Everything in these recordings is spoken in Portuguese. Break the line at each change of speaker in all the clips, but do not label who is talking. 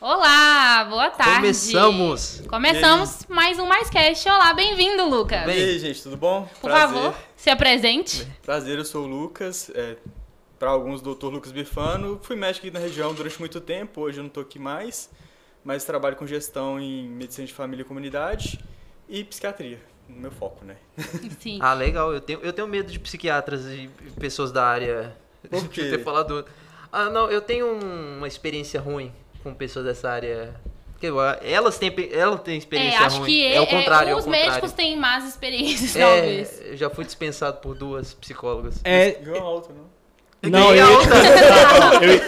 Olá, boa tarde.
Começamos.
Começamos mais um Mais Cast. Olá, bem-vindo, Lucas.
Bem,
E aí, gente, tudo bom?
Por favor, se apresente.
Prazer, eu sou o Lucas. É, para alguns, Dr. Lucas Bifano. Fui médico aqui na região durante muito tempo, hoje eu não tô aqui mais, mas trabalho com gestão em medicina de família e comunidade e psiquiatria, no meu foco, né?
Sim. É,
Ah, legal. Eu tenho, eu tenho medo de psiquiatras e pessoas da área.
Por
de
quê?
ter falado. Ah, não, eu tenho um- uma experiência ruim com pessoas dessa área. Que eu- Elas têm, pe- elas têm
É,
experiência
acho
ruim.
que
é o contrário, é o
os
contrário.
médicos têm más experiências,
É,
talvez.
eu já fui dispensado por duas psicólogas.
É.
Viu a alta, não?
Não,
ganhei
eu.
alta.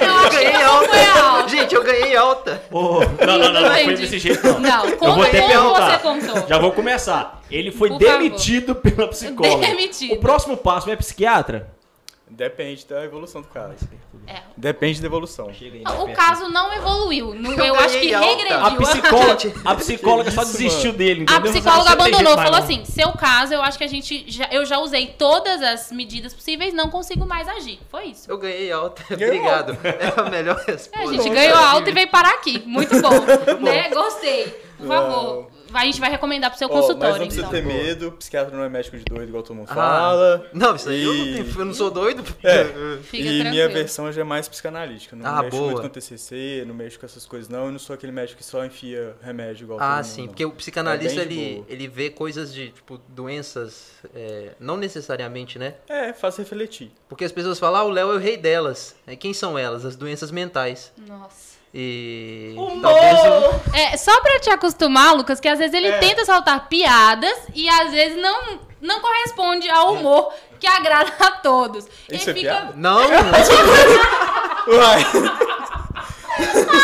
Eu,
acho que
ganhei
não foi alta.
Gente, eu ganhei alta.
Ô,
Não, não, não, não foi
Entendi.
desse jeito, não.
Não,
Eu vou
conta
ter que
como você
perguntar.
contou.
Já vou começar. Ele foi
Por
demitido pela psicóloga.
Demitido.
O próximo passo é psiquiatra?
Depende da evolução do caso.
É.
Depende da evolução.
Não, O caso não evoluiu. Não- Eu,
Eu
acho que
ganhei alta.
regrediu.
A psicóloga, a psicóloga só
isso,
desistiu dele, entendeu?
A psicóloga
Não tem jeito
abandonou,
mais,
falou
não.
assim: seu caso, eu acho que a gente. Já, eu já usei todas as medidas possíveis, não consigo mais agir. Foi isso.
Eu ganhei alta.
Ganhou
Obrigado. É a melhor resposta.
É, a gente ganhou alta e veio parar aqui. Muito bom. né? Gostei. Por favor. A gente vai recomendar pro seu
Ó, mas
consultório,
não precisa
então.
ter medo, psiquiatra não é médico de doido, igual todo mundo
Ah,
fala.
Não, isso aí eu não,
E-
tenho- eu não sou doido.
É.
Fica
e
tranquilo.
minha versão já é mais psicanalítica. Não
Ah,
mexo
boa.
muito com TCC, não mexo com essas coisas, não. Eu não sou aquele médico que só enfia remédio igual todo
Ah,
mundo,
sim,
não.
porque o psicanalista
um É bem de
ele,
boa.
ele vê coisas de tipo doenças, é, não necessariamente, né?
É, faz refletir.
Porque as pessoas falam, ah, o Léo é o rei delas. E quem são elas? As doenças mentais.
Nossa.
E. Talvez
É, só pra te acostumar, Lucas, que às vezes ele
É.
tenta soltar piadas e às vezes não, não corresponde ao humor que agrada a todos.
Isso
ele
é
o...
fica.
piada?
Não! é
Uai!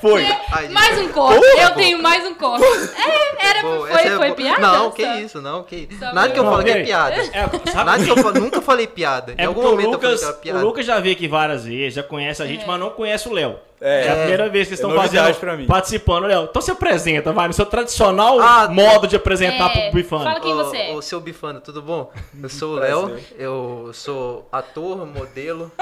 Foi.
Ai, gente.
Mais um corte,
Boa,
eu
boa.
tenho mais um corte. É, era,
Boa,
foi,
essa é
foi
boa.
piada?
Não, que
Só-
isso, não, que
Só-
Nada que eu
Não,
falo que é
peraí.
piada.
É,
Nada
sabe?
que eu falo, nunca falei piada. em
É
algum
porque o
momento eu falei
Lucas,
que era
o
piada.
Lucas já veio aqui várias vezes, já conhece a
É.
gente, mas não conhece o Léo.
É.
É, a primeira vez que eles
É
estão
novidade
fazendo,
pra mim.
participando, Léo. Então se apresenta, vai, no seu tradicional
Ah,
modo de apresentar
É,
pro Bifano.
fala quem
Ô,
você é.
Ô, seu Bifano, tudo bom? Eu sou o
Prazer.
Léo, eu sou ator, modelo,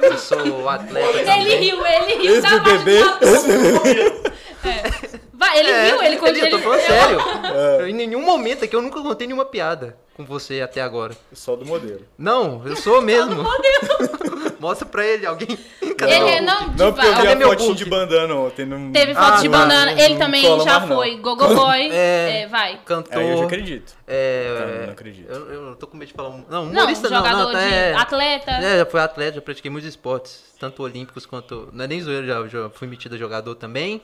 eu sou atleta
Ele
também.
riu, ele riu
Esse
da parte
bebê-
do ator. É. Vai, ele
É,
riu, ele continua.
Eu tô falando
ele-
sério. Em nenhum momento aqui eu nunca contei nenhuma piada com você até agora.
Só do modelo.
Tipo,
Não, eu sou mesmo. Mostra pra ele, alguém. Cadê
Ele
meu
é
book?
não,
Não, porque eu
vai-
vi
Cadê
a
meu
fotinho
book?
de bandana ontem. Não...
Teve foto
Ah,
de
não,
banana,
não,
ele
não
também
cola
já
mais, não.
foi gogo boy.
É.
É, vai.
Cantor.
Aí eu já acredito.
É,
Não, não acredito.
Eu, eu tô com medo de falar. um- Não,
Não,
humorista não,
jogador
não, tá,
de
é,
atleta.
É, já fui atleta, já pratiquei muitos esportes, tanto olímpicos quanto. Não é nem zoeira, já, já fui metido a jogador também.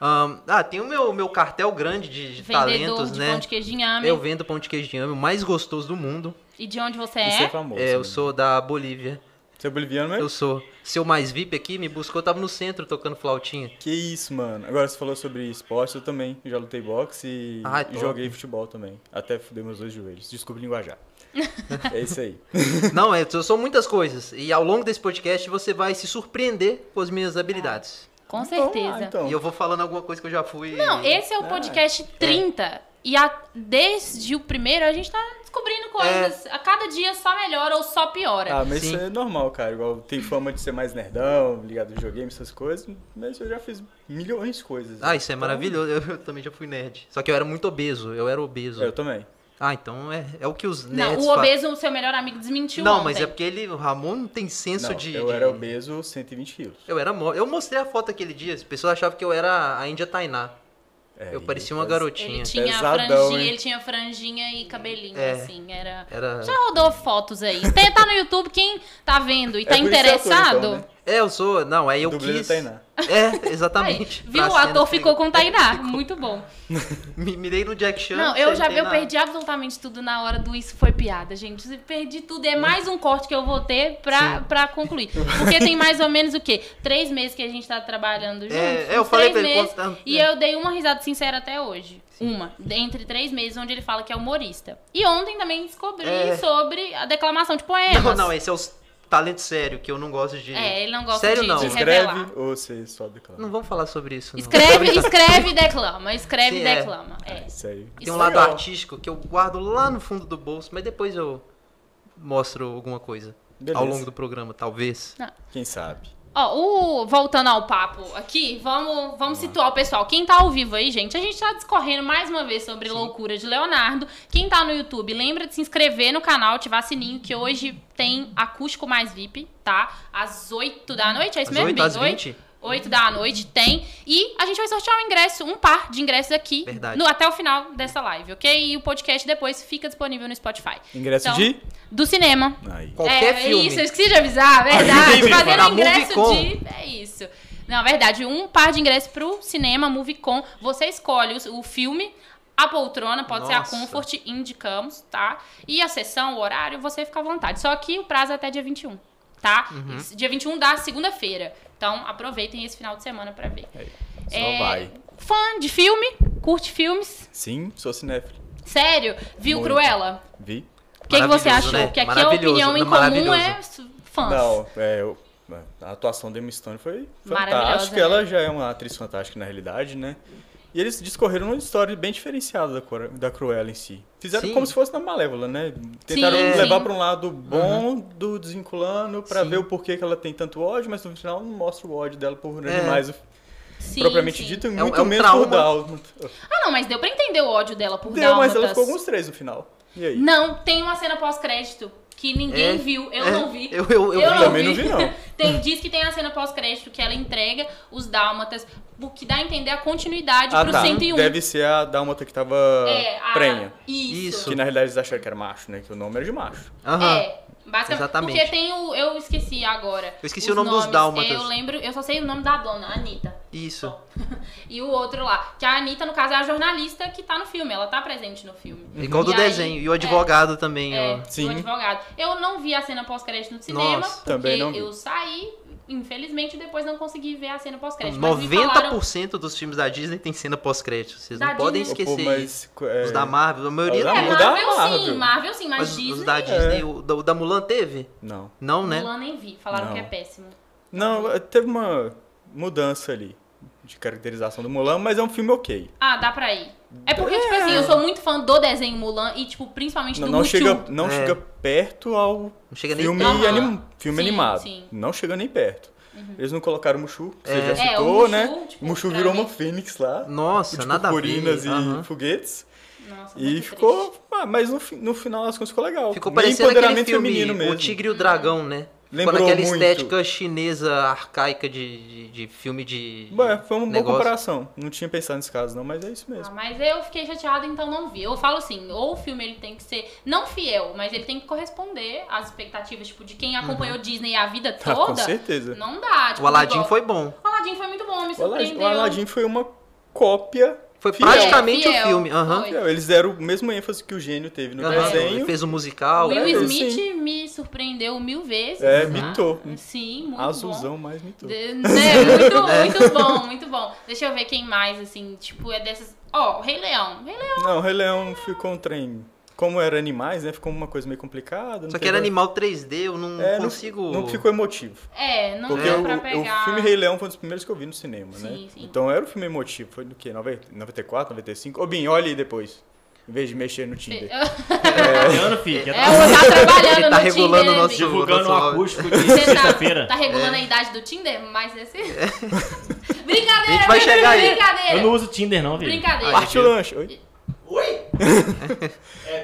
Ahn, ah, tem o meu, meu cartel grande de, de
Vendedor
talentos,
de
né?
pão de queijo inhame.
Eu vendo pão de queijo de inhame, o mais gostoso do mundo.
E de onde você
Você é
é?
famoso.
É, eu
né?
sou da Bolívia.
Você é boliviano mesmo?
Eu sou. Seu mais VIP aqui me buscou, eu tava no centro tocando flautinha.
Que isso, mano. Agora você falou sobre esporte, eu também. Já lutei boxe e,
Ah,
e
top.
joguei futebol também. Até fudei meus dois joelhos. Desculpa linguajar. é isso aí.
Não, é, eu sou muitas coisas. E ao longo desse podcast você vai se surpreender com as minhas habilidades.
Com
Ah,
certeza.
então.
E eu vou falando alguma coisa que eu já fui.
Não, esse
Ah.
é o podcast 30. E a- desde o primeiro a gente tá
É.
descobrindo coisas. A cada dia só melhora ou só piora.
Ah, mas
Sim.
isso é normal, cara. Igual tem fama de ser mais nerdão, ligado a videogame, essas coisas. Mas eu já fiz milhões de coisas.
Ah,
né?
isso é
Então,
maravilhoso. Eu, eu também já fui nerd. Só que eu era muito obeso. Eu era obeso.
Eu também.
Ah, então é, é o que os
Não,
nerds
o
fa-
obeso, o seu melhor amigo, desmentiu
Não,
ontem.
mas é porque ele, o Ramon não tem senso
Não,
de.
eu
de-
era obeso, 120 quilos.
Eu era mo- Eu mostrei a foto aquele dia. As pessoas achavam que eu era a Índia Tainá.
É,
eu
e
parecia uma
pes-
Ele
garotinha.
tinha
Pesadão,
franjinha,
hein?
ele tinha franjinha e cabelinho,
É.
assim, era...
Era.
Já rodou fotos aí. Tem, tá no YouTube, quem tá vendo e
É
tá
por isso que é ator, então,
interessado...
né?
É, eu sou. Não, aí eu
Dublê da
quis.
Tainá.
É,
Aí,
exatamente.
viu?
Pra
O
cena
ator
que-
Tá ficou com o Tainá. Muito bom.
Me mirei no Jack Chan.
Não, eu já
sentei
eu
na-
perdi absolutamente tudo na hora do Isso Foi Piada, gente. Eu Perdi tudo. É mais um corte que eu vou ter pra, pra concluir. Porque tem mais ou menos o quê? Três meses que a gente tá trabalhando juntos.
É, eu
uns
falei
três
pra ele
meses,
quanto-
E
é.
eu dei uma risada sincera até hoje. Uma. Entre três meses, onde ele fala que é humorista. E ontem também descobri
É.
sobre a declamação de poemas.
Não, não, esse é os talentos sérios que eu não gosto de.
É, ele não gosta
Sério,
de-
não.
de
Você
Vou
escreve
revelar.
ou você só declara?
Não vamos falar sobre isso, não.
Escreve, escreve e declama. Escreve e
Sim, é.
declama. É.
Isso aí.
Tem
Isso
um
é
lado
legal.
artístico que eu guardo lá no fundo do bolso, mas depois eu mostro alguma coisa
Beleza.
ao longo do programa, talvez.
Quem sabe?
Ó, o, voltando ao papo aqui, vamos, vamos situar o pessoal. Quem tá ao vivo aí, gente, a gente tá discorrendo mais uma vez sobre loucura de Leonardo. Quem tá no YouTube, lembra de se inscrever no canal, ativar sininho, que hoje tem acústico mais VIP, tá? Às 8 da noite, é isso
Às
mesmo?
8 às
28?
20?
8 da noite tem. E a gente vai sortear um ingresso, um par de ingressos aqui
Verdade.
no- até o final dessa live, ok? E o podcast depois fica disponível no Spotify.
Ingresso
Então,
de.
Do cinema.
Aí.
é,
Qualquer filme.
É isso, eu esqueci de avisar, verdade.
Inclusive, na
Fazendo ingresso
Movie
de. É isso. Não, verdade, um par de ingressos pro cinema, Movicon. Você escolhe os- o filme, a poltrona, pode ser
Nossa.
a Comfort, indicamos, tá? E a sessão, o horário, você fica à vontade. Só que o prazo é até dia 21, tá?
Uhum.
Isso, Dia 21 da segunda-feira. Então, aproveitem esse final de semana pra ver.
Só
É,
vai.
Fã de filme, curte filmes.
Sim, sou cinéfilo.
Sério, viu
Muito.
Cruella?
Vi.
O que, que você
Maravilhoso,
achou?
né?
Porque aqui é a
Maravilhoso,
opinião em
né?
comum é
Maravilhoso.
fãs.
Não, é, eu- a atuação da Emma Stone foi
Maravilhosa,
fantástica.
né?
Ela já é uma atriz fantástica na realidade, né? E eles discorreram uma história bem diferenciada da, Cora- da Cruella em si. Fizeram
Sim.
como se fosse na Malévola, né? Tentaram
Sim,
levar
sim.
pra um lado bom do desvinculando pra
Sim.
ver o porquê que ela tem tanto ódio, mas no final não mostra o ódio dela por
É.
demais,
Sim,
propriamente
sim.
dito, e
É um-
muito
é um
menos
trauma.
por Dalmas.
Ah, não, mas deu pra entender o ódio dela por
Deu, mas
Dálmatas.
ela ficou com os três no final. E aí?
Não, tem uma cena pós-crédito que ninguém
É,
viu, eu
é,
não vi.
eu- eu- eu vi.
Também não vi, não.
Tem- diz que tem a cena pós-crédito que ela entrega os dálmatas, o que dá a entender a continuidade
Ah, tá.
pro 101.
Ah, tá. Deve ser a Dálmata que tava
é, a...
prenha.
Isso.
Isso.
Que na realidade eles acharam que era macho, né? Que o nome era de macho.
Aham.
É, basicamente.
Exatamente.
Porque tem o. Eu esqueci agora.
Eu esqueci
os
o nome dos
nomes.
dálmatas.
Eu lembro, eu só sei o nome da dona, Anitta.
Isso.
Só. E o outro lá. Que a Anitta, no caso, é a jornalista que tá no filme. Ela tá presente no filme.
Igual do
E aí-
desenho. E o advogado também,
É,
ó.
Sim.
o advogado. Eu não vi a cena pós-crédito no cinema,
Nossa,
porque
também não vi.
eu saí, infelizmente, depois não consegui ver a cena pós-crédito. Mas me falaram...
90% dos filmes da Disney tem cena pós-crédito. Vocês
Da
não podem
Disney.
esquecer.
Pô, mas, é,
Os da Marvel, a maioria
Os da
É,
tem.
Marvel.
Marvel, sim,
Marvel.
Marvel sim, mas,
Mas
Disney... é.
os da Disney, o, da, o da Mulan teve?
Não.
Não, né?
Mulan nem vi, falaram
Não.
que é péssimo.
Não, teve uma mudança ali de caracterização do Mulan, mas é um filme ok.
Ah, dá pra ir. É porque, tipo assim, eu sou muito fã do desenho Mulan e, tipo, principalmente
Não,
do
não
Mushu.
chega, não
É.
chega perto ao
Não chega nem
filme,
perto.
Aham.
anim- filme
Sim,
animado.
sim. Uhum.
Não chega nem perto. Eles não colocaram o Mushu, que
É.
você já
É, o
citou,
Mushu,
né?
tipo,
O Mushu
pra
virou
mim-
uma fênix lá.
Nossa,
de
nada a
purpurinas
ver.
tipo, e
Aham.
foguetes.
Nossa,
E
muito
ficou...
triste.
Ah, mas no, fi- no final as coisas ficou legal.
Ficou
Meio
parecendo aquele
empoderamento
filme
feminino mesmo.
O Tigre e o Dragão, né?
Lembrou
Ficou naquela
muito.
estética chinesa arcaica de, de, de filme de. de
Ué, foi uma boa
negócio.
comparação. Não tinha pensado nesse caso, não, mas é isso
Ah,
mesmo.
mas eu fiquei chateada, então não vi. Eu falo assim, ou o filme ele tem que ser, não fiel, mas ele tem que corresponder às expectativas, tipo, de quem acompanhou Disney a vida
Uhum. Ah, com
toda.
certeza.
Não dá. Tipo,
O Aladdin
igual-
foi bom.
O Aladdin foi muito bom, me
O Aladdin,
surpreendeu.
o Aladdin foi uma cópia.
Foi
Fiel,
praticamente
fiel,
o filme. Aham.
foi.
fiel. Eles deram o mesmo ênfase que o gênio teve no
Aham. Ele
desenho.
fez o
O
musical.
Will
é isso,
Smith
sim.
me surpreendeu mil vezes.
É,
tá?
mitou.
Sim, muito bom.
Azulzão É. mais mitou.
De- né? Muito, muito bom, muito bom. Deixa eu ver quem mais, assim, tipo, é dessas... Ó, o Rei Leão. Rei Leão.
Não, o Rei Leão ficou um trem. Como era animais, né? Ficou uma coisa meio complicada. não
Só que
pegou-
era animal 3D, eu não
É, não-
consigo.
Não, ficou emotivo.
É, não
Porque
deu
o,
pra
o
pegar...
filme Rei Leão foi um dos primeiros que eu vi no cinema,
Sim,
né?
sim.
Então era um filme emotivo. Foi do quê? 94, 95? Ô, Bim, olha aí depois. Em vez de mexer no Tinder.
Trabalhando, filho. Já
É, você tá trabalhando
Ele tá
no
regulando
Tinder,
o
né,
nosso-
Bi?
divulgando
Nosso
o
áudio.
acústico de
Você
sexta-feira.
tá, tá
É.
regulando a idade do Tinder? Mas esse... brincadeira,
A gente vai chegar aí.
Eu
brincadeira,
não uso Tinder, não, filho.
brincadeira.
Parte o lanche. Oi? Oi?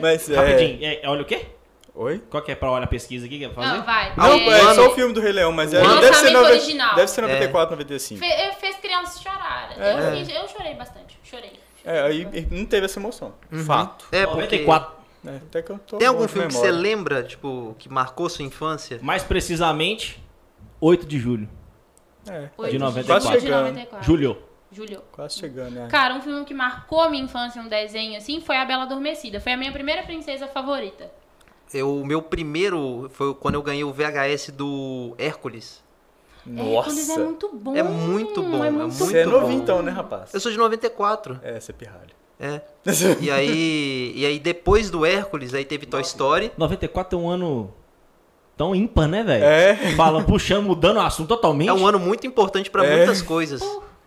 Mas é...
Rapidinho. É, olha o quê?
Oi?
Qual que é pra olhar a pesquisa aqui? Quer fazer?
Não, vai.
Não,
o
é,
um ano- Um É.
só o filme do Rei Leão, mas
O
é, deve, ser
lançamento
nove-
original.
deve ser 94, 95.
Fe- eu- fez crianças chorarem. Eu, fiz- eu chorei bastante. Chorei.
É, aí não teve essa emoção. Fato.
É, porque.
94.
É, até que eu tô
Tem
bom
algum
de
filme que você
memória.
lembra, tipo, que marcou sua infância?
Mais precisamente, 8 de julho.
É,
Oito
94.
De, de
Chegando.
94.
Julho.
Julho.
quase chegando, né?
Cara, um filme que marcou a minha infância, um desenho assim, foi A Bela Adormecida. Foi a minha primeira princesa favorita.
Eu, o meu primeiro foi quando eu ganhei o VHS do Hércules.
Hércules é muito bom.
É muito bom, é muito
Você é
bom.
novinho então, né, rapaz?
Eu sou de 94.
É, você é pirralho.
É. E aí, e aí depois do Hércules, aí teve Toy Story.
94 é um ano tão ímpar, né, velho?
É.
Falando, puxando, mudando o assunto totalmente.
É um ano muito importante pra
É.
muitas coisas.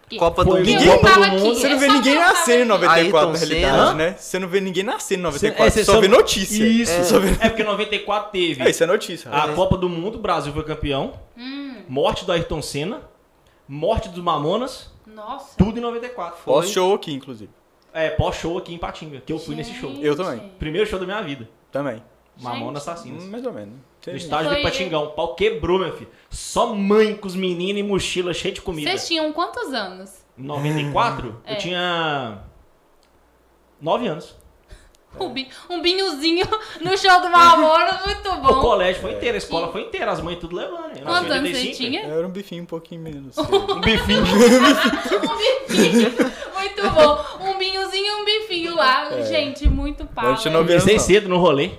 quê?
Copa
Foi
Eu
do Mundo.
não
Ninguém-
tava
Todo
aqui.
mundo-
Você não
eu
vê
só
ninguém
tava
nascer em
aqui.
94 na
Ayrton
realidade,
Senna.
né? Você não vê ninguém nascer em
É,
94,
você
só vê notícia.
Isso,
Só vê...
é porque 94 teve
É, isso é notícia.
Ah, a Copa do Mundo, o Brasil foi campeão.
Hum,
morte do Ayrton Senna, morte dos Mamonas,
Nossa.
tudo em 94.
Pós-show aqui, inclusive.
É, pós-show aqui em Patinga, que eu fui nesse show.
Gente.
Eu também.
Primeiro show da minha vida.
Também.
Mamonas
Gente.
Assassinas.
Hum, Mais ou menos.
No
Sim.
estádio
Foi-
de Patingão. O pau quebrou, meu filho. Só mãe com os meninos e mochila cheia de comida.
Vocês tinham quantos anos?
Em 94,
É.
eu tinha 9 anos.
Um, bi- um binhozinho no show do Mamona, muito
o
Tá bom. É.
colégio foi inteiro, a escola foi inteira, as mães tudo levando. né?
Quantos anos você
85.
tinha?
Era um bifinho um pouquinho menos.
Um bifinho.
Um bifinho. Muito bom. Um binhozinho e um bifinho lá. Gente, muito pau.
A gente
hein?
não
Eu comecei cedo no rolê.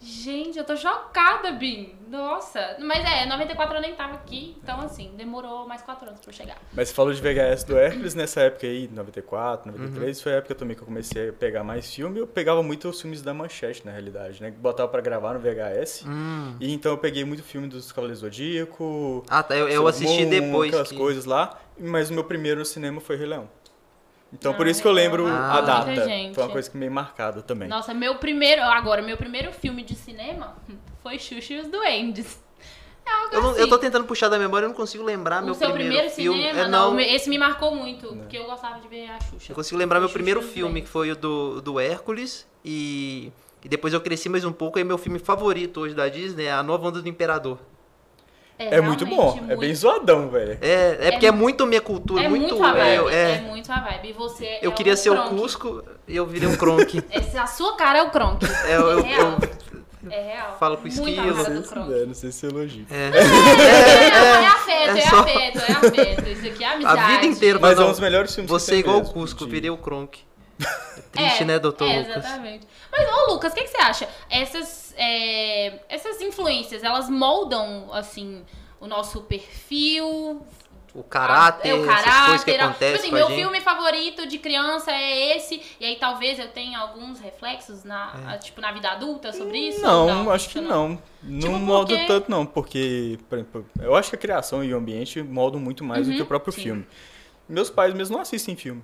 Gente, eu tô chocada, Bim. Nossa. Mas é, 94 eu nem tava aqui. Então,
É.
assim, demorou mais 4 anos pra eu chegar.
Mas você falou de VHS do Hércules nessa época aí, 94, 93, foi a época também que eu comecei a pegar mais filme. Eu pegava muito os filmes da Manchete, na realidade, né? que Botava pra gravar no VHS.
Hum.
E então eu peguei muito filme dos Cavaleiros do Zodíaco.
Ah, tá. Eu, eu
Sailor
assisti
Moon,
depois.
Aquelas
que-
coisas lá. Mas o meu primeiro no cinema foi Rei Leão. Então por
Ah,
isso que eu
Rei
lembro
Leão.
a
Ah.
data.
Muita gente.
Foi uma coisa que meio marcada também.
Nossa, meu primeiro. Agora, meu primeiro filme de cinema foi Xuxa e os Duendes. É algo
Eu, não-
assim.
eu tô tentando puxar da memória, eu não consigo lembrar
O
meu
seu primeiro,
filme.
cinema?
é,
não,
não, Né.
esse me marcou muito, porque eu gostava de ver a Xuxa.
eu consigo lembrar meu
Xuxa
primeiro
dos
filme,
Duendes.
que foi o do, do Hércules. E, e depois eu cresci mais um pouco. E meu filme favorito hoje da Disney é A Nova Onda do Imperador.
é muito bom.
realmente
É
muito-
bem zoadão, velho.
É, é porque é, muito minha cultura.
É muito,
muito
a vibe.
eu,
é.
é,
muito a vibe. E você.
eu
é
queria ser o
Kronk.
Cusco e eu virei um Kronk.
Esse- a sua cara é o Kronk.
É, eu-
É real. É real.
falo com
Muito
esquilo.
a cara do
Não sei se-
Kronk.
é, não sei se elogio.
É, é afeto, é,
é só-
afeto, é afeto. Isso aqui é amizade.
A vida inteira.
Mas
não,
é um dos melhores filmes
Você
que
é
tem
igual o
mesmo,
Cusco,
de-
virei o Kronk. É
É,
triste, né, doutor
é,
Lucas?
Exatamente. Mas, ô Lucas, o que, que você acha? Essas, é, essas influências, elas moldam, assim, o nosso perfil,
O caráter,
é, o
essas coisas que
caráter, a-
acontecem
tipo assim,
com
meu
a gente.
filme favorito de criança é esse, e aí talvez eu tenha alguns reflexos, na,
É.
a- tipo, na vida adulta sobre
Hum,
isso?
Não, acho que não.
Tipo,
Não
porque-
molda tanto, não, porque, por exemplo, eu acho que a criação e o ambiente moldam muito mais do que o próprio
Uhum, sim.
filme. Meus pais mesmo não assistem filme.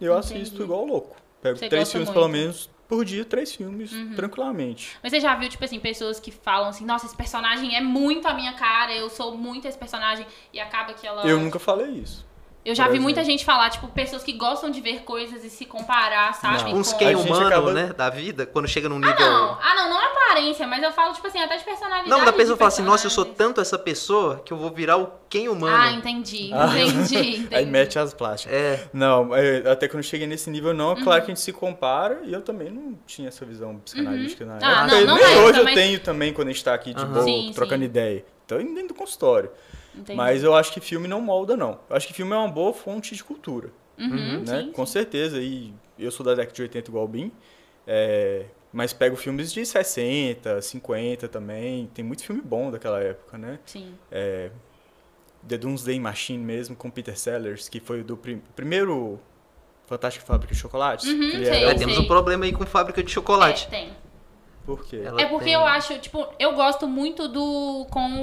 Eu
Entendi.
assisto igual louco. Pego
Você
três
gosta
filmes,
muito. Uhum.
pelo menos, por dia, três filmes, tranquilamente.
Mas você já viu, tipo assim, pessoas que falam assim, nossa, esse personagem é muito a minha cara, eu sou muito esse personagem, e acaba que ela...
Eu nunca falei isso.
Eu já
Por
vi
exemplo.
muita gente falar, tipo, pessoas que gostam de ver coisas e se comparar, sabe?
Não.
Uns
com-
quem
A
é
gente
humano,
acaba-
né, da vida, quando chega num
Ah,
nível...
não. Ah, não, não a aparência, mas eu falo, tipo assim, até de personalidade.
Não, da
de
pessoa fala assim, nossa, eu sou
personagens.
tanto essa pessoa que eu vou virar o quem humano.
Ah, entendi, entendi, entendi.
Aí mete as plásticas.
É,
Não, é, até que eu não cheguei nesse nível, não. É
Uhum.
Claro que a gente se compara e eu também não tinha essa visão psicanalítica na
Ah,
época.
não, não
Nem
é,
hoje
também-
eu tenho também quando a gente tá aqui de
Aham.
boa,
Sim,
trocando
sim.
ideia. Então, dentro do consultório.
entendi.
Mas eu acho que filme não molda, não. Eu acho que filme é uma boa fonte de cultura,
Uhum,
né?
sim.
Com certeza. E eu sou da década de 80 igual o Bim. é, mas pego filmes de 60, 50 também. Tem muito filme bom daquela época, né?
Sim.
The Doomsday Machine mesmo, com Peter Sellers, que foi o do prim- primeiro Fantástico Fábrica de Chocolates.
Uhum,
que ele
sei,
é,
era o-
sei.
temos um problema aí com fábrica de
É,
chocolate.
tem.
Por quê?
Ela
É porque
tem-
eu acho, tipo, eu gosto muito do. com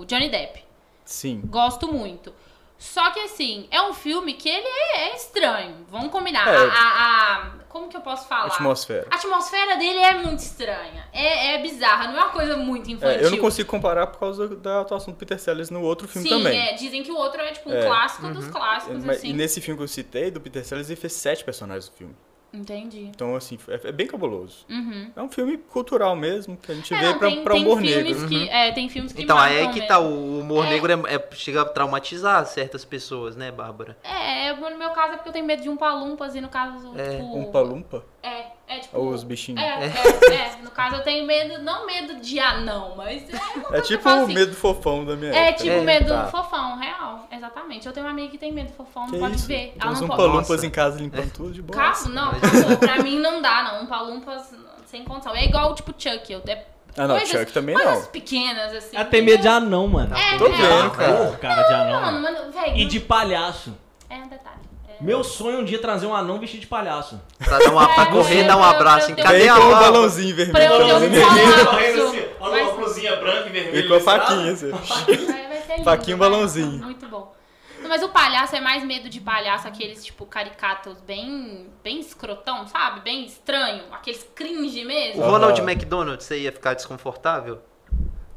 o Johnny Depp.
Sim.
Gosto muito. Só que assim, é um filme que ele é, é estranho. Vamos combinar.
É.
A, a- a- Como que eu posso falar?
Atmosfera.
A atmosfera dele é muito estranha. É, é bizarra, não é uma coisa muito infantil.
É, eu não consigo comparar por causa da atuação do Peter Sellers no outro filme
Sim,
também.
é, dizem que o outro é tipo um
É.
clássico dos clássicos,
Mas-
assim.
E nesse filme que eu citei, do Peter Sellers, ele fez sete personagens do filme.
Entendi.
Então, assim, é, é bem cabuloso.
Uhum.
É um filme cultural mesmo, que a gente
É,
vê
não,
pra,
tem,
pra
tem
humor
filmes
negro. uhum.
que, é, tem filmes que
Então, aí é
marcam
que
mesmo.
tá, o humor negro é, é- chega a traumatizar certas pessoas, né, Bárbara?
É, eu- no meu caso é porque eu tenho medo de um palumpas e no caso,
É,
tipo...
Um palumpa,
É, é tipo...
ou os bichinhos.
É, é, é, no caso eu tenho medo, não medo de anão, mas... É, uma
É
coisa que eu
tipo
falo
o
assim,
medo fofão da minha
É
época.
tipo
É,
medo
tá.
fofão, real, exatamente. Eu tenho uma amiga que tem medo fofão,
Que
não pode
isso?
ver. Ela
Temos
não
um
pode.
palumpas
Nossa.
em casa limpando tudo de boa.
Cabo? Não, acabou. pra mim não dá, não. Um palumpas sem condição. É igual, tipo, Chuck. Eu, é
Ah, não,
coisas-
Chuck também
coisas
não.
pequenas, assim.
Ela tem medo de anão, mano.
É,
Tô
é,
vendo, cara.
Porra, cara de
Não,
anão.
mano,
mano.
mano, velho.
E de palhaço.
É um detalhe. É.
Meu sonho é um dia trazer um anão vestido de palhaço.
Pra, dar uma, pra
É,
correr,
eu-
dar um
eu-
abraço.
eu-
Em
eu-
cadê
Vem
a
com um
Bárbara?
balãozinho vermelho.
Pra eu ter
balãozinho
um
vermelho.
colapso. Mas-
blusinha branca e vermelha.
E com a faquinha, assim.
Vai, vai ser lindo.
Faquinho
vai.
um balãozinho.
Muito bom. Não, mas o palhaço é mais medo de palhaço, aqueles, tipo, caricatos bem, bem escrotão, sabe? Bem estranho. Aqueles cringe
O
mesmo.
Uhum.
Ronald
Aham.
McDonald, você ia ficar desconfortável?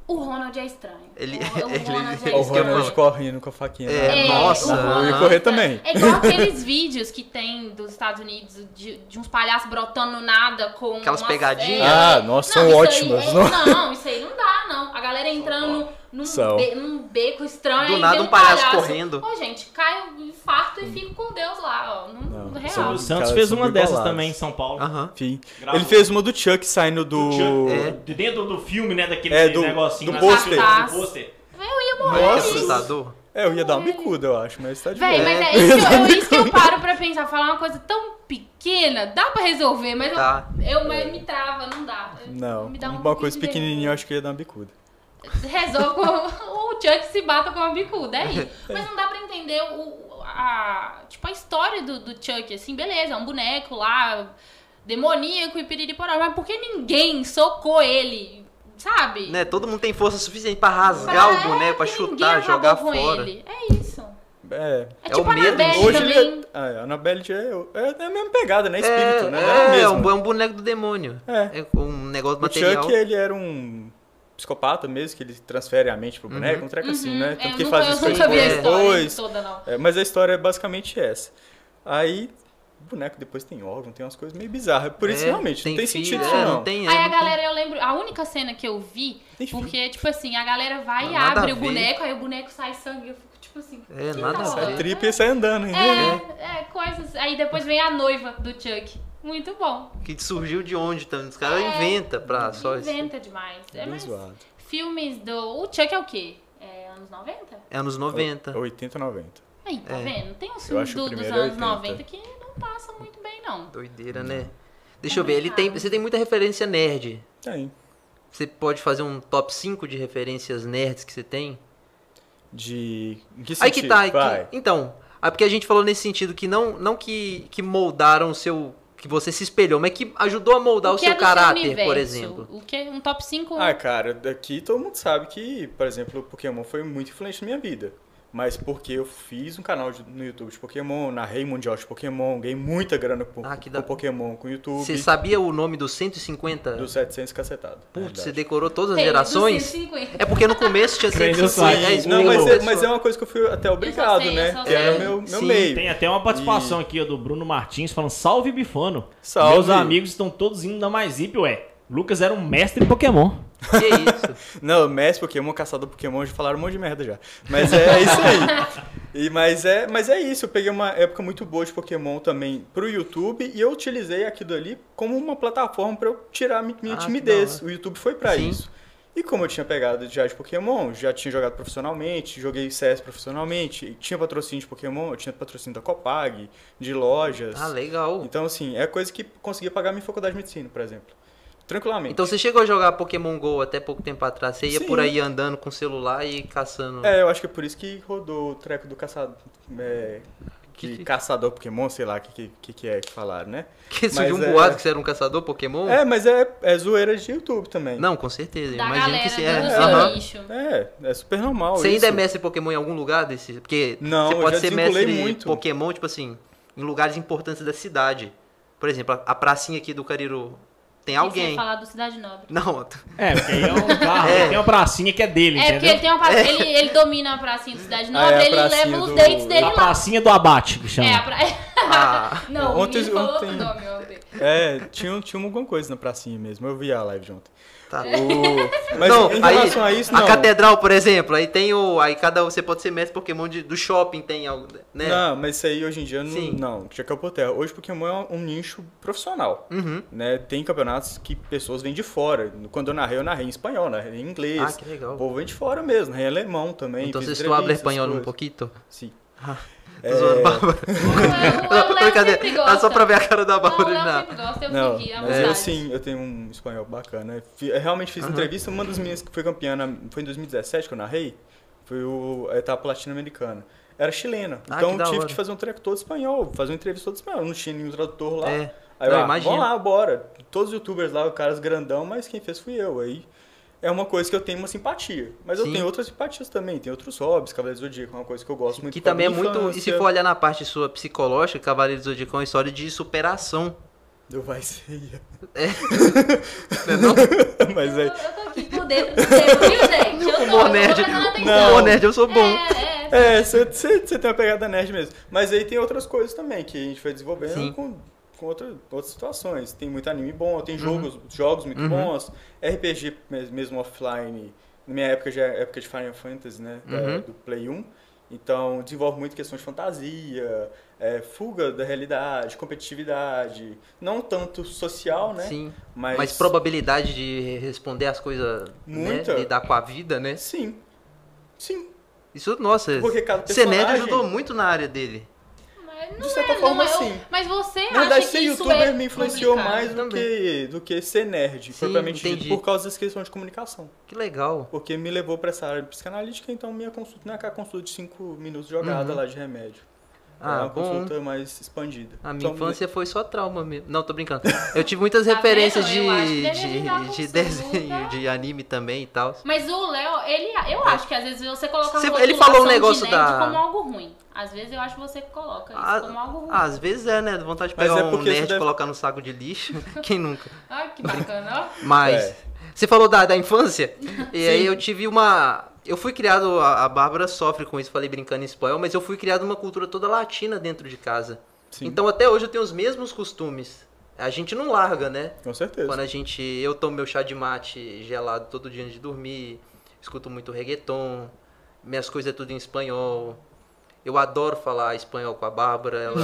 O Ronald é estranho.
Ele-
o, o
ele-
Ronald é
ele-
O
isso que eu
estranho.
ia
Ronald
falar.
correndo com a faquinha.
É,
na-
É,
nossa.
o
Eu ia
Ronald-
correr também.
É igual aqueles vídeos que tem dos Estados Unidos de, de uns palhaços brotando no nada com.
Aquelas
umas-
pegadinhas?
Ah, nossa, são
isso aí
ótimas,
é-
não?
não. isso aí não dá, não. A galera entrando num,
São.
be- num beco estranho.
Do
aí
nada
vem
um palhaço correndo.
Ô, gente, cai um infarto e fico com Deus lá, ó. Não,
Hum. Não, é um
real.
são
O
os-
Santos
Cara,
fez
são
uma
bem
dessas
bolados.
também em São Paulo.
Aham.
Enfim.
Gravou.
Ele fez uma do Chuck saindo do.
Do Chuck,
É.
de dentro do filme, né? Daquele
É, do-
negocinho.
do
lá,
pôster.
do pôster.
Eu ia
Não é
morrer.
que é
Nossa.
assustador?
É, eu ia dar uma bicuda, eu acho, mas tá de
Véi,
boa.
mas é isso, que eu, é isso que eu paro pra pensar. Falar uma coisa tão pequena, dá pra resolver, mas
Tá.
eu, eu mas me trava, não dá.
Não,
me dá um
uma coisa
pouquinho de
pequenininha eu acho que ia dar uma bicuda.
Resolve com o Chuck se bata com uma bicuda, é isso. Mas não dá pra entender o, a, tipo, a história do, do Chuck, assim, beleza, é um boneco lá, demoníaco e piririporó, mas por que ninguém socou ele, sabe?
Né? Todo mundo tem força suficiente pra rasgar o
É,
boneco, pra
que
chutar,
ninguém acabou
jogar
com
fora.
Ele. É isso.
É.
É,
É
tipo
o
a
medo.
Anabelle
Hoje
também.
ele é. Ah, é, a Annabelle já é, é a mesma pegada, né? Espírito, né? Era
É,
a
é
mesma.
um, é um boneco do demônio.
É.
um negócio
O
material.
Chuck, ele era um psicopata mesmo, que ele transfere a mente pro boneco, um treco assim,
Uhum,
né?
é,
Tanto
eu
que
nunca-
faz
eu
isso com a
nunca vi a
esposa
história então.
depois.
toda, não.
É, mas a história é basicamente essa. Aí, o boneco depois tem órgão, tem umas coisas meio bizarras. Por isso,
É,
realmente, não tem
filho,
sentido
é,
isso, não.
não tem, é,
Aí a
não tem-
galera, eu lembro, a única cena que eu vi,
Tem filho.
porque, tipo assim, a galera vai e
Nada a
abre o
ver.
boneco, aí o boneco sai sangue, eu fico, tipo assim,
É,
que
nada a
da hora,
Sai
ver.
né?
tripa e sai andando, hein?
É, é, coisas. Aí depois vem a noiva do Chuck. Muito bom.
Que surgiu de onde também? Os caras
É,
inventam pra só isso.
Inventa demais. É,
Bem
mas
zoado.
filmes do. O Chuck é o quê? É anos 90?
É anos 90.
É 80, 90.
Aí, tá
É.
vendo? Tem uns
Eu
filmes
acho que o
do- dos
primeiro é
anos
80.
90 que não passam muito bem, não.
Doideira,
É
né? Deixa eu ver, ele tem, você tem muita referência nerd.
Tem.
Você pode fazer um top 5 de referências nerds que você tem?
De. Em que sentido?
Aí que tá. aí que-
Vai.
Então, é porque a gente falou nesse sentido que não, não que, que moldaram o seu. que você se espelhou, mas que ajudou a moldar o,
que
seu
é do
caráter,
universo?
por exemplo.
O que? é Um top 5.
Ah, cara, daqui todo mundo sabe que, por exemplo, o Pokémon foi muito influente na minha vida. Mas porque eu fiz um canal de- no YouTube de Pokémon, narrei mundial de Pokémon, ganhei muita grana com,
Ah, que
com
da-
Pokémon, com o YouTube,
Você sabia o nome dos 150?
do 700 cacetado.
Putz, você
verdade.
decorou todas as
Tem,
gerações?
250.
É porque no começo tinha
Aprendeu
150.
só aí.
é,
Não, mas é,
isso.
mas é uma coisa que eu fui até obrigado,
sei, eu
né?
só
Que era
sei.
meu, meu
Sim,
meio.
Tem até uma participação aqui ó, do Bruno Martins falando: Salve Bifano.
Salve.
Meus amigos estão todos indo na mais hip, ué. Lucas era um mestre em Pokémon.
um-
Que isso?
Não, mestre Pokémon, caçador Pokémon, já falaram um monte de merda já. Mas é isso aí. E, mas, é, mas é isso, eu peguei uma época muito boa de Pokémon também pro YouTube e eu utilizei aquilo ali como uma plataforma pra eu tirar mi- minha
Ah, que
timidez.
da
O YouTube foi pra
Sim.
isso. E como eu tinha pegado já de Pokémon, já tinha jogado profissionalmente, joguei CS profissionalmente, e tinha patrocínio de Pokémon, eu tinha patrocínio da Copag, de lojas.
Ah, legal.
Então, assim, é coisa que conseguia pagar minha faculdade de medicina, por exemplo. Tranquilamente.
Então você chegou a jogar Pokémon GO até pouco tempo atrás. Você ia
Sim.
por aí andando com o celular e caçando.
É, eu acho que é por isso que rodou o treco do caçador. É, que
Que-
caçador Pokémon, sei lá o que, que, que é que falaram, né?
Que surgiu
mas
um
é-
boato que você era um caçador Pokémon?
É, mas é, é zoeira de YouTube também.
Não, com certeza.
Da
Imagino
galera
que você
do
é.
seu
Aham.
nicho.
É, é super normal.
Você ainda
isso.
é mestre Pokémon em algum lugar desse? Porque
Não,
você
eu
pode
já
ser
desvinculei
mestre
muito.
Pokémon, tipo assim, em lugares importantes da cidade. Por exemplo, a, a pracinha aqui do Cariru. Tem
Você ia
alguém.
falar do Cidade Nobre.
Não,
É, porque aí é um carro,
É.
aí tem uma pracinha que é dele,
É, porque ele
entendeu?
tem uma praça, ele, ele domina a pracinha do Cidade Nobre,
Ah, é a
ele
pracinha
leva os
do-
dates dele
A
lá.
pracinha do abate, que chama.
É, a pra...
Ah,
Não,
Ontem-
ontem, ele falou
ontem-
outro nome ontem.
É, tinha, um- tinha alguma coisa na pracinha mesmo. Eu vi a live de ontem.
tá.
O- Mas
não,
em
aí,
relação a isso,
a
não.
catedral, por exemplo, aí tem o. Aí cada. Você pode ser mestre Pokémon de- do shopping, tem algo. Né?
Não, mas isso aí hoje em dia não,
Sim.
não já caiu por terra. Hoje Pokémon é um nicho profissional.
Uhum.
né? Tem campeonatos que pessoas vêm de fora. Quando eu narrei, eu narrei em espanhol, narrei em inglês.
Ah, que legal.
O povo vem de fora mesmo, narrei em alemão também.
Então
fiz
você tu habla
entrevistas,
espanhol um
coisas. É.
pouquinho?
Sim.
Tô zoando, Bárbara.
O Léo- o Léo
Brincadeira.
sempre
Tá
gosta.
só pra ver a cara da né?
Não,
Bárbara.
o Léo
Não.
sempre gosta, eu
Não,
segui, é a
mas eu
vontade.
sim, eu tenho um espanhol bacana. Eu fi- Eu realmente fiz entrevista, uma das minhas que foi campeã, na- foi em 2017 que eu narrei, foi o, a etapa latino-americana. Era chilena,
Ah,
então
que
eu
da
tive
hora.
que fazer um treco todo espanhol, fazer uma entrevista todo espanhol, não tinha nenhum tradutor lá.
É.
Aí
Não,
eu, ah,
imagino.
vamos lá, bora. Todos os youtubers lá, os caras grandão, mas quem fez fui eu. Aí é uma coisa que eu tenho uma simpatia. Mas
Sim.
eu tenho outras simpatias também, tem outros hobbies, Cavaleiro do Zodíaco, é uma coisa que eu gosto muito.
Que
por causa
também é
da
muito. E se
infância.
for olhar na parte sua psicológica, Cavaleiro do Zodíaco é uma história de superação.
Eu vai ser.
Né, não?
mas
Eu,
aí.
eu tô aqui por dedo no tempo, viu, gente? Eu tô,
Humor
eu tô
nerd.
prestando atenção.
Humor nerd, eu sou bom.
É, é.
É, você tem uma pegada nerd mesmo. Mas aí tem outras coisas também que a gente foi desenvolvendo
Sim.
com, com outra- outras situações. Tem muito anime bom, tem jogos, jogos muito
Uhum.
bons, RPG mes- mesmo offline. Na minha época já é época de Final Fantasy, né? da-
Uhum.
do Play 1. Então desenvolve muito questões de fantasia, é, fuga da realidade, competitividade. Não tanto social,
É.
né?
Sim.
Mas,
Mas probabilidade de responder as coisas, né?
Muita.
Lidar com a vida, né?
Sim. Sim.
Isso, nossa,
Porque cada
ser
personagem...
nerd ajudou muito na área dele.
Mas não
De certa
é, não
forma,
é. Eu-
sim.
Mas você
Na verdade,
acha
ser
que isso
youtuber
é
me influenciou
complicado?
mais do
Também.
que, do que ser nerd,
Sim,
propriamente dito,
entendi.
por causa dessa questão de comunicação.
Que legal.
Porque me levou pra essa área de psicanalítica, então minha consulta não é aquela consulta de 5 minutos jogada lá de remédio. é
Uhum. Ah,
uma
bom.
consulta mais expandida.
A minha
Então,
infância foi só trauma mesmo. Não, tô brincando. Eu tive muitas
Tá
referências
vendo? Eu acho que
de,
deveria dar
de, de
consulta.
desenho, de anime também e tal.
Mas o Léo, ele, eu acho que às vezes você coloca
Você-
uma
ele falou um
rotulação de
negócio
nerd
da-
como algo ruim. Às vezes eu acho que você que coloca isso
Ah,
como algo ruim.
Às vezes é, né? Vontade de
Mas
pegar
é
um
porque isso
nerd e
deve-
colocar no saco de lixo. Quem nunca?
Ai, que bacana, ó.
Mas.
É.
Você falou da, da infância? E aí eu tive uma. Eu fui criado, a, a Bárbara sofre com isso, falei brincando em espanhol, mas eu fui criado uma cultura toda latina dentro de casa.
Sim,
Então até hoje eu tenho os mesmos costumes. A gente não larga, né?
com certeza.
Quando a gente. Eu tomo meu chá de mate gelado todo dia antes de dormir. Escuto muito reggaeton. Minhas coisas é tudo em espanhol. Eu adoro falar espanhol com a Bárbara. Ela.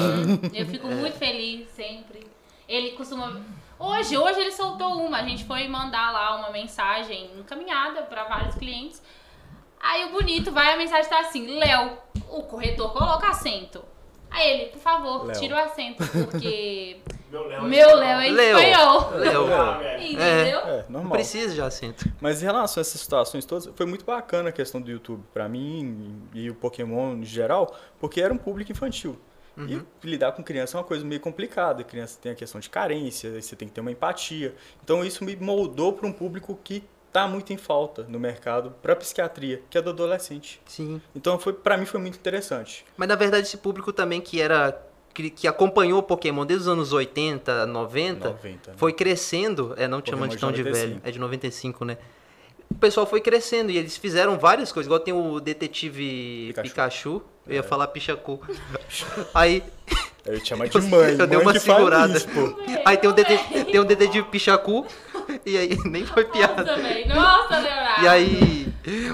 Eu fico
É.
muito feliz sempre. Ele costuma. Hoje, hoje ele soltou uma. A gente foi mandar lá uma mensagem encaminhada para vários clientes. Aí o bonito vai, a mensagem tá assim: Léo, o corretor coloca acento. Aí ele, por favor,
Léo. um
tira o acento, porque
Meu Léo.
meu Léo é
Léo.
espanhol.
Léo.
Ah, velho.
Entendeu?
É,
Não
normal.
precisa de acento.
Mas em relação a essas situações todas, foi muito bacana a questão do YouTube pra mim e o Pokémon em geral, porque era um público infantil.
Uhum.
E lidar com criança é uma coisa meio complicada. A criança tem a questão de carência, aí você tem que ter uma empatia. Então isso me moldou pra um público que tá muito em falta no mercado pra psiquiatria, que é do adolescente.
Sim.
Então foi para mim foi muito interessante.
Mas na verdade esse público também que era. Que, que acompanhou o Pokémon desde os anos 80, 90,
90, né?
foi crescendo. É, não te
Pokémon
chamando de tão
de
de
95.
velho. É de 95, né? O pessoal foi crescendo e eles fizeram várias coisas. Igual tem o detetive Pikachu.
Pikachu. É.
Eu ia falar Pichacu. Aí
Eu te chamo de
Eu-
mãe,
eu dei
mãe
uma
que faz
segurada.
isso, pô.
Aí tem um,
Tudo
dete
bem.
tem um detetive pichacu, e aí nem foi
Nossa,
piada.
velho. Nossa, Leonardo.
E aí.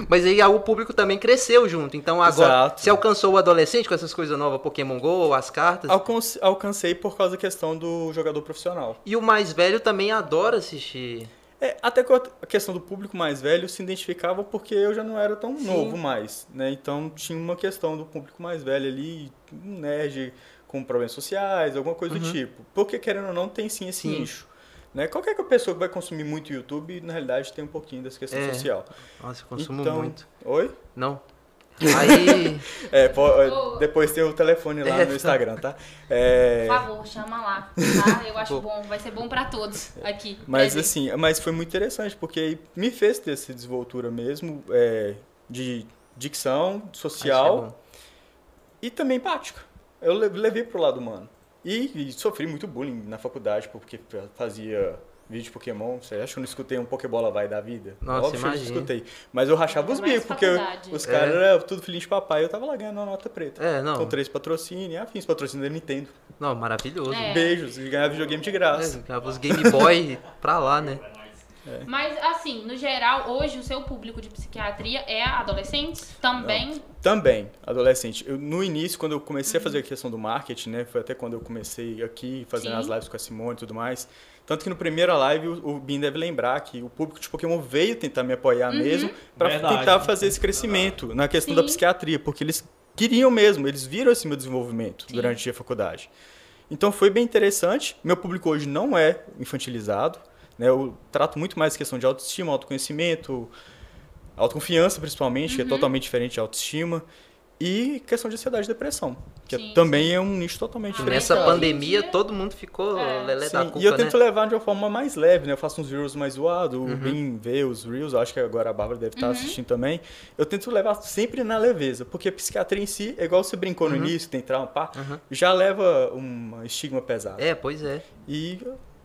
Mas aí o público também cresceu junto. Então agora.
Exato.
se alcançou o adolescente com essas coisas novas, Pokémon GO, as cartas.
Alcance- alcancei por causa da questão do jogador profissional.
E o mais velho também adora assistir.
É, até que a questão do público mais velho se identificava porque eu já não era tão novo mais, né? Então tinha uma questão do público mais velho ali, um nerd com problemas sociais, alguma coisa do tipo. Porque querendo ou não, tem sim esse
Uhum. Sim.
nicho. Né? Qualquer pessoa que vai consumir muito YouTube, na realidade, tem um pouquinho dessa questão
É.
social.
Nossa, eu consumo
Então-
muito.
Oi?
Não. Aí.
É, po-
Oh.
depois tem o telefone lá
É.
no Instagram, tá? É,
Por favor, chama lá, tá? Eu acho
Vou.
bom, vai ser bom pra todos aqui.
Mas
Presente.
assim, mas foi muito interessante, porque me fez ter essa desvoltura mesmo é, de
Acho
dicção,
que é
social
bom.
e também empática. Eu le- levei pro lado humano. E, e sofri muito bullying na faculdade, porque eu fazia vídeo de Pokémon. Você acha que eu não escutei um Pokébola vai da vida?
Nossa,
Óbvio que eu não
imagina.
escutei. Mas eu rachava os
Ainda mais
bicos, porque eu-
faculdade.
os
É.
caras eram tudo filhinho de papai. Eu tava lá ganhando uma nota preta.
É,
Com
não.
três patrocínios, e afins, patrocínio da Nintendo.
Não, maravilhoso.
É.
Beijos, e ganhava videogame de graça.
É, os Game Boy pra lá, né?
Mas assim, no geral, hoje o seu público de psiquiatria é adolescentes também.
Também, adolescente. Eu, no início, quando eu comecei a fazer a questão do marketing, né? Foi até quando eu comecei aqui, fazendo
Sim.
as lives com a Simone e tudo mais. Tanto que no primeira live, o, o Bin deve lembrar que o público de Pokémon veio tentar me apoiar mesmo para
Verdade.
tentar fazer esse crescimento na questão da
Uhum. Sim.
psiquiatria, porque eles queriam mesmo, eles viram esse meu desenvolvimento
Sim.
durante a faculdade. Então foi bem interessante. Meu público hoje não é infantilizado. Né? Eu trato muito mais questão de autoestima, autoconhecimento, autoconfiança principalmente,
Uhum.
que é totalmente diferente de autoestima, e questão de ansiedade e depressão, que é-
Sim,
também é um nicho totalmente
Ah,
Nessa
Hoje em
pandemia
dia-
todo mundo ficou
É.
lelé
Sim,
da cuca,
e eu
né?
tento levar de uma forma mais leve, né? Eu faço uns reels mais zoados,
Uhum.
o Bim vê os reels, eu acho que agora a Bárbara deve estar assistindo também. Eu tento levar sempre na leveza, porque a psiquiatria em si, é igual você brincou
Uhum.
no início, tem trauma, pá, já leva um estigma pesado.
É, pois é.
E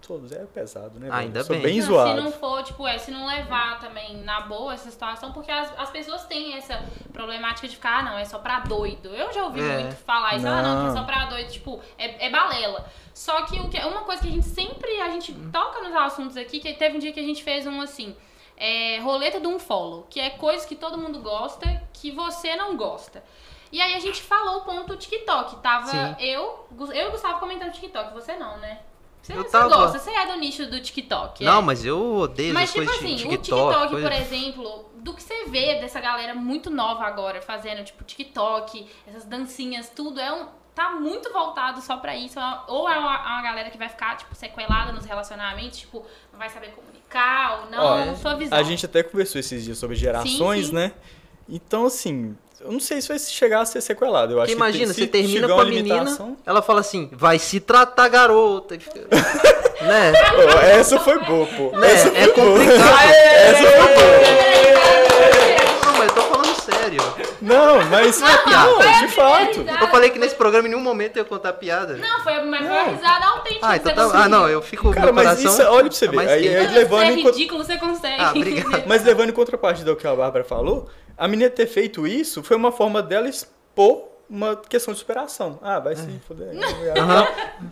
todos. É pesado, né?
Ah,
velho?
ainda
Eu Sou
bem.
bem
Não,
zoado.
Então, Se não for, tipo, é, se não levar também na boa essa situação, porque as, as pessoas têm essa problemática de ficar, ah, não, é só pra doido. Eu já ouvi
É.
muito falar isso, ah, não, que é
Não.
só pra doido, tipo, é, é balela. Só que, o que uma coisa que a gente sempre, a gente
Hum.
toca nos assuntos aqui, que teve um dia que a gente fez um assim, é, roleta do unfollow, que é coisa que todo mundo gosta, que você não gosta. E aí a gente falou o ponto TikTok. Tava
Sim.
eu, Gu- eu e o Gustavo comentando TikTok, você não, né? Você,
Eu
você
tava.
gosta, você é do nicho do TikTok. é?
Não, mas eu odeio
Mas,
essas
tipo
coisas
assim,
de
o
TikTok.
TikTok,
coisa-
por exemplo, do que você vê dessa galera muito nova agora fazendo, tipo, TikTok, essas dancinhas, tudo, é um. Tá muito voltado só pra isso. Ou é uma, é uma galera que vai ficar, tipo, sequelada nos relacionamentos, tipo, não vai saber comunicar ou não,
Ó,
sua visão.
A gente até conversou esses dias sobre gerações,
sim.
né? Então, assim, eu não sei se vai chegar a ser sequelado. Eu
Porque
acho que tem-
imagina,
se
você termina
chegar
com a
uma
menina,
limitação-
ela fala assim, vai se tratar, garota. E fica- né?
Pô, essa foi boa, pô.
Né?
Essa
É
foi boa.
complicado.
Essa foi boa.
Não, mas eu tô falando sério.
Não, mas. Não,
foi a
de fato.
primeira
Eu falei que nesse programa em nenhum momento eu ia contar piada.
Não, foi, mas foi uma risada autêntica.
ah,
que
então
você
tá...
conseguiu.
Ah, não, eu fico...
Cara,
meu
mas
coração
isso- olha pra você
é
ver,
mais
aí-
quente.
aí-
Quando
levando
você é
enquanto-
ridículo, você consegue.
Ah, obrigado.
Mas levando em contrapartida ao que a Bárbara falou, a menina ter feito isso foi uma forma dela expor uma questão de superação. Ah, vai
É.
se foder.
Aham.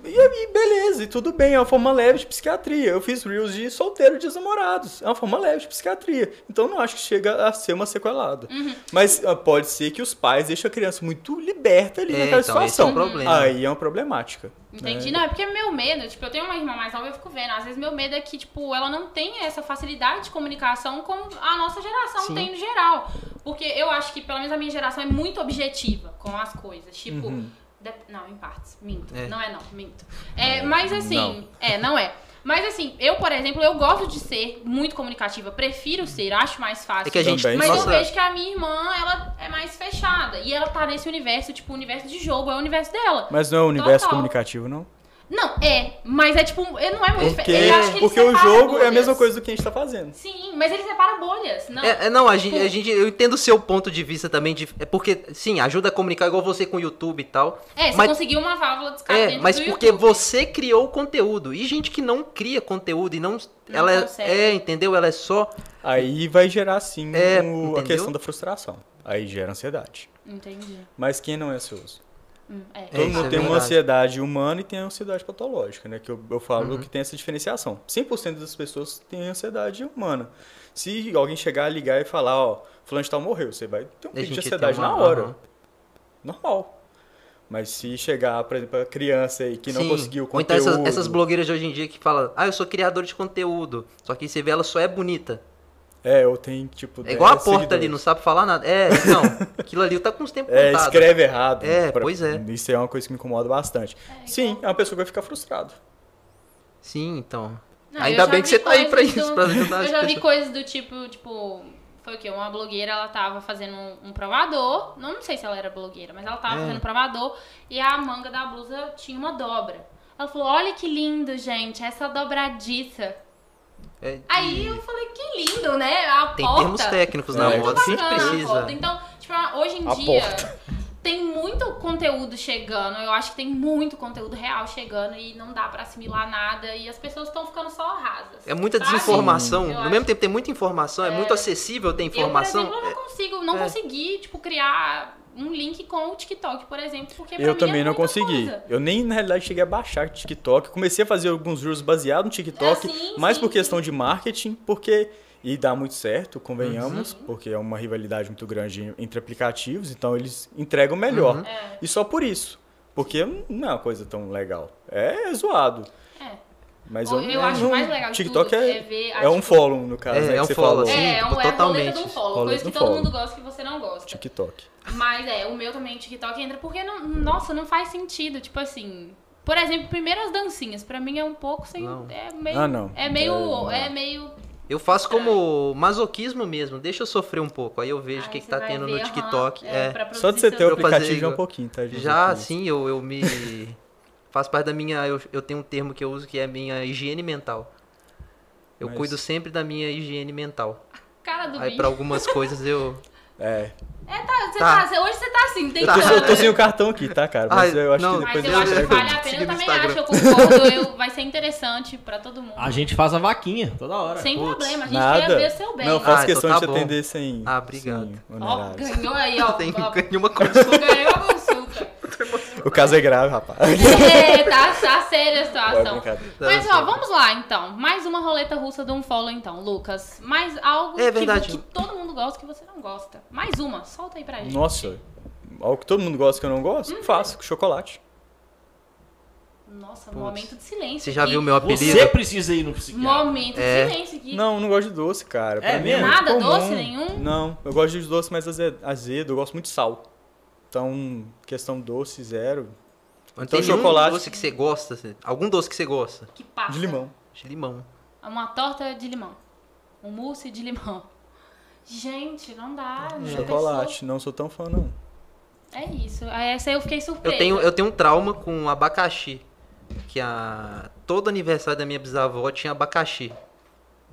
E, e beleza, e tudo bem, é uma forma leve de psiquiatria. Eu fiz reels de solteiro e desnamorados. É uma forma leve de psiquiatria. Então não acho que chega a ser uma sequelada.
Uhum.
Mas ah, pode ser que os pais deixem a criança muito liberta ali
É, então,
naquela
esse é
situação.
um problema.
Aí é uma problemática.
Entendi. Não, é porque meu medo, tipo, eu tenho uma irmã mais nova, eu fico vendo. Às vezes meu medo é que, tipo, ela não tenha essa facilidade de comunicação como a nossa geração
Sim.
tem no geral. Porque eu acho que, pelo menos a minha geração, é muito objetiva com as coisas. Tipo, de- não, em partes, minto.
Uhum. É.
Não é não, minto. É, mas assim,
não.
é, não é. Mas assim, eu, por exemplo, eu gosto de ser muito comunicativa, prefiro ser, acho mais fácil.
É que a gente...
Também.
Mas
nossa,
eu vejo que a minha irmã, ela é mais fechada. E ela tá nesse universo, tipo, o universo de jogo, é o universo dela.
Mas não é o universo
Total.
comunicativo, não?
Não, é, mas é tipo, ele não é muito fe-
Porque,
eu acho que ele
porque o
separa
jogo é a
bolhas.
mesma coisa do que a gente tá fazendo.
Sim, mas ele separa bolhas, não.
É, é, não, a gente, a gente- eu entendo o seu ponto de vista também, de- é porque, sim, ajuda a comunicar igual você com o YouTube e tal.
É, você
mas-
conseguiu uma válvula de escape
É,
Ah, dentro
mas
do
porque
YouTube.
você criou o conteúdo. E gente que não cria conteúdo e não.
Não
ela é-
consegue.
é, entendeu? Ela é só.
Aí vai gerar sim
É,
o- a
entendeu?
questão da frustração. Aí gera ansiedade.
Entendi.
Mas quem não é ansioso?
Hum, é.
É,
Todo
isso
mundo
é
tem uma
verdade.
ansiedade humana e tem a ansiedade patológica, né? Que eu, eu falo
Uhum.
que tem essa diferenciação. 100% das pessoas têm ansiedade humana. Se alguém chegar a ligar e falar, ó, fulano de tal morreu, você vai ter um
A
pico de
gente tem
ansiedade
uma-
na hora.
aham.
Normal. Mas se chegar, por exemplo, a criança aí que não
Sim.
conseguiu
Ou então
conteúdo...
essas, essas blogueiras de hoje em dia que falam, ah, eu sou criador de conteúdo. Só que você vê, ela só é bonita.
É, eu tenho, tipo,
É igual a
10
porta ali,
seguidores.
não sabe falar nada. É, não. aquilo ali tá com os tempos
É,
contados.
escreve errado.
É, pois é.
Isso é uma coisa que me incomoda bastante. Sim, é uma pessoa que vai ficar frustrada.
Sim, então.
Não, eu
Ainda
já
bem que
vi
você tá aí pra
coisas
isso,
do-
pra ajudar
Eu
as
já vi
pessoas.
coisas do tipo, tipo, foi o quê? Uma blogueira, ela tava fazendo um, um provador, não, não sei se ela era blogueira, mas ela tava
É.
fazendo um provador e a manga da blusa tinha uma dobra. Ela falou, olha que lindo, gente, essa dobradiça.
É,
Aí eu falei, que lindo, né? A
tem
porta.
termos técnicos na
É,
moda,
Tá
a gente
bacana,
precisa.
Roda. Então, tipo, hoje em
A
dia
porta.
tem muito conteúdo chegando. Eu acho que tem muito conteúdo real chegando e não dá pra assimilar nada e as pessoas estão ficando só rasas.
É muita
sabe?
desinformação.
Eu
No
acho-
mesmo tempo tem muita informação, é, muito acessível ter informação.
Eu, por exemplo, não consigo, não
é.
consegui, tipo, criar um link com o TikTok, por exemplo, porque pra
Eu
mim
também
é
não
muita
consegui.
coisa.
Eu nem, na realidade, cheguei a baixar TikTok. Comecei a fazer alguns reels baseados no TikTok,
É, sim,
mais
sim,
por
sim.
questão de marketing, porque. E dá muito certo, convenhamos,
Uhum.
porque é uma rivalidade muito grande entre aplicativos, então eles entregam melhor.
Uhum.
É,
E só por isso. Porque não é uma coisa tão legal. É zoado.
é.
Mas
Ou
eu,
eu acho
não- é
mais legal de
TikTok
tudo
é,
é ver a
é um
tipo-
follow, no caso,
É,
né, que
é um
você
follow,
falou.
assim.
É, é,
tipo,
um, é a roleta
totalmente.
do follow,
Roleta
coisa que
do
todo
follow. Tipo,
mundo gosta que você não gosta.
TikTok.
Mas é, o meu também, o TikTok entra, porque não, nossa, não faz sentido, tipo assim. Por exemplo, primeiro as dancinhas, pra mim é um pouco sem.
Não.
É meio.
Ah, não.
É meio.
É, não.
É, meio.
Eu faço como masoquismo mesmo, deixa eu sofrer um pouco. Aí eu vejo o
Ai,
que,
É.
que
você
tá
vai
tendo
ver,
no
aham,
Tiktok. é.
pra
Só de
produzir
você ter
seu-
o
Eu fazer
aplicativo já é um
igual.
pouquinho, tá? gente?
Já
Isso.
assim, eu, eu me. Faz parte da minha. Eu, eu tenho um termo que eu uso que é a minha higiene mental. Eu
Mas-
cuido sempre da minha higiene mental.
Cara do
Aí
bicho.
pra algumas coisas eu.
É.
É, tá, você
Tá.
tá- você- hoje você tá assim,
Eu tô,
tentando.
eu tô sem o cartão aqui, tá, cara? Mas
Ai,
eu acho
não,
que
Mas
depois
eu acho que
eu-
vale a
Siga
pena,
no
eu também
Instagram.
acho, eu concordo, eu- vai ser interessante pra todo mundo.
A gente faz a vaquinha toda hora.
Sem
Putz.
problema, a gente quer
Nada.
ver seu bem.
Não, eu faço
Ah, então
questão
tá
de te
bom.
atender sem.
Ah, obrigado.
sem
Ó,
honorários.
ganhou aí, ó.
Tem
ó,
nenhuma coisa.
Ganhou a consulta.
O caso é grave, rapaz.
É, tá, tá séria a
É
situação.
brincadeira.
Mas ó, vamos lá então. Mais uma roleta russa do Unfollow então, Lucas. Mais algo
É
que-
verdade.
Que, todo mundo gosta que você não gosta. Mais uma, solta aí pra gente.
Nossa, algo que todo mundo gosta que eu não gosto,
Hum.
faço, com chocolate.
Nossa, momento de silêncio.
Você já
aqui.
viu meu apelido?
Você precisa ir no psiquiatra.
Momento
É.
de silêncio aqui.
Não, eu não gosto de doce, cara. Pra
É
mim
mesmo?
muito
Nada
comum.
doce nenhum?
Não, eu gosto de doce mais aze- azedo, eu gosto muito de sal. Então, questão doce, zero.
Mas
Então,
tem nenhum
chocolate.
doce que você gosta? assim? Algum doce que você gosta?
Que passa.
De limão.
De limão.
Uma torta de limão. Um mousse de limão. Gente, não dá.
Tá.
é. já
Chocolate, não sou tão fã, não.
pensou? É isso. Essa eu fiquei surpresa.
Eu tenho, eu tenho um trauma com abacaxi. Que a todo aniversário da minha bisavó tinha abacaxi.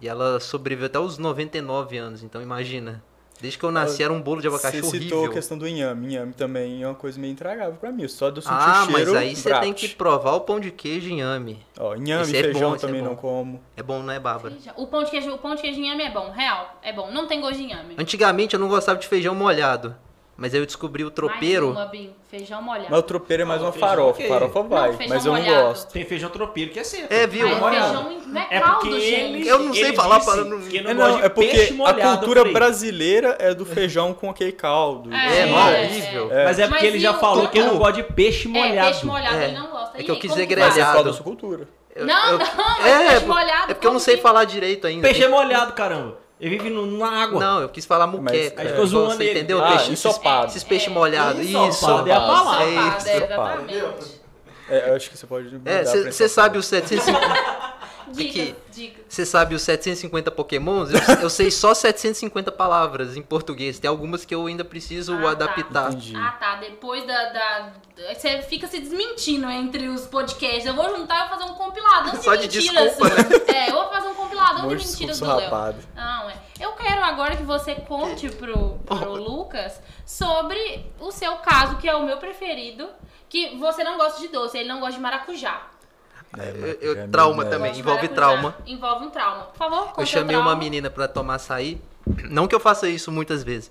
E ela sobreviveu até os 99 anos, então imagina. Desde que eu nasci era um bolo de abacaxi
Você citou
horrível.
a questão do inhame. Inhame também é uma coisa meio intragável pra mim. Só de eu sentir
Ah,
o
mas
cheiro,
aí você
brate.
tem que provar o pão de queijo e inhame.
Ó, inhame,
Esse é
feijão
bom, esse é
também
bom.
não como.
É bom, não é, Bárbara?
Feijão. O pão de queijo, o pão de queijo em inhame é bom, real, é bom. Não tem gosto de inhame.
Antigamente eu não gostava de feijão molhado. Mas aí eu descobri o tropeiro.
Mais uma, Bim. Feijão molhado.
Mas o tropeiro é mais
Ah,
uma
feijão,
faropa.
ok.
Farofa vai,
feijão
mas eu não
molhado.
gosto.
Tem feijão tropeiro que é seco.
É, viu?
Mas
Olha.
feijão em- não é,
É
caldo,
porque
gente.
ele,
Eu não sei
ele
falar
disse
para não-
que
É,
não,
não,
gosta
é
de
porque
peixe molhado,
a cultura
Frei.
brasileira é do feijão com aquele caldo.
É,
É,
não,
é.
horrível.
Mas é porque
Mas
ele
e
já
o
falou
coco?
que não gosta de peixe molhado.
É, peixe molhado
É.
ele não gosta.
É
E
que eu
aí,
quis
como
Mas é por causa
Grelhado.
da sua cultura.
Eu-
Não,
eu-
não, mas
é,
peixe molhado,
é porque eu
como
não sei
que-
falar direito ainda.
Peixe é molhado, caramba. Ele vive no- na água.
Não, eu quis falar muqueca. Então,
Mas-
ficou zoando
Você
ele.
entendeu?
Ah,
Peixe-
ensopado.
Esses peixes molhados. Isso,
Ensopado é a palavra.
É
Ensopado,
isso.
é,
ensopado.
exatamente.
É, eu acho que você pode mudar
É,
pra
você
essa
sabe o 750,
Dicas, dicas.
você sabe os 750 pokémons? Eu, eu sei só 750 palavras em português. Tem algumas que eu ainda preciso
Ah, tá.
adaptar.
Entendi.
Ah, tá. Depois da, da- Você fica se desmentindo entre os podcasts. Eu vou juntar e vou fazer um compiladão de
Só de
mentiras.
desculpa, né?
suas. É, eu vou fazer um
palavra.
compiladão
Um
de
monte de
mentiras do
discurso
Léo.
rapado.
Não, é. Eu quero agora que você conte pro, pro Lucas sobre o seu caso, que é o meu preferido, que você não gosta de doce, ele não gosta de maracujá.
É,
Eu-
mas
eu-
já é
trauma
meio-
também.
Gosta de
envolve
maracujá.
trauma.
Envolve um trauma. Por favor, conta
Eu
o
chamei
trauma.
uma menina pra tomar açaí. Não que eu faça isso muitas vezes.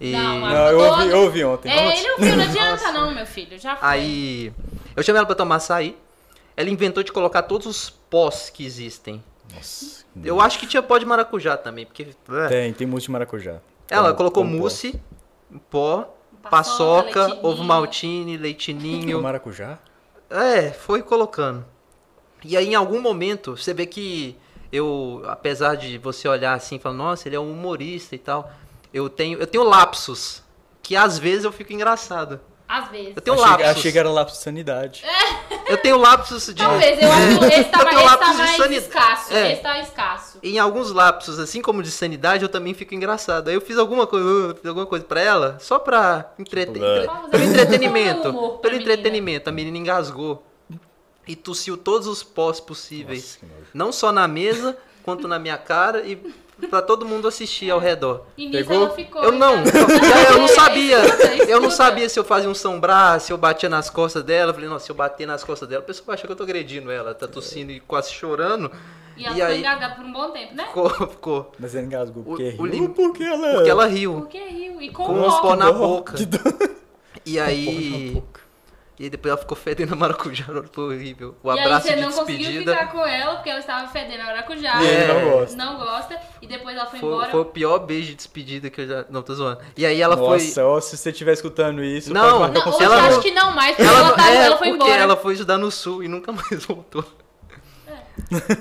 E
Não,
Não, eu ouvi, eu ouvi ontem.
É, ele ouviu, não adianta não, meu filho, já foi.
aí eu chamei ela pra tomar açaí. Ela inventou de colocar todos os pós que existem.
Nossa.
Eu acho que tinha pó de maracujá também, porque né,
Tem, tem mousse de maracujá. um
ela
Como-
colocou
como
mousse, pó,
Paçoca,
paçoca,
leitinho.
ovo maltine,
pode. Com
leitinho.
maracujá?
É, foi colocando. E aí, em algum momento, você vê que eu, apesar de você olhar assim e falar, nossa, ele é um humorista e tal, eu tenho, eu tenho lapsos. Que às vezes eu fico engraçado.
Às vezes.
Eu tenho
achei,
lapsos.
achei que era lapso de sanidade.
Eu tenho lapsos um de.
Talvez, eu acho que esse tá,
Eu tenho
esse tá
lapsos de
mais
sanidade.
escasso,
É.
esse tá escasso.
Em alguns lapsos, assim como de sanidade, eu também fico engraçado. Aí eu fiz alguma coisa, fiz alguma coisa pra ela, só pra entreter. entre-
Vamos
É. Pelo
fazer um
entretenimento.
humor pra
Pelo
menina.
entretenimento. A menina engasgou. E tossiu todos os pós possíveis.
Nossa, que nojo.
Não só na mesa, quanto na minha cara e pra todo mundo assistir ao redor.
E nisso
Pegou?
ela ficou.
Eu
né?
não, eu, eu não sabia.
Escuta, escuta.
Eu não sabia se eu fazia um são braço, se eu batia nas costas dela. Eu falei, nossa, se eu bater nas costas dela, a pessoa vai achar que eu tô agredindo ela. Tá tossindo e quase chorando.
E ela
E
ficou
aí-
engasgada por um bom tempo, né?
Ficou, ficou.
Mas ele engasgou
O-
porque
o
riu.
lim-
Porque ela...
Porque ela riu.
Porque riu. E com,
Com
o
os pó
pó.
na
dó,
boca.
que dó.
E aí. E aí depois ela ficou fedendo a maracujá, foi horrível. O
E aí
abraço
você
de
não conseguiu
despedida
ficar com ela, porque ela estava fedendo a maracujá.
E ele não gosta.
Não gosta. E depois ela foi,
foi,
embora.
foi o pior beijo de despedida que eu já. Não, tô zoando. E aí ela foi.
Nossa, ó, se você estiver escutando isso,
Não,
pode marcar
Não,
com-
hoje
ela
eu
não-
acho que não mais, porque ela,
não-
tá,
é,
ela foi
porque
embora. É.
ela foi estudar no sul e nunca mais voltou.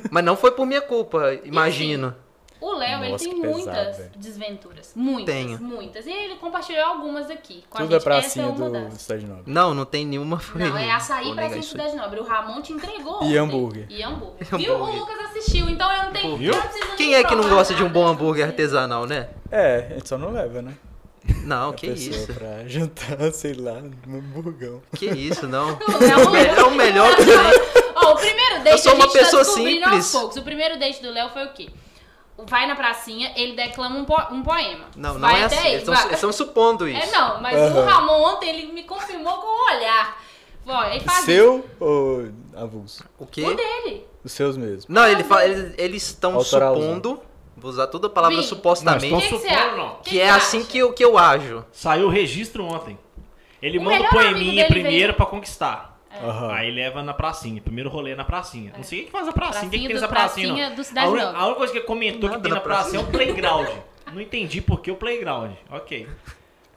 Mas não foi por minha culpa, imagino.
O Léo, ele
Nossa,
tem
que pesado,
muitas
velho.
desventuras. Muitas,
Tenho.
muitas. E ele compartilhou algumas aqui com
Tudo
a
é
gente. Essa é
pracinha
uma
do
das.
Cidade Nova.
Não, não tem nenhuma. Foi
Não, é açaí
vou
pra
negar
São
isso aí.
Cidade Nobre. O Ramon te entregou.
E
ontem.
hambúrguer.
E hambúrguer.
E
Viu?
hambúrguer.
O Lucas assistiu, então eu não tenho.
Viu?
eu não preciso nem
Quem é que não
provar
gosta de um
nada,
bom
eu
hambúrguer
preciso.
artesanal, né?
É, a gente só não leva, né?
Não,
A
que
pessoa
isso.
Pra jantar, sei lá, num hamburgão.
Que isso, não.
Não, um não.
É o melhor que tem.
Ó, o primeiro date
Eu sou
a gente
uma pessoa
tá descobrindo aos
simples.
poucos. O primeiro date do Léo foi o quê? vai na pracinha, ele declama um, po- um poema.
Não, não
Vai
é
até
assim.
ele,
Eles estão-
vai.
eles estão supondo
É,
isso.
não, mas o
Aham.
Ramon ontem ele me confirmou com o olhar. Ó, ele faz
Seu ou avulso?
isso.
O
O
quê?
dele.
Os seus mesmo.
Não, ele fala, eles, eles estão
Autoralzão.
supondo, vou usar toda a palavra
Vim.
supostamente,
O
Não
que, que
supondo,
você acha?
não.
O
que é assim
acha?
que eu, que eu ajo.
Saiu o registro ontem. Ele
O
manda o
melhor amigo
poeminha
dele
primeiro
veio-
pra conquistar.
É.
Aham.
Aí leva na pracinha. Primeiro rolê é na pracinha. Não sei o que faz na pracinha. O que, que
Pracinha
tem
do-
nessa pracinha? não?
pracinha do Cidade
a, uni-
Nova.
a única coisa que ele comentou
Nada
que tem na
na pracinha.
pracinha é o playground. Não entendi por que o playground. Ok.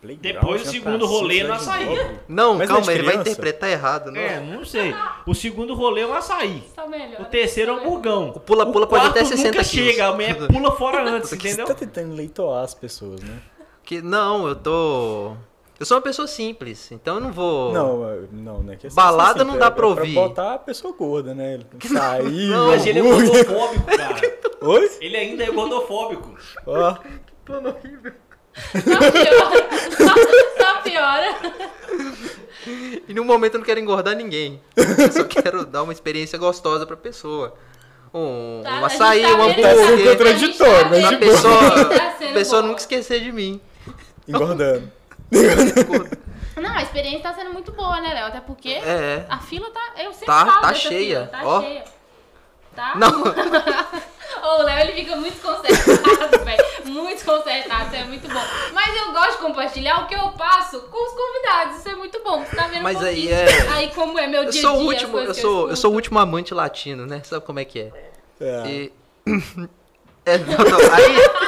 Playground,
Depois o
tinha
segundo rolê
pracinha,
no
cidade
açaí.
nova.
Não,
Mas não é de
calma, ele vai
criança?
interpretar errado, não.
É, não sei. O segundo rolê é o açaí.
Tá melhor.
O terceiro é
Tá
o
melhor.
burgão. O
pula-pula pode
quarto
até 60
nunca
quilos.
chega, a mulher pula fora antes,
Puta, que
entendeu?
Você tá tentando leitoar as pessoas, né?
Que, não, eu tô... Eu sou uma pessoa simples, então eu não vou...
Não, é- não, né? Que é
Balada
assim,
não
é-
dá
é
pra ouvir.
botar a pessoa gorda, né? Sair.
Não,
Mas ele é
hambúrguer.
gordofóbico, cara.
Oi?
Ele ainda é gordofóbico.
Ó.
Só piora. Só- Só piora.
E no momento eu não quero engordar ninguém. Eu só quero dar uma experiência gostosa pra pessoa. Um,
Tá,
um
a gente tá
açaí, um
vendo isso.
Tá sendo
hambúrguer.
A gente tá
contraditório, mas
vendo
Pra
de
Tipo, a
boa.
isso, tá
pessoa,
sendo
pessoa
boa.
nunca esquecer de mim.
Engordando.
Não, a experiência tá sendo muito boa, né, Léo? Até porque
É.
a fila tá. Eu sempre
Tá-
falo
tá
dessa
cheia,
fila, tá
ó.
cheia. Tá?
Não.
Ô, o Léo, ele fica muito desconcertado, velho. Muito desconcertado, isso é muito bom. Mas eu gosto de compartilhar o que eu passo com os convidados, isso é muito bom. Você tá vendo
Mas
um
aí
pouquinho.
é-
Aí como é meu
Eu
dia
sou
a dia,
o
as
último,
coisas
eu
que
sou, eu
escuto.
sou o último amante latino, né? Sabe como é que é?
É.
E- É, não, não, aí,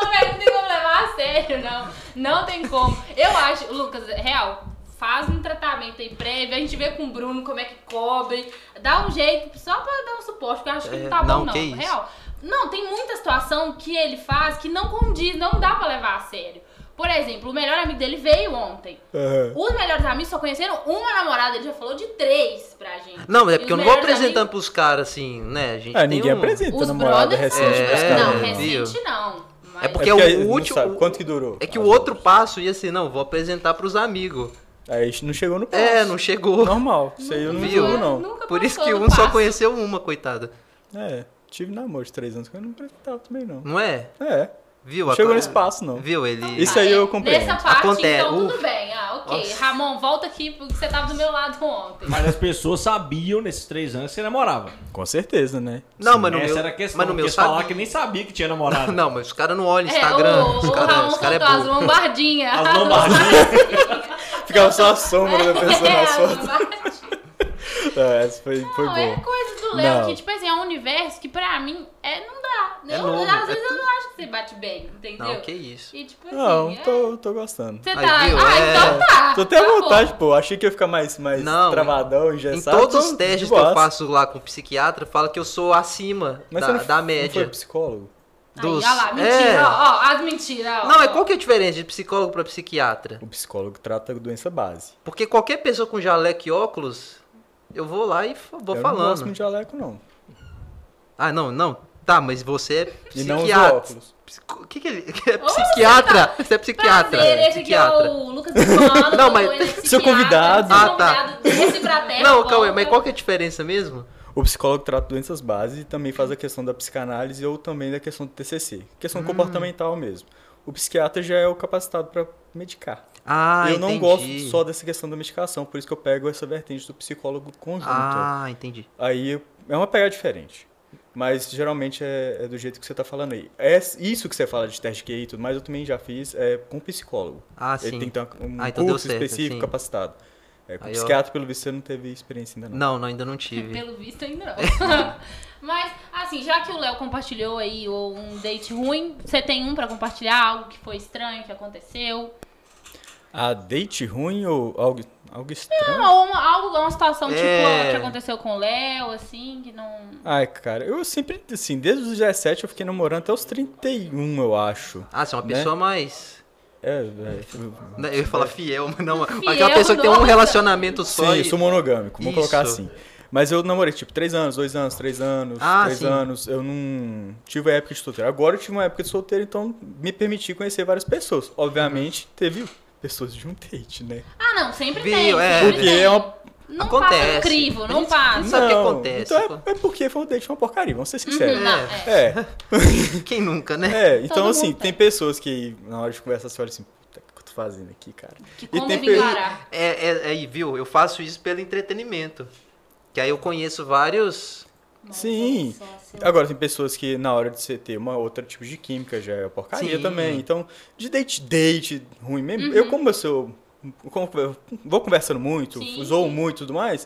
Ô, velho, não tem como levar a sério, não. Não tem como. Eu acho, Lucas, real, faz um tratamento aí prévio, a gente vê com o Bruno como é que cobre, dá um jeito, só pra dar um suporte, porque eu acho que
É,
não tá bom,
não,
não.
que isso.
Real. Não, tem muita situação que ele faz que não condiz, não dá pra levar a sério. Por exemplo, o melhor amigo dele veio ontem.
É, Aham.
Os melhores amigos só conheceram uma namorada, ele já falou de três pra gente.
não,
E
mas é
os
porque eu não vou
melhores
apresentando
amigos-
pros caras assim, né? A gente
Ah,
tem
ninguém
um-
apresenta
Os
namorada
brothers
recente
são-
pros
É,
Não,
caras. né?
viu?
recente não. mas-
É porque
É
é,
porque
o
não
último.
sabe quanto que durou.
É que o outro passo ia assim, não, vou apresentar pros amigos.
Aí a gente não chegou no ponto.
É, não chegou.
Normal. Isso aí eu não
Viu?
julgo, não.
Nunca
Por isso
passou
que
do
um só
passo.
conheceu uma, coitada.
É, tive namoro de três anos que eu não apresentava também, não.
Não tá é?
É,
Viu?
não chegou no espaço, não.
Viu? Ele.
Isso é aí eu compreendo.
Ah, é? Nessa parte,
Acontece.
então, tudo
Ufa.
bem. Ah, ok.
Nossa.
Ramon, volta aqui, porque você tava do meu lado ontem.
Mas as pessoas sabiam nesses três anos que você namorava.
Com certeza, né?
Não, mas no
Essa
meu.
era a questão.
mas no meu
porque eles falaram
sabe-
que nem sabia que tinha namorado.
Não, mas os caras não olham Instagram.
É, o,
os
o
caras
Ramon um
os cara é
soltou as
burro.
lombardinhas.
As lombardinhas.
Ficava só a sombra da pessoa
É,
na
as
foto.
lombardinhas.
É, essa foi, foi
Não, é
boa.
coisa do Léo,
Não.
que, tipo assim, é um universo que pra mim é, não dá.
É
eu,
novo,
às
é
vezes eu não acho que você bate bem, entendeu?
Não, que isso.
E tipo assim,
Não,
é,
tô, tô gostando.
você tá.
Aí, viu?
ah,
É.
então tá.
Tô até à
tá bom.
vontade, pô. Achei que ia ficar mais, mais
Não,
travadão,
Em
engessado.
todos os
tô
testes
de
que eu
boas.
faço lá com o psiquiatra, fala que eu sou acima
Mas
da,
você não,
da
Não foi
média.
psicólogo?
Aí,
dos-
olha lá, mentira,
É.
ó, ó, as mentiras. ó.
Não, é qual que é a diferença de psicólogo pra psiquiatra?
O psicólogo trata doença base.
Porque qualquer pessoa com jaleco e óculos, eu vou lá e f- vou
eu não
falando.
gosto muito de jaleco, não.
Ah, não, não. Tá, mas você é
E
psiquiatra.
não uso óculos.
Psico- O que, que ele. É
Ô, você
psiquiatra? Você é psiquiatra.
Prazer, esse aqui é
psiquiatra.
o Lucas Bifano,
Não, mas-
ele é psiquiatra,
Seu convidado.
seu
Ah, tá.
convidado, Desce pra terra,
Não,
volta.
Cauê, mas qual que é a diferença mesmo?
O psicólogo trata doenças base e também faz a questão da psicanálise ou também da questão do TCC. Questão
Hum.
comportamental mesmo. O psiquiatra já é o capacitado pra medicar.
Ah,
eu
entendi.
não gosto só dessa questão da medicação, por isso que eu pego essa vertente do psicólogo conjunto.
Ah, entendi.
Aí é uma pegada diferente. Mas geralmente é, é do jeito que você tá falando aí. É isso que você fala de teste QI e tudo mais, eu também já fiz é, com psicólogo.
Ah,
Ele
sim.
tem que ter um
Ah, então deu
curso
certo,
específico
sim.
capacitado. É, com
Aí, ó.
psiquiatra, pelo visto, você não teve experiência ainda não.
Não, não, ainda não tive.
Pelo visto, ainda não. Mas, assim, já que o Léo compartilhou aí ou um date ruim, você tem um pra compartilhar? Algo que foi estranho, que aconteceu?
Ah, date ruim ou algo, algo estranho?
Ou uma, algo, uma situação tipo
É.
a que aconteceu com o Léo, assim, que não...
Ai, cara, eu sempre, assim, desde os 17 eu fiquei namorando até os 31, eu acho.
Ah, você é uma
Né?
pessoa mais.
É, é
né, Eu ia falar fiel, mas não.
Fiel,
aquela pessoa que tem um
nossa.
relacionamento só.
Sim,
e...
eu sou monogâmico, vamos
Isso.
colocar assim. Mas eu namorei, tipo, três anos, dois anos, três anos,
Ah,
três
sim.
anos. Eu não tive a época de solteiro. Agora eu tive uma época de solteiro, então me permiti conhecer várias pessoas. Obviamente, teve pessoas de um date, né?
Ah, não, sempre
Viu,
tem.
é.
sempre
Porque
tem.
é uma-
não passa
Acontece.
o crivo,
A
não
gente-
passa.
é
Sabe o que acontece?
Então é, é porque foi um date uma porcaria, vamos ser sinceros.
Não,
É.
é.
É,
Quem nunca, né?
é, então
mundo
assim,
tem.
tem pessoas que na hora de conversar você olha assim, puta, o que eu tô fazendo aqui, cara?
Que
E
como
tem pe-
vingará.
É, é, é, e viu? Eu faço isso pelo entretenimento. Que aí eu conheço vários.
Sim.
Nossa, só seu-
Agora tem pessoas que na hora de você ter uma outra tipo de química já é porcaria
Sim.
também. Então, de date date ruim mesmo.
Uhum.
Eu como eu sou como eu vou conversando muito,
Sim,
zoo
sim.
muito e tudo mais,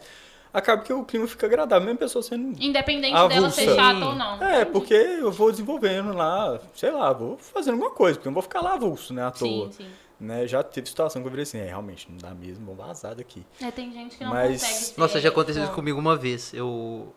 acaba que o clima fica agradável, mesmo a pessoa sendo
Independente dela
Avulsa.
ser chata
Sim.
ou não.
É, porque eu vou desenvolvendo lá, sei lá, vou fazendo alguma coisa, porque eu não vou ficar lá avulso, né, à toa.
Sim, sim.
Né? Já teve situação que eu virei assim, é, realmente, não dá mesmo, vou vazar daqui.
É, tem gente que não
Mas-
consegue. ser-
Nossa, já aconteceu isso
Bom.
comigo uma vez. Eu.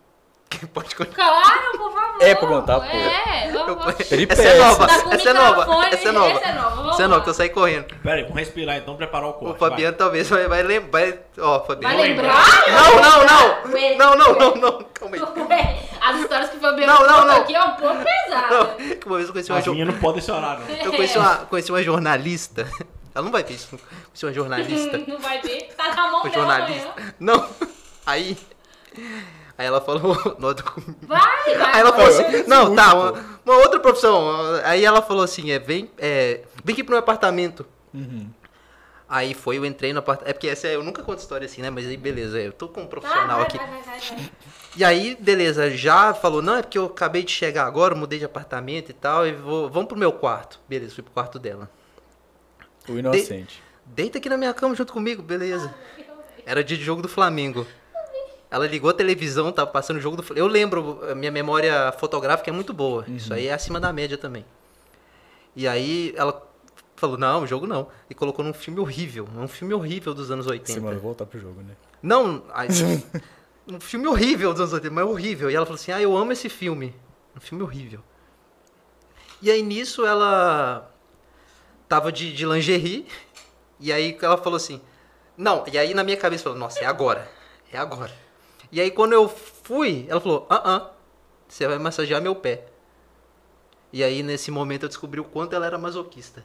Pode continuar.
Claro, por favor.
É pra contar, pô.
É, vamos, vamos.
Essa é nova,
Tá com o
essa é nova,
microfone,
essa é nova.
essa é nova, vamos
Essa é nova,
lá.
que eu saí correndo.
Pera aí, vamos respirar então, preparar o corte.
O Fabiano talvez vai, vai lembrar. Ó,
Vai
Fabiano.
lembrar?
Não, não, não!
Ué,
Não, não,
ué.
não, não, calma aí.
Ué, As histórias que o Fabiano
Não, não,
conta
não.
aqui é um pouco pesada.
Não, que uma vez eu conheci
vai.
uma,
As
jo-
minhas não podem esse horário, não.
eu conheci uma, conheci uma jornalista. Ela não vai ver isso. Conheci uma jornalista.
Não vai ver. Tá na mão
Uma
dela
jornalista.
amanhã.
Não. Aí. Aí ela falou. Não, eu tô com-
Vai, vai.
Aí ela falou
Ah,
assim,
eu-
não, tá,
muito,
uma, uma outra profissão. Aí ela falou assim, é, vem, é, vem aqui pro meu apartamento. Aí foi, eu entrei no apartamento. É porque essa é- eu nunca conto história assim, né? Mas aí, beleza, eu tô com um
Tá, Vai,
profissional
vai,
aqui.
Ah, vai, vai, vai, vai.
E aí, beleza, já falou, não, é porque eu acabei de chegar agora, mudei de apartamento e tal, e vou, vamos pro meu quarto. Beleza, fui pro quarto dela.
O inocente.
Deita aqui na minha cama junto comigo, beleza. Era dia de jogo do Flamengo. Ela ligou a televisão, tava passando o jogo do Flamengo. Eu lembro, a minha memória fotográfica é muito boa. Isso aí é acima da média também. E aí ela falou, não, o jogo não. E colocou num filme horrível. Um filme horrível dos anos 80.
Você manda voltar pro jogo, né?
Não, aí- um filme horrível dos anos 80, mas horrível. E ela falou assim: Ah, eu amo esse filme. Um filme horrível. E aí nisso ela tava de, de lingerie. E aí ela falou assim: Não, e aí na minha cabeça falou: Nossa, é agora. É agora. E aí quando eu fui, ela falou: Ah, ah, você vai massagear meu pé. E aí nesse momento eu descobri o quanto ela era masoquista.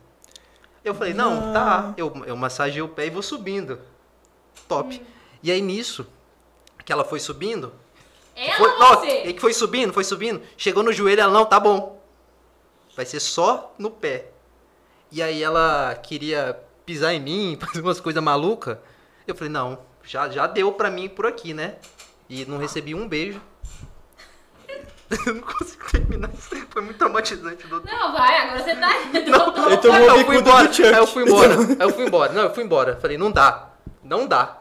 Eu falei: Não, tá. Eu, eu massageei o pé e vou subindo. Top. E aí nisso, que ela foi subindo.
Ela
Foi,
ou
não,
você?
e que foi subindo, foi subindo. Chegou no joelho, ela, não, tá bom. Vai ser só no pé. E aí ela queria pisar em mim, fazer umas coisas malucas. Eu falei, não, já, já deu pra mim por aqui, né? E não recebi um beijo. Eu não consigo terminar isso. Foi muito traumatizante. doutor.
Não, vai, agora você tá.
Eu tô- tomou
Aí eu
bicuda
fui embora.
do Chuck.
Aí eu fui embora. Aí eu fui embora. Não, eu fui embora. Falei, não dá. Não dá.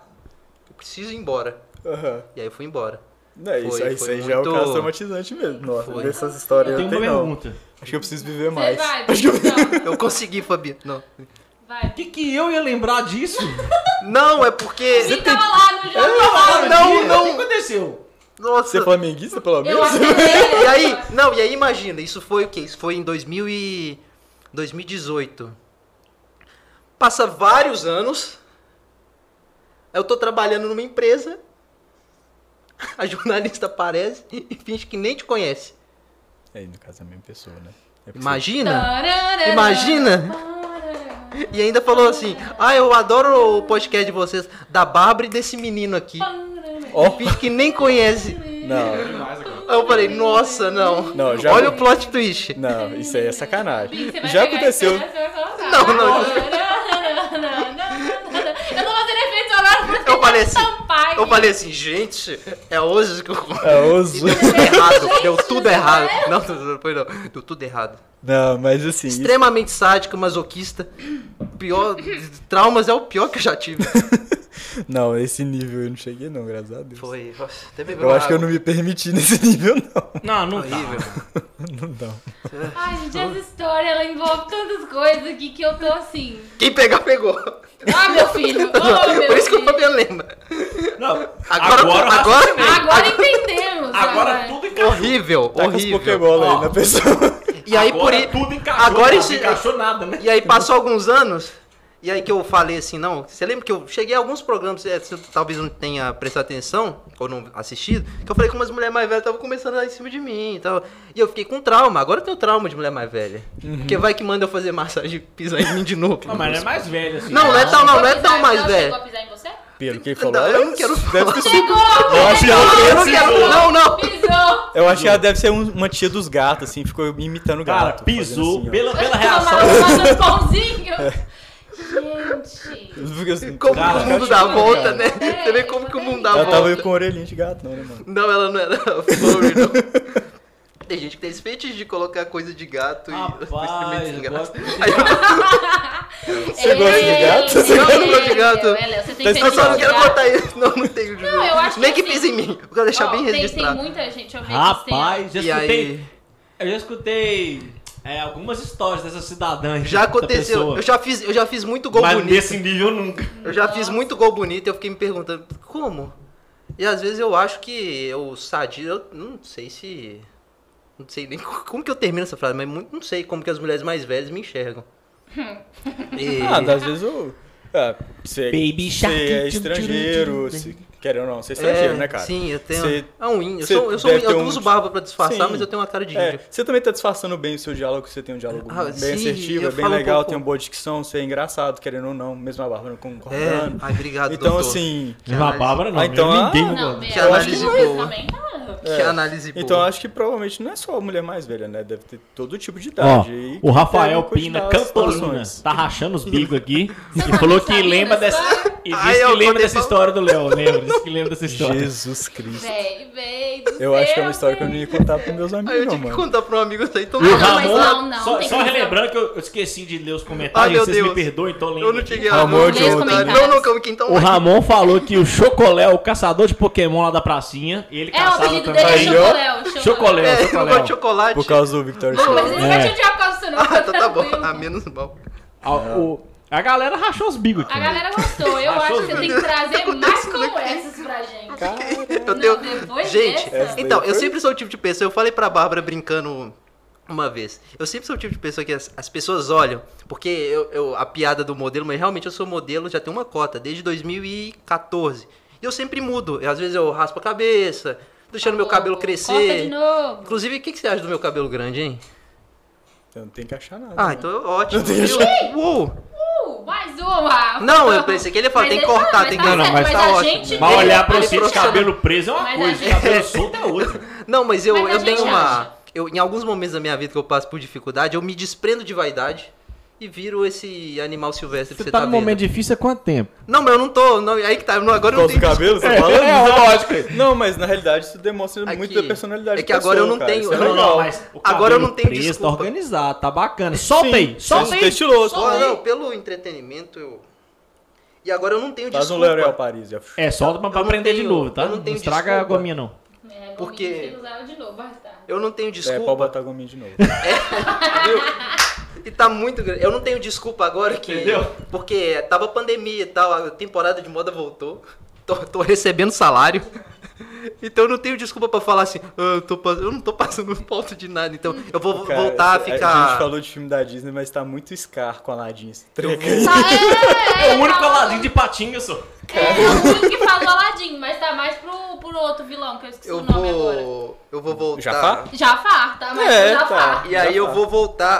Eu preciso ir embora.
Aham.
E aí eu fui embora.
Não, isso
Foi-
aí, isso
foi
aí já é o
muito-
caso traumatizante mesmo. Nossa,
Foi.
dessas histórias
Eu
eu
tenho uma
não tem não.
pergunta.
Acho que eu preciso viver
Você
mais.
vai,
Acho que eu-
Fabiano.
Eu consegui, Fabi. Não.
Vai.
O que que eu ia lembrar disso?
Não, é porque.
Você tava lá no jogo.
Claro,
Ah, não,
que-
não.
O que aconteceu?
Nossa.
Você é flamenguista, pelo menos?
Eu acertei.
E aí, não, e aí imagina, isso foi o quê? Isso foi em 2000 e 2018. Passa vários anos. Eu tô trabalhando numa empresa. A jornalista aparece e finge que nem te conhece.
Aí, no caso, é a mesma pessoa, né? É porque
Imagina?
Tararara.
Imagina?
Tararara.
E ainda falou assim: Ah, eu adoro o podcast de vocês, da Bárbara e desse menino aqui.
Tararara.
Ó.
Finge que nem conhece.
Não,
Demais agora.
Aí eu falei, nossa, não.
Não, já-
Olha o plot twist.
não, isso aí é sacanagem.
Bim, você vai
Já
pegar isso,
aconteceu.
né? Você vai colocar.
Não, não.
Eu tô fazendo efeito agora porque
Eu falei assim,
tampar
eu
aqui.
falei assim, gente, é hoje que eu...
É oso.
Deu tudo errado, deu tudo errado. Não, não foi não, deu tudo errado.
Não, mas assim, isso-
Extremamente sádico, masoquista. Pior, traumas é o pior que eu já tive.
não, esse nível eu não cheguei não, graças a Deus.
Foi, nossa, até bebeu
Eu acho que eu não me permiti nesse nível não.
Não, não tá.
Horrível.
Não dá.
Ai, gente, essa história ela envolve tantas coisas aqui que eu tô assim.
Quem pegar, pegou.
Ah, meu filho! Ah, meu
Por isso que o
filho.
Fabiano lembra.
Não,
Agora, agora,
tá
Agora entendemos.
Agora
vai.
tudo encaixou.
horrível,
Tá com os
horrível.
Pokébola
Ó.
aí na pessoa.
E aí, por
agora
i-
tudo encaixou. tá
agora
cara,
esse-
Não encaixou nada, né?
E aí passou alguns anos, e aí que eu falei assim, não, você lembra que eu cheguei a alguns programas, é, você talvez não tenha prestado atenção, ou não assistido, que eu falei que umas mulheres mais velhas estavam começando a dar em cima de mim e tal. E eu fiquei com trauma, agora eu tenho trauma de mulher mais velha.
Uhum.
Porque vai que manda eu fazer massagem e pisar em mim de novo.
Não, mas ela é mais velho, assim.
né?
Não, não é tão, não, não é
Pisar-
tão mais
ela
velha.
chegou a pisar em você?
Pelo que ele falou, ela
eu não quero
deve ter sido-
Pegou!
Eu acho que ela-
Eu não quero. Não, não.
Pisou!
eu acho que ela deve ser um- uma tia dos gatos, assim, ficou imitando o
Cara,
gato.
pisou
fazendo assim,
pela, pela reação.
Tomava um pãozinho! Gente!
ó. Porque assim,
Como
cara,
que o mundo dá a volta, né? Você vê como que o mundo dá a
Ela tava
volta.
com orelhinha de gato, não, né, mano?
Não, ela não era Flurry, não. Tem gente que tem esse fetiche de colocar coisa de gato e
Rapaz, eu gosto de-
É,
Você gosta de
Ei,
Você
gato?
gosta de
Léo,
gato?
Léo, Léo, Você tem
Mas
que
Eu só não quero
gato.
botar isso. Não, não tenho. juro.
Não, eu acho que
Nem que
assim-
pise em mim. Eu quero deixar
Ó,
bem
tem- Tem
registrado.
muita gente, deixa eu ver aqui se tem-
Rapaz, já
E
escutei.
aí,
Eu já escutei é, algumas histórias dessa cidadã. aí,
já
dessa
aconteceu.
pessoa.
Eu já fiz, eu já fiz muito gol
Mas
bonito.
nesse nível nunca.
Eu já fiz muito gol bonito e eu fiquei me perguntando, como? E às vezes eu acho que eu sadio, eu não sei se. Não sei nem co- como que eu termino essa frase, mas muito- não sei como que as mulheres mais velhas me enxergam. E-
Ah, às vezes eu. Ah, você,
Baby
você
Shark,
é
tchum, tchum, tchum,
estrangeiro,
tchum,
se, querendo ou não, você é estrangeiro, né, cara?
Sim, eu tenho.
Você-
é um índio. Eu,
você
sou, eu, sou um
deve
índio, eu
ter
não
um-
uso barba pra disfarçar,
Sim.
mas eu tenho uma cara de
É,
índio.
você também tá disfarçando bem o seu diálogo, você tem um diálogo
Ah,
bem
sim,
assertivo,
eu
é bem
falo um
legal,
pouco-
tem uma boa dicção, você é engraçado, querendo ou não, mesmo a Bárbara não concordando.
É, ai, obrigado,
então,
doutor.
assim.
Que
a
análise-
Bárbara não, é
Ah, então,
eu-
ah,
ninguém não gosta.
Não, Bela,
Que análise
mas
boa.
também tá.
Que análise boa.
Então acho que provavelmente não é só a mulher mais velha, né? Deve ter todo tipo de
Ó,
idade. e
o Rafael
deve continuar
Pina,
as
Campolina,
situações.
tá rachando os bicos aqui
Você
e falou
tá
que
sabendo
lembra
dessa
dessa. E disse
Ai, eu
que lembra
contei
dessa
pra-
história do Léo, lembra? Disse que lembra dessa história.
Jesus Cristo.
Véi, véi do
Eu acho que é uma
céu,
história que eu não
véi.
ia contar pros meus
Aí eu
amigos, não,
tive que
mano.
contar pra um amigo isso aí, então
E o
Ah, não, mas
Ramon,
não, não,
só,
tem
só
que fazer.
relembrando que eu eu esqueci de ler os
Ai,
comentários,
meu
vocês me
Deus.
perdoam, então lembra.
Eu não cheguei a
Ramon
ler os
Jones.
comentários. Não, não, calma que então.
O Ramon falou que o Chocolé, é o caçador de Pokémon lá da pracinha, ele
É, o
caçava
apelido
também.
dele é
Aí, ó.
Chocoléu.
Chocolé,
É, eu gosto
Chocolé.
de chocolate.
Por causa do Victor
Não, mas
Schoen.
ele vai
É.
te odiar por causa do seu nome.
Ah, então tá bom.
tranquilo.
Ah, menos mal.
A, o- a galera rachou os bicos aqui.
A
né?
galera gostou. Eu
Achou
acho que você tem que trazer mais
acontecendo
como essas pra gente.
Eu
Não,
tenho...
depois
Gente,
dessa- Essa
daí
então, eu
foi-
sempre sou o tipo de pessoa. Eu falei pra Bárbara brincando uma vez. Eu sempre sou o tipo de pessoa que as, as pessoas olham. Porque eu, eu- a piada do modelo, mas realmente eu sou modelo, já tenho uma cota, desde 2014. E eu sempre mudo. Eu, às vezes eu raspo a cabeça, deixando meu cabelo
Tá Corta de
crescer.
novo.
Inclusive, o que, que você acha do meu cabelo grande, hein?
Eu não tenho que achar nada.
Ah,
né?
então é ótimo.
tenho
viu? Uou!
Uh, mais uma.
Não, eu pensei que ele ia falar,
Mas
tem que
ele tá-
cortar,
mas
tem
tá
que-
certo,
Não, não, mas
tá
a
ótimo.
gente-
Vai olhar pra
Ele
você de
profissional.
cabelo preso é uma
Mas a
coisa, de
gente-
cabelo solto é outra.
Não, mas eu,
Mas a
eu
gente
tenho uma.
acha.
Eu, em alguns momentos da minha vida que eu passo por dificuldade, eu me desprendo de vaidade e viro esse animal silvestre que você tá, vendo.
difícil há quanto tempo?
Não, mas eu não tô. Não, aí que tá. Não, agora eu
Por
não
causa do
tenho.
cabelo, você
É,
fala?
é,
Não,
lógico.
Não, mas na realidade isso demonstra
É
muito
que-
da personalidade
é
da
que agora eu
pessoa,
não
cara.
tenho-
Isso é
não,
legal.
não,
mas o
Agora eu não
cabelo
tenho
preso
desculpa.
Tá organizado, tá bacana. Solta
Sim,
aí, solta
isso
é
aí.
tá estiloso.
Ó,
Só
não,
aí.
pelo entretenimento eu. E agora eu não tenho
Faz um
desculpa.
L'Oréal Paris. já.
É, solta pra, pra
Eu não
aprender de
tenho-
novo, tá?
eu não
Não,
tenho
estraga a
desculpa.
gominha, não.
É, bom,
Porque-
tem que usar de novo, vai tá.
eu não tenho
É, pode
desculpa.
botar gominho de novo.
e tá muito grande. Eu não tenho desculpa agora que.
Entendeu?
Porque tava pandemia e tal, a temporada de moda voltou. Tô, tô recebendo salário. Então eu não tenho desculpa pra falar assim, "Ah, eu, tô, pas- eu não tô passando falta de nada, então eu vou
Cara,
voltar a
A gente
ficar.
falou de filme da Disney, mas tá muito Scar com a Aladdin. esse treco aí.
É, o único Aladim de patinho, eu sou.
É, o único que fala do Aladdin, mas tá mais pro, pro outro vilão, que eu esqueci
Eu
o nome é agora.
vou. Eu vou voltar.
Jafar?
Jafar, tá? Mas
É,
é, Jafar.
tá.
E aí eu
Jafar.
vou voltar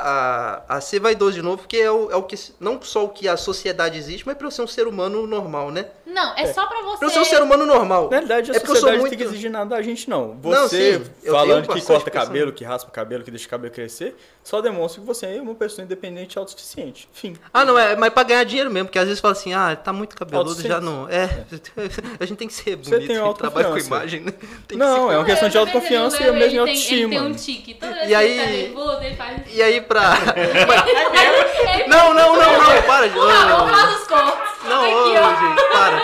a, a ser vaidoso de novo, porque é o, é o que. Não só o que a sociedade existe, mas pra eu ser um ser humano normal, né?
Não, é, só pra você.
Pra eu ser um ser humano normal.
Na realidade, a
é porque eu sou
sociedade não
muito-
tem que exigir nada da gente, não.
Não,
Você,
sim, eu
falando
tenho
que
bastante
corta
pressão.
cabelo, que raspa o cabelo, que deixa o cabelo crescer, só demonstra que você é uma pessoa independente e autossuficiente. Fim.
Ah, não, é, mas pra ganhar dinheiro mesmo, porque às vezes fala assim, ah, tá muito cabeludo, já
Autossuficiente.
não. É, a gente tem que ser bonito,
Você tem
a gente trabalha com
autoconfiança.
imagem, né? Tem que
não, é uma questão de
Eu já pensei no
autoconfiança e
Léo,
mesmo de
ele tem- Ele
autoestima.
tem um tique. Toda vez
E
que
aí-
ele tá nervoso, ele faz...
ser- E aí pra. Mas-
Ele
Não, não, não, não, para de.
Não,
Não,
faz os cortes.
não,
Aqui,
ô,
ó.
gente, para.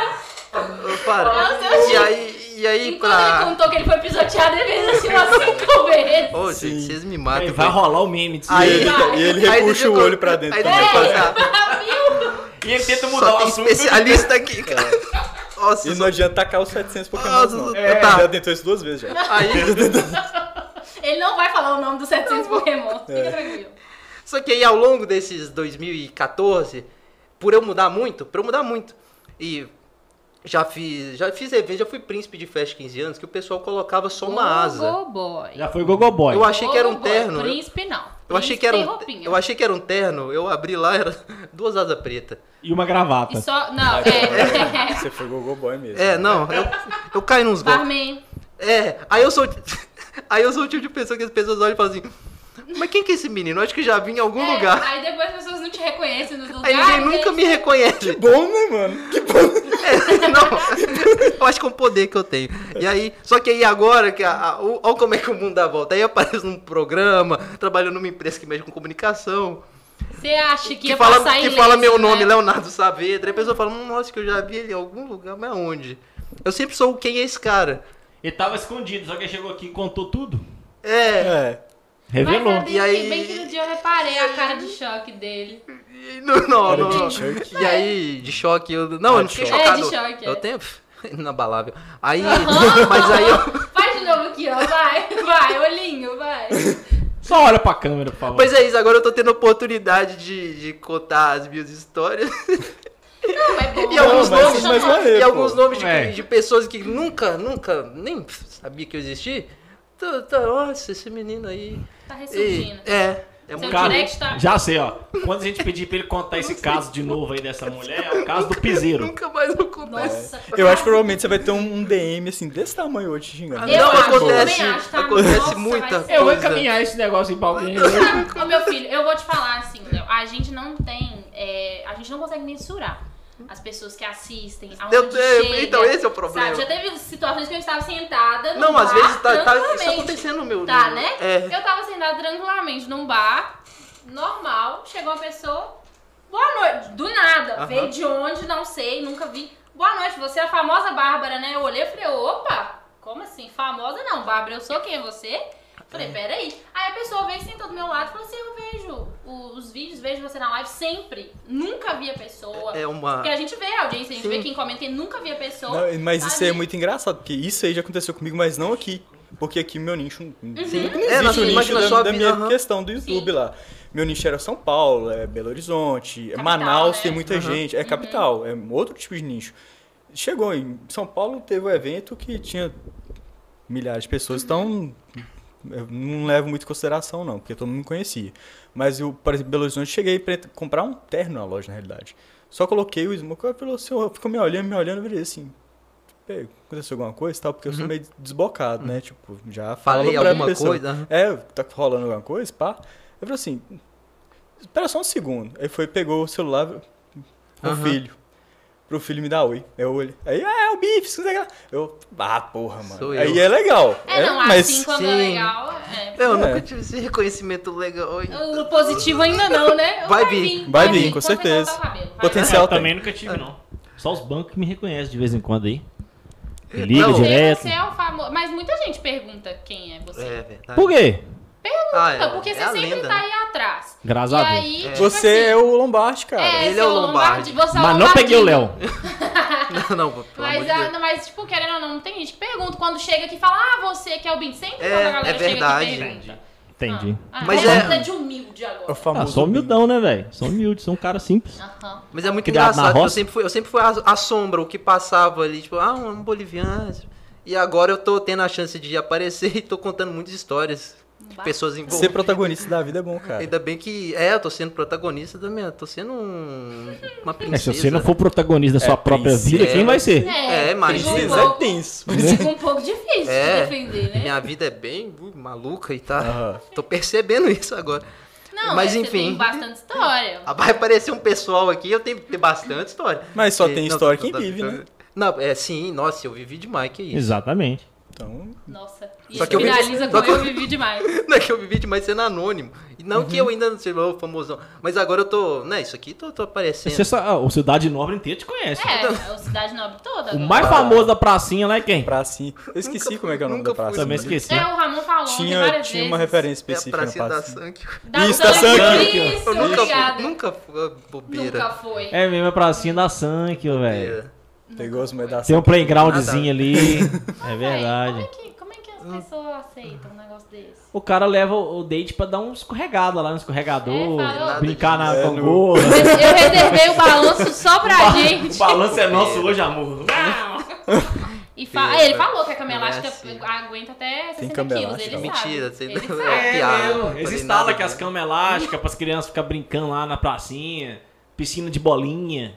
Ô,
Ah,
Para.
o seu
E aí, e aí
Enquanto ele
pra.
contou que ele foi pisoteado, ele fez assim umas cinco vezes.
Ô, gente, vocês me matam.
Aí vai
velho.
rolar o meme disso.
E
Ah, Aí-
ele, e ele
Aí
repuxa
deixa
o
eu-
olho pra dentro.
Aí
também.
deixa eu passar.
E ele tenta mudar
Só
o
tem
assunto.
especialista aqui, cara. Nossa,
É. E
só-
não adianta tacar os 700
Ah,
pokémons, não.
tá.
É, já tentou isso duas vezes já.
aí,
Ele não vai falar o nome dos 700 Pokémon. Fica tranquilo.
só que aí ao longo desses 2014, por eu mudar muito, por eu mudar muito, e Já fiz, já fiz evento, já fui príncipe de festa de 15 anos, que o pessoal colocava só uma asa.
Go, boy.
Já foi Gogo Boy.
Eu achei que era um
Go, boy.
terno. Eu,
Príncipe não.
eu
Príncipe
achei que era
tem
um,
roupinha.
eu achei que era um terno, eu abri lá era duas asas pretas.
E uma gravata.
E só. Não,
Ah,
é.
Você foi Gogo Boy mesmo.
É, não, eu, eu caio nos golpes.
Barman.
É, aí eu sou aí eu sou o tipo de pessoa que as pessoas olham e falam assim: "Mas quem que é esse menino? Eu acho que já vim em algum
É,
lugar".
Aí depois as pessoas não te reconhecem nos
Aí
lugares. né?
ninguém nunca me reconhece.
Bom, né, mano? Que bom.
Não, eu acho que é um poder que eu tenho. E aí, só que aí agora, que a, a, o- olha como é que o mundo dá a volta. Aí aparece num programa, trabalhando numa empresa que mexe com comunicação,
Você acha que,
que,
ia
fala,
passar
que
ileso,
fala meu nome,
né?
Leonardo Saavedra. Aí a pessoa fala, "Hum, nossa, que eu já vi ele em algum lugar, mas onde? Eu sempre sou o quem é esse cara.
Ele tava escondido, só que ele chegou aqui e contou tudo.
É,
É.
Revelou.
Mas,
E
e
aí-
aí... bem que no dia eu reparei a cara de choque dele.
e não, não,
Cara
não.
de
não.
Chuck.
E aí, de choque, eu. Não, eu não
de
fiquei
choque.
chocado.
É, de choque, é.
Eu tenho. Inabalável. Aí. Ah, mas aí eu.
Faz de novo aqui, ó. Vai, vai, olhinho, vai.
Só olha pra câmera, por favor.
Pois é isso, agora eu tô tendo a oportunidade de, de contar as minhas histórias.
Não, é bom.
E alguns
mas
nomes,
isso é mais maneiro,
e
pô.
alguns nomes de,
É.
de pessoas que nunca, nunca, nem sabia que eu existi. Tá, tá, nossa, esse menino aí.
Tá
E,
ressurgindo.
é, é um
Seu
cara.
direct tá.
Já sei, ó. Quando a gente pedir pra ele contar esse caso de novo aí dessa mulher, é o caso do piseiro.
Nunca mais eu começo.
Nossa.
Eu acho que provavelmente você vai ter um um DM assim desse tamanho hoje te xingando.
Eu
não,
acho,
acontece,
também acho, tá?
acontece
Nossa,
muita
vai ser-
Eu vou
coisa.
encaminhar esse negócio aí pra alguém.
Ô meu filho, eu vou te falar assim, Léo, a gente não tem, é, a gente não consegue mensurar as pessoas que assistem, aonde
Eu tenho,
chega,
então esse é o problema.
um Sabe? Já teve situações que eu estava sentada num
Não,
bar,
às vezes tá, tá isso
tranquilamente.
acontecendo no meu.
um Tá,
no-
né?
É.
Eu tava sentada tranquilamente num bar, normal, chegou uma pessoa, boa noite, do nada,
Aham.
veio de onde, não sei, nunca vi. Boa noite, você é a famosa Bárbara, né? Eu olhei e falei, opa, como assim? Famosa não, Bárbara, eu sou quem é você? Falei, peraí. Aí a pessoa veio, sentou do meu lado e falou assim, eu vejo o- os vídeos, vejo você na live sempre, nunca vi a pessoa.
É uma.
Porque a gente vê a audiência, a gente
Sim.
vê quem comenta e nunca vi a pessoa.
Não, mas isso
sabe?
é muito engraçado, porque isso aí já aconteceu comigo, mas não aqui. Porque aqui meu nicho. Não
Sim.
existe
É, nós
o nicho
imagina
da,
só
da
a
minha
vida, aham.
questão do YouTube
Uhum. Sim.
lá. Meu nicho era São Paulo, é Belo Horizonte, é
Capital,
Manaus
né?
tem muita
Aham.
gente, é capital, é outro tipo de nicho. Chegou em São Paulo, teve um evento que tinha milhares de pessoas, então eu não levo muito em consideração não, porque todo mundo me conhecia. Mas eu, por exemplo, Belo Horizonte, cheguei pra comprar um terno na loja, na realidade. Só coloquei o smoke, ela falou assim, eu- ficou me olhando, me olhando, eu virei assim, "Peraí, aconteceu alguma coisa e tal, porque eu sou meio desbocado, né, tipo, já falo
Uhum. Falei
pra
alguma
pessoa.
coisa, aham.
É, tá rolando alguma coisa, pá. Eu falei assim, espera só um segundo. Aí foi, pegou o celular com o
Aham.
filho. Pro filho me dar oi. Eu olho. Aí, ah, é o bife, não sei o que lá. Eu, ah, porra, mano.
Sou
aí
eu.
é legal.
É, não,
mas
assim quando é
sim.
legal, é.
Eu
É.
nunca tive esse reconhecimento legal. hein?
O positivo ainda não, né?
Vai vir.
Vai vir, com
Quando
certeza.
você cortar o cabelo, vai
Potencial.
vir.
tá Céu
eu também nunca tive, não. Só os bancos que me reconhecem de vez em quando aí. Me
Não.
Liga
Você-
direto.
Você é o famoso. Mas muita gente pergunta quem é você.
É verdade.
Por quê?
Ah,
Então, porque você
a
sempre
lenda,
tá
né?
aí atrás.
Graças
e
a Deus.
aí, tipo
Você
assim,
é o Lombardi, cara.
é,
Ele
você
é o Lombardi.
Você é o
Mas não peguei o Léo.
Não, não, pelo amor de
Mas,
Deus.
ah, não, mas, tipo, querendo ou não, tem gente que pergunta quando chega aqui e fala, ah, você que é o Bim. Sempre
É,
quando a
é
galera
verdade.
chega aqui e pergunta.
Entendi.
Ah,
Mas
mas
é-
é... de humilde
É o
agora.
Ah,
famoso.
sou humildão, né, velho? Sou humilde, sou um cara simples.
Aham.
Mas é muito
Criado na
engraçado, porque eu
roça?
sempre fui, eu sempre fui a, a sombra, o que passava ali, tipo, ah, um boliviano. E agora eu tô tendo a chance de aparecer e tô contando muitas histórias de pessoas
Ser
envolvidas.
protagonista da vida é bom, cara.
Ainda bem que, é, eu tô sendo protagonista da minha, tô sendo um, uma princesa.
É, se você não for protagonista da sua
É,
própria
princesa.
vida, quem vai ser?
É, imagina.
fica um
Isso é
pouco-
tenso.
Fica um pouco difícil
É.
de defender, né?
Minha vida é bem uh, maluca e tá,
Aham.
tô percebendo isso agora.
Não,
Mas,
mas você
enfim.
tem bastante história.
Ah, Vai aparecer um pessoal aqui, eu tenho que ter bastante história.
Mas só
Porque-
tem
não,
história
tô-
quem
tô-
vive, né?
Não, é sim, nossa, eu vivi demais, que isso.
Exatamente.
Então,
Nossa,
Só
isso
que eu vivi-
finaliza
só
com
que eu-
eu vivi demais.
Não é que eu vivi demais sendo anônimo. E não que eu
Uhum.
ainda não seja o famosão. Mas agora eu tô. Né, isso aqui tô, tô aparecendo.
é
Você só, ah, o Cidade Nobre inteiro te conhece.
É, é o Cidade Nobre toda.
O
agora.
mais famoso da pracinha lá é quem?
pra assim. Eu esqueci como é que é o nome
nunca
da praça.
fui.
Também
mesmo.
esqueci.
É, o Ramon falou ontem
Tinha,
várias
tinha
vezes. um
uma
é
referência
a
específica na
pracinha da
praça.
Sangue.
Da
Isso, da Sank.
Isso,
tá Eu nunca
obrigada.
fui. Nunca fui. ah,
Nunca
Bobeira.
foi.
É mesmo, a pracinha da Sankyo, velho.
É.
Bobeira.
Pegou os
Tem
medalhas.
um playgroundzinho ali. É
Véi,
verdade.
Hum.
Como é que, como é que as pessoas aceita um negócio desse?
O cara leva o o date pra dar um escorregada lá no escorregador,
É, fala, ó.
brincar na
É, no-
gangorra.
Eu eu reservei o balanço só pra
O
gente.
balanço é nosso hoje, amor.
E fa-
É,
ele falou que a cama
não é
elástica
assim.
aguenta até 60
cama
quilos,
elástica.
ele
Mentira,
sabe.
você-
Ele
É
sabe.
uma piada, não falei
né? eles
nada
instalam aqui
disso.
as camas elásticas é pras crianças ficar brincando lá na pracinha, piscina de bolinha.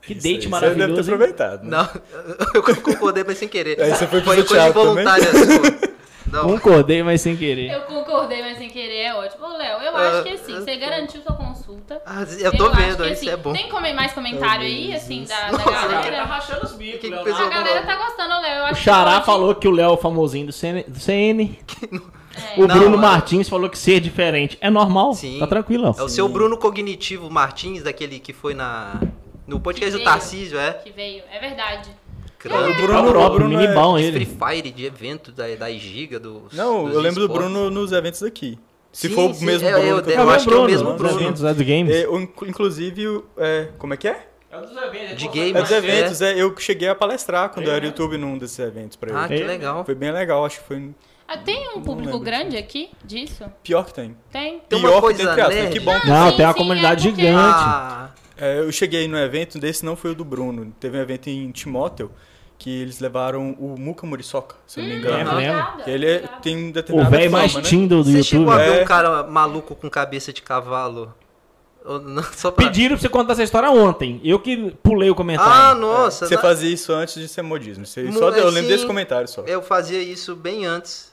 Que
Isso aí,
date
Você deve ter
maravilhoso. hein?
aproveitado. né?
Não, eu concordei, mas sem querer.
Aí você foi pro
Foi coisa
Thiago também? Um.
voluntária sua. Não,
Concordei, mas sem querer.
Eu concordei, mas sem querer é ótimo. Ô, Léo, eu
Ah,
acho que assim,
eu
você garantiu sua consulta.
Ah, eu tô
acho
vendo,
que,
isso
assim,
é bom.
Tem como mais comentário aí, assim, da, da
tá
galera?
rachando os
O que
bicos,
que
Leonardo.
pessoal-
A galera tá gostando, Léo. eu
O
acho que
Xará
pode-
falou que o Léo é o famosinho do CN. do CN.
É.
O
Não,
Bruno
é-
Martins falou que ser diferente é normal.
Sim.
Tá tranquilo, Léo.
É o seu Bruno Cognitivo Martins, daquele que foi na no podcast do
Veio.
Tarcísio, é?
Que veio, é verdade.
Crano.
Bruno-
o
o
Tá próprio,
Bruno é-
minibão
De Free
ele.
Fire, de evento da, da Giga, do.
Não,
dos
eu lembro do
esportes.
Bruno nos eventos daqui. Se
Sim,
for o
sim,
mesmo
é,
Bruno,
eu
que eu
devo-
tô
acho que é o
falando,
mesmo
né?
Bruno.
Dos eventos, né, dos games.
É, o inc- inclusive, o- é, como é que é?
É um dos eventos.
De
ele
games.
gosta
É dos
é.
mais.
eventos, é. Eu cheguei a palestrar quando eu era
É.
YouTube num desses eventos pra ele.
Ah, que
É.
legal.
Foi bem legal, acho que foi
Ah, tem um público
lembro
grande aqui disso?
pior que tem.
Tem?
Tem uma
pior que
coisa
tem aspas,
nerd?
que bom.
Não,
sim,
tem uma
sim,
comunidade
é porque-
gigante.
Ah,
É, eu cheguei num evento desse, não foi o do Bruno. Teve um evento em Timóteo, que eles levaram o Muca Muriçoca, se eu não me engano.
lembro.
Obrigada,
Que ele é-
obrigada.
tem
O
tá
determinada
velho
fama,
mais
né?
Tinder do
você chegou a
YouTube.
ver
É.
um cara maluco com cabeça de cavalo? Ou não, só pra...
Pediram pra você contar essa história ontem. Eu que pulei o
Ah,
comentário.
nossa.
Você
na-
fazia isso antes de ser modismo. Você-
Mo-
só, eu lembro
sim.
desse comentário só.
Eu fazia isso bem antes.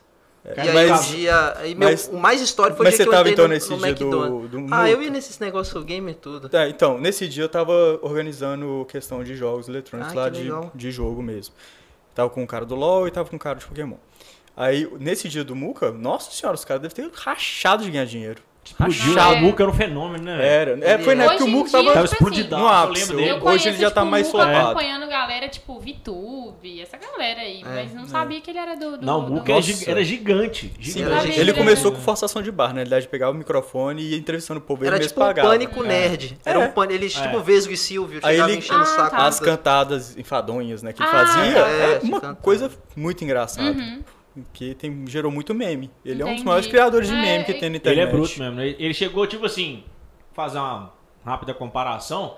É,
e aí
mas-
um dia. aí meu-
mas-
o mais histórico foi o
mas
dia
você
que eu
tava,
entrei
então,
no,
nesse
no
dia do-
McDonald's.
do
ah, eu
Muca.
ia nesses negócios gamer tudo.
Tá, então, nesse dia eu tava organizando questão de jogos eletrônicos
Ah,
lá
que
de,
legal.
de jogo mesmo. Tava com um cara do LoL e tava com um cara de Pokémon. Aí, nesse dia do Muca, nossa senhora, os caras devem ter rachado de ganhar dinheiro.
Explodiu.
Rachado.
O Muca era um fenômeno, né, velho?
Era. É, foi na
Hoje
época que o
em
Muca
dia,
tava
Tava
tipo assim,
explodidão.
no ápice.
eu lembro dele.
Eu
Hoje ele já tá
tipo,
mais
Muca
soltado.
acompanhando galera tipo VTube, essa galera aí, mas não sabia que ele era do. do
É, Não, o
do-
Muca é era gi- era gigante.
era
Gigante.
gigante.
Ele
Ele
começou
era-
com forçação de barra, na realidade, pegava o microfone e ia entrevistando o povo, ele
Era
mesmo
tipo um
pagava.
pânico nerd. Era um pânico. Eles, tipo,
É.
Vesgo e Silvio,
É. Aí
chegavam
ele-
enchendo o
Ah,
saco.
tá.
As cantadas enfadonhas, né, que ele
Ah,
fazia,
tá.
é,
É,
uma
cantava.
coisa muito engraçada.
Uhum,
Que tem, gerou muito meme. Ele é um dos
Entendi.
maiores criadores de
É,
meme que tem na
Ele
internet.
é bruto mesmo. Ele ele chegou, tipo assim, fazer uma rápida comparação.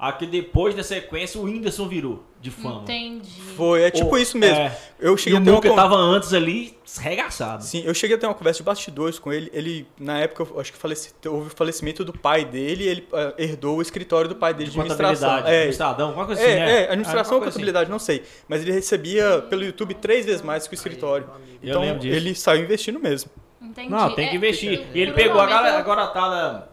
A que depois da sequência o Whindersson virou de fama.
Entendi.
Foi, é tipo
Ou-
isso mesmo.
é.
Eu
E
cheguei
o
a ter uma
Muca
con-
tava antes ali, esregaçado.
Sim, eu cheguei a ter uma conversa de bastidores com ele. Ele, na época, eu acho que faleci- houve o falecimento do pai dele, ele ah, herdou o escritório do pai dele de, administração.
contabilidade,
É,
administradão, alguma coisa assim,
é,
né?
é, administração ou
Alguma coisa assim.
contabilidade, não sei. Mas ele recebia pelo YouTube três vezes mais que o escritório.
Eu
Então
lembro disso.
ele saiu investindo mesmo.
Entendi.
Não, tem
É,
que investir.
por
E ele
um
pegou a
momento
galera,
eu-
agora tá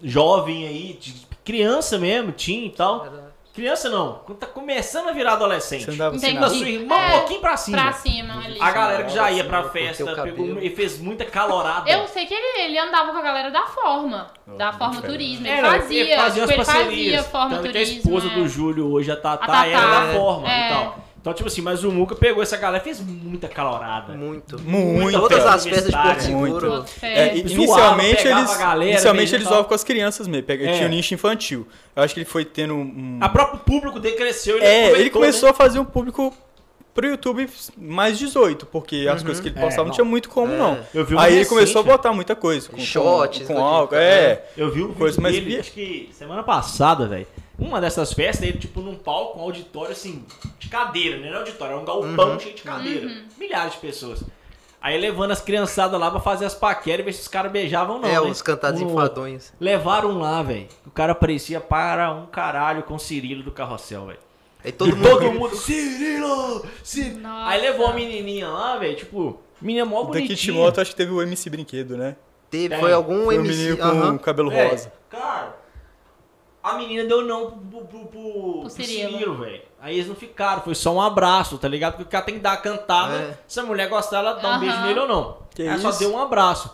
jovem aí, de- criança mesmo, teen e tal. Criança não, quando tá começando a virar
Você
adolescente.
não dava
Entendi.
Da
sinal.
sua irmã,
É,
um pouquinho pra cima.
Pra cima ali.
A galera que já ia pra
Assim, eu cortei o
festa
cabelo.
pegou, e fez muita calorada.
Eu sei que ele, ele andava com a galera da forma. Da forma
diferente.
turismo. Ele
Era,
fazia.
ele
tipo,
fazia as
ele fazia
parcerias.
forma
Tanto que a
turismo.
esposa
é.
do Júlio hoje, a Tatá,
A Tatá,
era da
é.
forma
É.
e tal. Então, tipo assim, mas o Muca pegou essa galera e fez muita calorada.
Muito.
Muito.
Todas as festas de Porto
Muito.
Seguro.
Outro
É,
fé.
e-
Zoavam,
inicialmente
pegava
eles,
a galera,
inicialmente
beijava
eles
e tal.
zoavam com as crianças mesmo. Pega,
É.
Tinha um nicho infantil. Eu acho que ele foi tendo um.
A próprio público dele cresceu. Ele
É, ele
aproveitou,
começou
né?
a fazer um público pro YouTube mais 18, porque as coisas que ele
É,
postava não
não.
tinha muito como, não.
Eu vi um
Aí ele
recente,
começou a
velho.
botar muita coisa. Com,
Shots, coisa
com, com
de-
álcool.
é.
É.
Eu vi um
Coisa
vídeo
mais
dele,
bi-
acho que semana passada, velho. Uma dessas festas, ele, tipo, num palco, um auditório, assim, de cadeira, né? Não é auditório, é um galpão cheio de cadeira. Milhares de pessoas. Aí levando as criançadas lá pra fazer as paqueras e ver se os caras beijavam ou não.
É,
né?
os cantados
Um no outro.
enfadonhos.
Levaram lá, velho. O cara parecia para um caralho com o Cirilo do carrossel, velho.
Aí
Todo,
todo mundo.
todo mundo. Cirilo! Cirilo!
Nossa.
Aí levou a menininha lá, velho. Tipo, menina mó
Daqui
bonitinha.
Timoto, acho que teve o MC Brinquedo, né?
Teve,
É,
foi algum
Foi o menino
MC.
com
Um aham.
o cabelo
É,
rosa.
Cara, a menina deu não pro, pro, pro, pro
Cirilo.
Cirilo, velho. Aí eles não ficaram, foi só um abraço, tá ligado? Porque o cara tem que dar a cantada.
É.
Se a mulher gostar, ela dá um
Aham.
beijo nele ou não.
Que
Aí só
isso?
deu um abraço.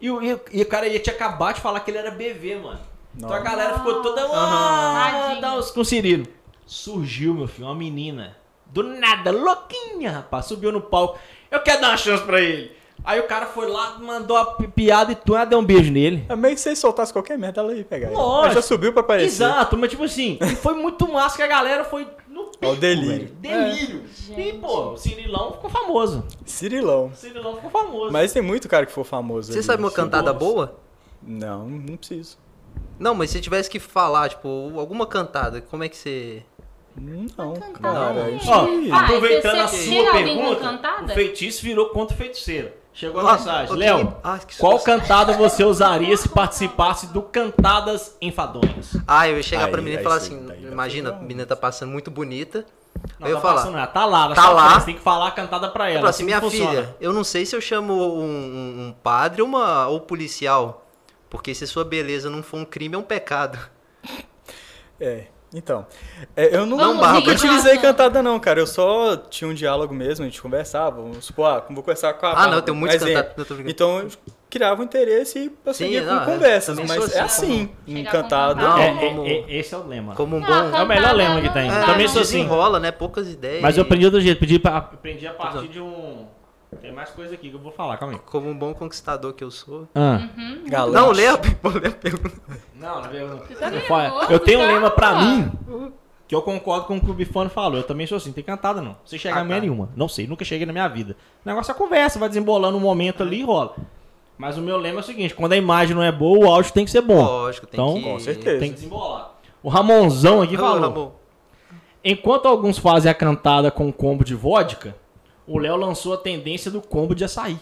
E, o- e o- e o cara ia te acabar de falar que ele era BV, mano. Então a
Nossa.
galera ficou toda.
Tadinho.
Ah, dá os com o Cirilo. Surgiu, meu filho, uma menina. Do nada, louquinha, rapaz. Subiu no palco. Eu quero dar uma chance pra ele. Aí o cara foi lá, mandou a pi- piada e tu ela deu um beijo nele.
É meio que se ele soltasse qualquer merda, ela ia pegar. ele.
Lógico.
Ela já subiu pra aparecer.
Exato, mas tipo assim, foi muito massa que a galera foi no
Ó, o
bico,
delírio.
velho. Delírio.
É.
E, pô, o Cirilão ficou famoso.
Cirilão.
O Cirilão ficou famoso.
Mas tem muito cara que for famoso.
Você
ali.
sabe uma
Sim.
cantada boa?
Não, não preciso.
Não, mas se tivesse que falar, tipo, alguma cantada, como é que você.
Não,
cantada,
cara.
né?
ixi.
Ó,
Ah,
aproveitando a
você- você
sua
tira alguém com
pergunta,
cantada?
o feitiço virou contra o feiticeiro. Chegou a
Ah,
mensagem.
ok.
Léo,
Ah, que
qual
susto.
cantada você usaria se participasse do Cantadas Enfadonhas?
Ah, eu ia chegar pra
Aí,
menina e
aí
falar
sim,
assim:
daí dá pra
imagina, a
falar.
menina tá passando muito bonita.
tá Não,
aí eu
tá
falar.
passando nada. Tá lá, na
Tá
sua
lá.
frente, tem que falar a cantada pra
Eu
ela. é
falo assim,
que
minha
funciona.
filha, eu não sei se eu chamo um, um- um padre ou, uma, ou policial. Porque se sua beleza não for um crime, é um pecado.
É, então. É, eu não,
Vamos,
nunca
Rick,
utilizei
nossa.
cantada, não, cara. Eu só tinha um diálogo mesmo, a gente conversava. Vamos supor, ah, vou conversar com a.
Ah,
Bárbara,
não, eu tenho muitos
é.
exemplo.
cantadas, não, tô brincando.
Então eu criava um interesse e eu
Sim,
seguia com
não, eu
conversas.
também
Mas
sou
é
assim,
assim,
Chegar
um
com
cantado.
cantada.
É,
Não,
é,
como-
é, esse é o lema.
Como um
Não, tá a
bom.
É o melhor
cantada
lema que tem.
não
É,
dá,
Também
não.
sou assim.
desenrola, né? Poucas ideias.
Mas eu
e
aprendi outro jeito. Aprendi, pra- aprendi a partir de um. Tem mais coisa aqui que eu vou falar, calma aí.
Como um bom conquistador que eu sou.
Ah.
galante.
Não, lê a pergunta, lê a pergunta.
Não, não veio.
tá
Eu
nervoso,
falo- Eu tenho um
tá?
lema pra mim que eu concordo com o que o Bifano falou. Eu também sou assim, tem cantada não. Sem chegar
Ah,
em meia
tá.
é nenhuma. Não sei, nunca cheguei na minha vida. O negócio é conversa, vai desembolando um momento ali e rola. Mas o meu lema é o seguinte: quando a imagem não é boa, o áudio tem que ser bom.
Lógico, tem
Então,
que.
com certeza.
Tem que desembolar. O Ramonzão aqui
Ô,
falou.
Ramon,
Enquanto alguns fazem a cantada com o combo de vodka, o Léo lançou a tendência do combo de açaí.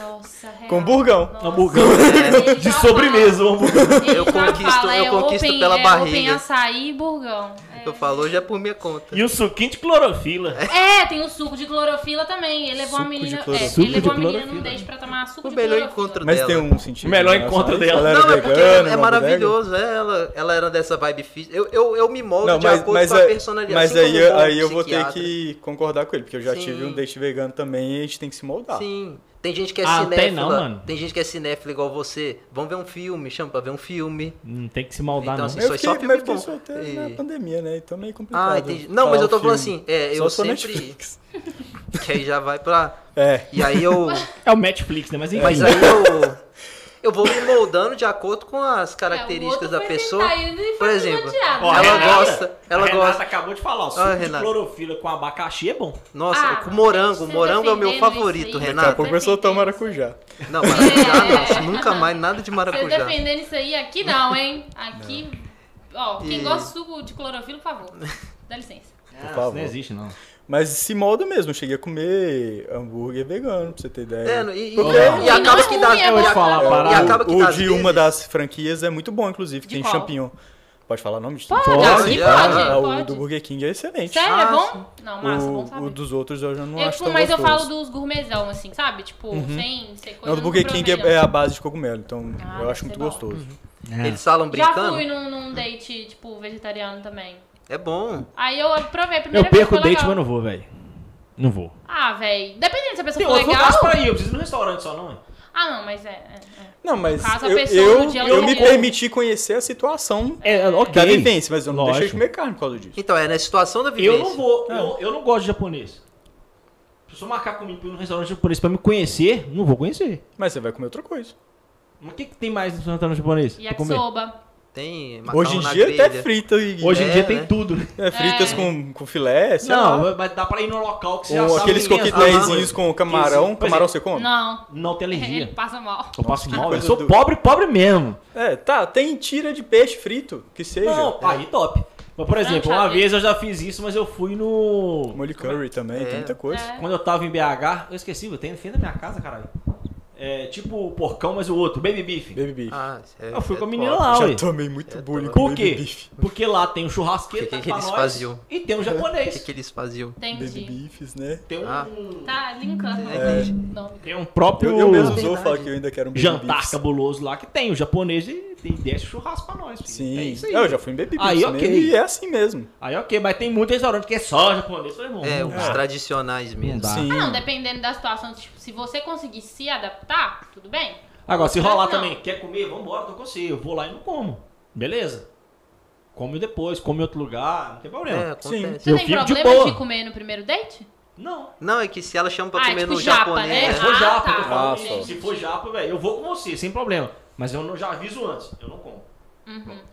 Nossa, real.
Com um burgão.
Nossa.
Hamburgão.
Ele
De
já
sobremesa, o hambúrguer.
fala- ele
Eu
já
conquisto-
fala,
eu
é
conquisto
open-
pela
é Open
barriga.
açaí e burgão.
eu falo já por minha conta.
E o suquinho de clorofila.
É, tem o suco de clorofila também. Ele levou a
Suco de
menina.
clorofila.
É,
Suco
ele levou a
de
menina
clorofila.
num date pra tomar suco
O
de
melhor
clorofila.
encontro
Mas
dela.
tem um sentido.
O melhor
né?
encontro
Essa
dela.
galera
Não, é porque
vegana,
é
não
maravilhoso. Ela, ela era dessa vibe fit. Eu, eu, eu me moldo
Não,
de
mas,
acordo
mas,
com a
é-
personalidade.
mas
assim
aí,
como um bom
aí eu vou ter
psiquiatra.
que concordar com ele, porque eu já
Sim.
tive um date vegano também e a gente tem que se moldar.
Sim. Tem gente que é
Ah,
cinéfila.
tem não, mano.
Tem gente que é cinéfila igual você. Vamos ver um filme, chama pra ver um filme.
Não tem que se maldar,
Então,
não.
assim,
Eu
só-
fiquei,
só
mas
filme
eu fiquei
bom.
solteiro
E-
na pandemia, né? Então é meio complicado.
Ah, entendi. Não, mas
falar
eu tô
um
falando
filme.
assim, é,
Só
eu
se for
sempre.
Netflix.
Que aí já vai pra.
É.
E aí eu.
É o Netflix, né? Mas enfim.
Mas é, aí eu. Eu vou me moldando de acordo com as
É,
características da pessoa.
tá
Por exemplo,
Ó, é,
ela
a Renata-
gosta, ela
a Renata
gosta. Ah,
acabou de falar, ó, suco de
Renata.
clorofila com abacaxi é bom.
Nossa,
Ah,
com morango.
você
morango é o meu
defendendo
favorito,
isso aí.
Daqui a
Renata.
pouco vai soltar o maracujá.
Não, maracujá
É.
não. Nunca mais nada de
Vocês
maracujá.
defendendo isso aí, aqui não, hein? Aqui. Ó, quem
E-
gosta de suco de clorofila, por favor. Dá licença.
Ah, isso
favor.
não existe, não.
Mas se molda mesmo, eu cheguei a comer hambúrguer vegano, pra você ter ideia.
É, e, e,
Porque-
e
E não
acaba
é
que dá.
ruim, é bom.
e,
Eu vou te falar,
acaba-
parar.
e acaba que tá
o
dá.
de uma das franquias é muito bom, inclusive, que
De
tem
qual?
champignon. Pode falar nome de
Pode, assim,
Pode, pode,
Ah, O
pode.
do Burger King é excelente.
Sério, é
Ah,
bom? Não, massa, bom
o,
saber.
o dos outros eu já não
Eu,
acho
tipo,
tão
mas eu
gostoso.
falo dos gourmetzão, assim, sabe? Tipo, sem ser coisa.
Não, o do Burger
não
King é,
provei,
é
não.
a base de cogumelo, então
Ah,
eu
deve
acho muito
ser bom.
gostoso.
Eles falam
Já
brincando.
fui num, num date, tipo, vegetariano também.
É bom.
Aí eu provei a primeira
Eu perco
vez. foi
o date,
legal.
mas não vou, velho. Não vou.
Ah, véi. Dependendo se a pessoa
Tem
for
outro que eu
legal.
faço pra ir, eu preciso ir no restaurante só, não. é?
Ah, não, mas é. é, é.
Não, mas
No caso, a
eu,
pessoa
eu,
no dia
eu me
anterior.
permiti conhecer a situação
É, é, ok.
da vivência, mas eu não deixei de
Lógico.
comer carne por causa disso.
Então, é na situação da vivência.
Eu não vou, eu, eu não gosto de japonês. Se eu marcar comigo pra ir no restaurante japonês pra me conhecer, não vou conhecer.
Mas você vai comer outra coisa.
Mas o que, que tem mais no restaurante japonês?
é
pra comer?
Yakisoba.
Tem
Hoje
macarrão
em
na
dia
grelha.
até frita e
Hoje em
É,
dia tem
né?
tudo, né?
é, fritas
É.
Com, com filé, sei
Não,
lá.
mas- mas dá pra ir no local que você já
Ou
sabe é.
aqueles
que tem as
coquetéis
Ah,
coisas.
com camarão.
Isso.
Camarão você come?
Não.
Não tem alergia.
Passa mal.
Eu passo mal, eu
coisa
sou
doida.
pobre, pobre mesmo.
É, tá, tem tira de peixe frito, que seja.
Não,
é.
aí top. Mas, por exemplo, uma
chave.
vez eu já fiz isso, mas eu fui no.
Molho curry também,
É.
tem muita coisa.
É.
Quando eu tava em BH, eu esqueci, eu tenho no fim da minha casa, caralho. É tipo o porcão, mas o outro, baby beef.
Baby beef.
Ah, isso é-
Eu fui
é
com a
top.
menina lá, ué.
Já tomei muito bullying com
Por
baby
quê?
beef.
Porque lá tem um churrasqueiro
O que que
tá pra
eles
nós,
faziam?
e tem
O
um
que,
japonês.
que eles faziam?
Baby
Entendi.
beefs, né?
Tem um,
Ah.
Tá linkando.
É.
Não.
tem um próprio
Eu, eu mesmo
Verdade.
sou falar que eu ainda quero um baby
jantar
beefs.
cabuloso lá que tem o japonês e tem desce o churrasco pra nós. filho.
Sim,
É isso aí.
eu já fui em baby beefs
Aí,
mesmo,
ok.
e é assim mesmo.
Aí ok, mas tem muito restaurante que é só japonês. Falei, irmão,
É,
não
os
dá.
tradicionais mesmo.
dá. Ah.
Sim.
Ah, não, dependendo da situação. Tipo, se você conseguir se adaptar, tudo bem.
Agora, se rolar
Não.
também, quer comer, vambora, tô com você. Eu vou lá e não como. Beleza. Come depois, come em outro lugar, não tem problema.
É, acontece.
Você
Eu
tem
fico de
problema
boa.
de, comer no primeiro date?
Não.
Não, é que se ela chama pra
Ah,
comer
tipo
no
japa,
É,
É,
se
japonês.
for
ah,
japa,
tá.
eu falo,
Ah, só.
"Ih, se for japa, velho, eu vou com você, sem problema. Mas eu não, já aviso antes, eu não como.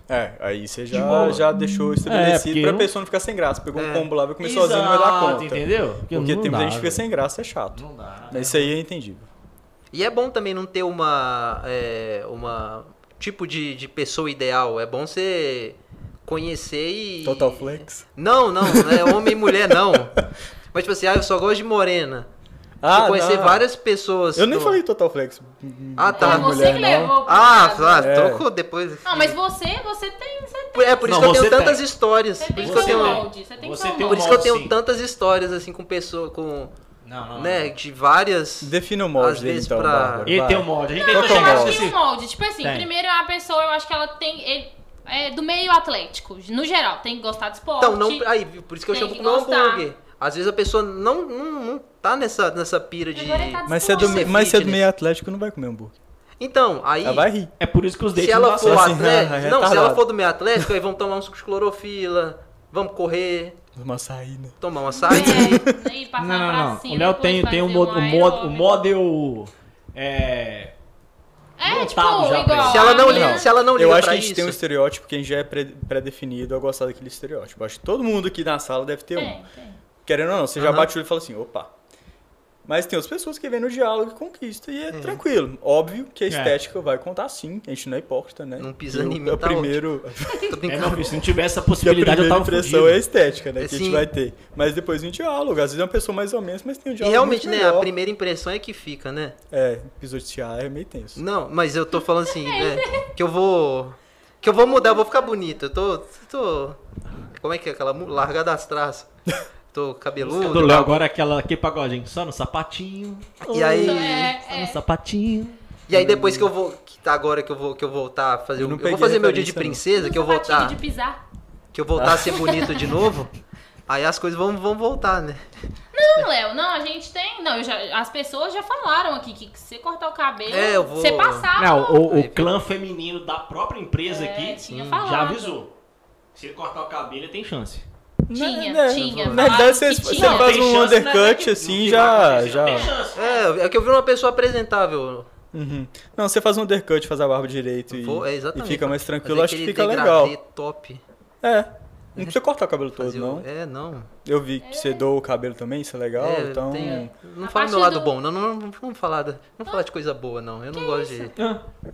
É, aí você já, já deixou estabelecido
É, porque
pra
eu-
pessoa não ficar sem graça. Pegou
É.
um combo lá, vai comer sozinho, não vai dar
Exato,
conta.
entendeu? Porque,
Porque
não
tem
dá,
muita gente que fica
velho.
sem graça, é chato.
Não dá.
Mas Isso aí é entendível.
E é bom também não ter uma. é, uma tipo de, de pessoa ideal. É bom você conhecer e.
Total flex.
Não, não, não é homem e mulher, não. Mas tipo assim, ah, eu só gosto de morena. Ah, conhecer
não.
várias pessoas.
Eu nem
do-
falei total flex.
Ah,
É
tá.
você
mulher,
que
não.
levou. pro
Ah,
lado.
tá,
É.
trocou depois.
Não, mas você, você tem. um Você
É por isso
Não,
que eu tenho
você
tantas
tem.
histórias.
Você
Por
tem
isso
seu
que eu tenho.
molde. Você tem
Você
seu
tem um
Por
molde.
isso que eu
Sim.
tenho tantas histórias assim com pessoa com,
Não,
Ah.
não.
né, de várias
Defina o molde
Às
dele,
vezes
então,
pra-
Bárbara,
E
vai.
tem um molde. A gente
Não,
tenta
Qual que é o
chegar
eu
molde?
acho que
nesse...
o molde. Tipo assim,
Tem.
primeiro a pessoa, eu acho que ela tem. ele- é do meio atlético, no geral. Tem que gostar de esporte. é,
Então, não, aí, por isso que eu
Tem
chamo
que
comer um
gostar.
hambúrguer. Às vezes a pessoa não, não, não tá nessa, nessa pira de.
Agora ele tá
Mas se é do,
Você
me- mas se é do
fitness.
meio atlético, não vai comer hambúrguer.
Então, aí.
Ela Ah, vai rir.
É por isso que os
se
dates não
ela
dão
for
certo.
assim,
atlética.
ah, é
não, se ela
retardado.
for do meio atlético, aí vamos tomar um suco de clorofila, vamos correr,
Uma saída.
tomar um açaí.
É, aí passar
Não, não,
pra
não.
cima,
o Léo
depois
tem, um tem
fazer um
o, mod, o, mod,
aeróbico.
o model... É...
É, tipo,
montado já pra
igual.
isso.
Se ela não
a
liga,
minha-
se ela não liga
Eu acho que
pra
a gente
isso.
tem um estereótipo, quem já é pré- pré-definido a gostar daquele estereótipo. Acho que todo mundo aqui na sala deve ter um.
É.
Tem, tem.
Querendo ou não, você já
Aham.
bate o olho e fala assim, opa. Mas tem outras pessoas que vêm no diálogo e conquista e é
Uhum.
tranquilo. Óbvio
É.
que a estética vai contar sim, a gente não é hipócrita, né?
Não pisa
E o-
em mim,
A
tá
primeiro,
Tô
É,
brincando.
não, filho, se não tivesse essa
que a
possibilidade, eu
primeira
tava
impressão
fudido.
é a estética, né?
É,
que a
sim.
gente vai ter. Mas depois vem diálogo, às vezes é uma pessoa mais ou menos, mas tem um
E
diálogo
realmente,
muito
né, a
melhor.
primeira impressão é que fica, né?
É, pisotear é meio tenso.
Não, mas eu tô falando assim,
É.
né, que eu vou... Que eu vou mudar, eu vou ficar bonito. Eu tô... tô como é que é aquela... mu- Largada das traças. Tô
Do
cabeludo.
Léo agora aquela que pagodinho, só no sapatinho.
E aí...
Então, é,
Só no
é.
sapatinho.
E aí depois que eu vou. que tá agora que eu vou que eu voltar a fazer.
Eu
o-
não
Eu,
peguei
vou
a
fazer meu dia de
referência, não.
princesa, que eu
Um sapatinho
voltar.
de pisar.
Que eu voltar a
Ah.
ser bonito de novo. Aí as coisas vão, vão voltar, né?
Não, Léo, não, a gente tem. Não, eu já- as pessoas já falaram aqui que se você cortar o cabelo,
É, eu vou-
você passava.
Não, o,
Aí,
o clã feminino da própria empresa
Ah, É,
aqui
tinha
já
falado.
avisou. Se ele cortar o cabelo, ele tem chance.
Tinha,
Né, né?
tinha.
Na
Na verdade,
Falaram
você,
que
você
tinha.
faz
Tem
um
chance, né?
undercut
Tem-
assim,
tem
já.
vários,
já...
Tem chance.
É, é que eu vi uma pessoa apresentável.
Uhum. Não, você faz um undercut, faz a barba direito e,
Vou- é, exatamente.
e fica mais
Fazer
tranquilo, acho que
aquele
fica
degradê
legal.
top.
É. Não precisa cortar o cabelo todo,
Fazer o-
não.
É, não.
Eu vi que você doa o cabelo também, isso é legal,
É,
então.
tem- não
A
fala meu
partir
lado
do-
bom, não, não, não vamos falar, da- não falar de coisa boa, não. Eu não gosto de.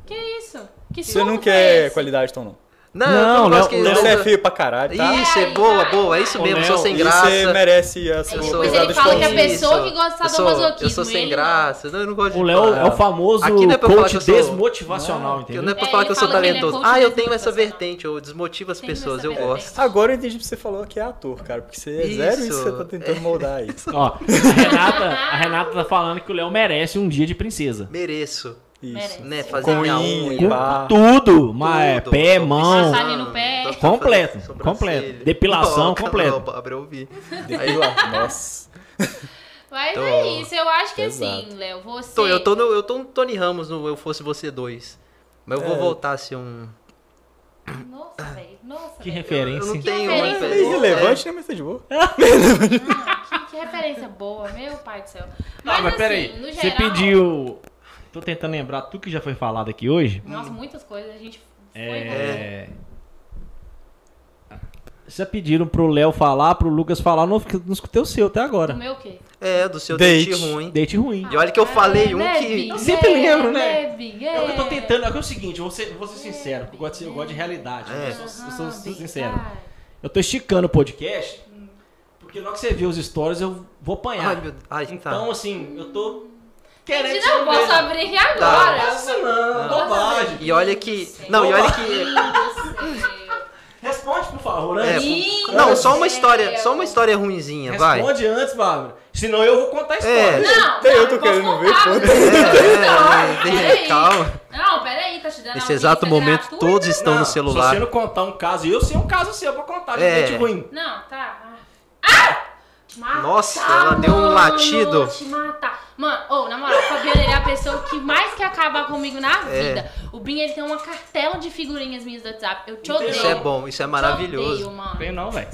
Que isso? Que
Você não
surto foi
quer
é esse?
qualidade, então não.
Não,
Não,
eu não gosto
Léo-
que.
Léo-
Você é feio pra caralho, tá?
Isso, é
Ai,
boa,
ai,
boa, é isso
ai.
mesmo,
Ô,
sou
Léo,
sem
E
graça.
Você merece essa
Aí
sou
depois ele
usado
fala que a
esporte.
pessoa que gosta
eu
de
sou,
sadomasoquismo.
eu sou sem
ele
graça, não, eu não gosto de
O Léo é o
Ah.
famoso
Aqui não é pra falar que eu
coach
sou-
desmotivacional,
Eu
entendeu?
não é pra
É,
falar
ele
que eu sou
fala que ele é
talentoso.
coach
ah, eu
de
tenho essa
motivacional.
vertente, eu desmotivo as
Tenho
pessoas,
essa
eu
vertente.
gosto.
Agora eu entendi porque você falou que é ator, cara, porque você é zero isso
Isso. É.
que você tá tentando moldar aí.
Ó, a Renata, a Renata tá falando que o Léo merece um dia de princesa.
Mereço,
Isso.
Merece.
né? Fazer minha
Coinha
unha.
e
Com
pá.
tudo, mas é assim,
tudo.
pé,
Tô
mão.
Massagem no pé.
tô- tô
Completo,
fazendo
completo.
sobrancelha.
Depilação
Não, calma,
completa.
não, Bárbara, eu vi.
Aí lá, nossa.
Mas
Tô-
é isso, eu acho que assim,
Exato.
Léo, você.
Tô, eu, tô no, eu tô no Tony Ramos no Eu Fosse Você 2. Mas eu vou
É.
voltar a ser um.
Nossa, velho. Nossa,
Que
velho.
Eu
referência.
não tenho
Que
uma
referência.
É
referência.
irrelevante, né? Mas tá de boa.
Que, que referência boa, meu pai do céu.
Tá,
Mas,
mas
assim,
peraí.
no
Você
geral,
pediu. Tô tentando lembrar tudo que já foi falado aqui hoje.
Nossa, muitas coisas a gente foi.
É. Já pediram pro Léo falar, pro Lucas falar, não, fica- não escutei o seu até
O
agora.
meu o quê?
É, do seu
Date.
dente ruim.
Date ruim.
E olha que eu falei um
É,
que.
Big, é,
sempre lembro, né?
Big,
Eu, eu tô
é.
tentando, é que é o seguinte, vou ser, vou ser sincero, porque eu gosto, de- eu gosto de realidade, né?
É.
eu sou, eu sou-
Aham,
sou
Big,
sincero.
vai.
Eu tô esticando o podcast,
Hum.
porque logo que você vê os stories, eu vou apanhar.
Ai, meu Deus. Ai, tá.
Então, assim, eu tô
Gente,
querendo... Tá.
não posso abrir aqui agora.
Nossa, não, bobagem.
E olha que. Não, e olha que.
assim.
Responde, por favor, né?
É,
antes.
Ih,
Não, só uma
Deus.
história, só uma história ruinzinha, vai.
Responde antes, Bárbara. Senão eu vou contar a história.
Não,
Até
não,
eu tô
posso
querendo
contar,
ver,
mas
foda-se.
não
É,
posso contar,
é, é,
peraí.
calma.
Não, peraí, tá te dando
Nesse
audiência
exato momento,
gratuita?
todos estão
Não,
no
Se você
celular.
não contar um caso, eu sei um caso seu, eu vou contar de
É.
gente ruim.
Não, tá. Ah! Matar,
Nossa, ela deu um
mano,
latido.
te matar. Mano, ô, na moral, o Fabiano ele é a pessoa que mais quer acabar comigo na
É.
vida. O Binho ele tem uma cartela de figurinhas minhas do WhatsApp. Eu te
Isso
odeio.
Isso é bom, isso é
Te odeio,
maravilhoso.
mano.
Tem não, velho.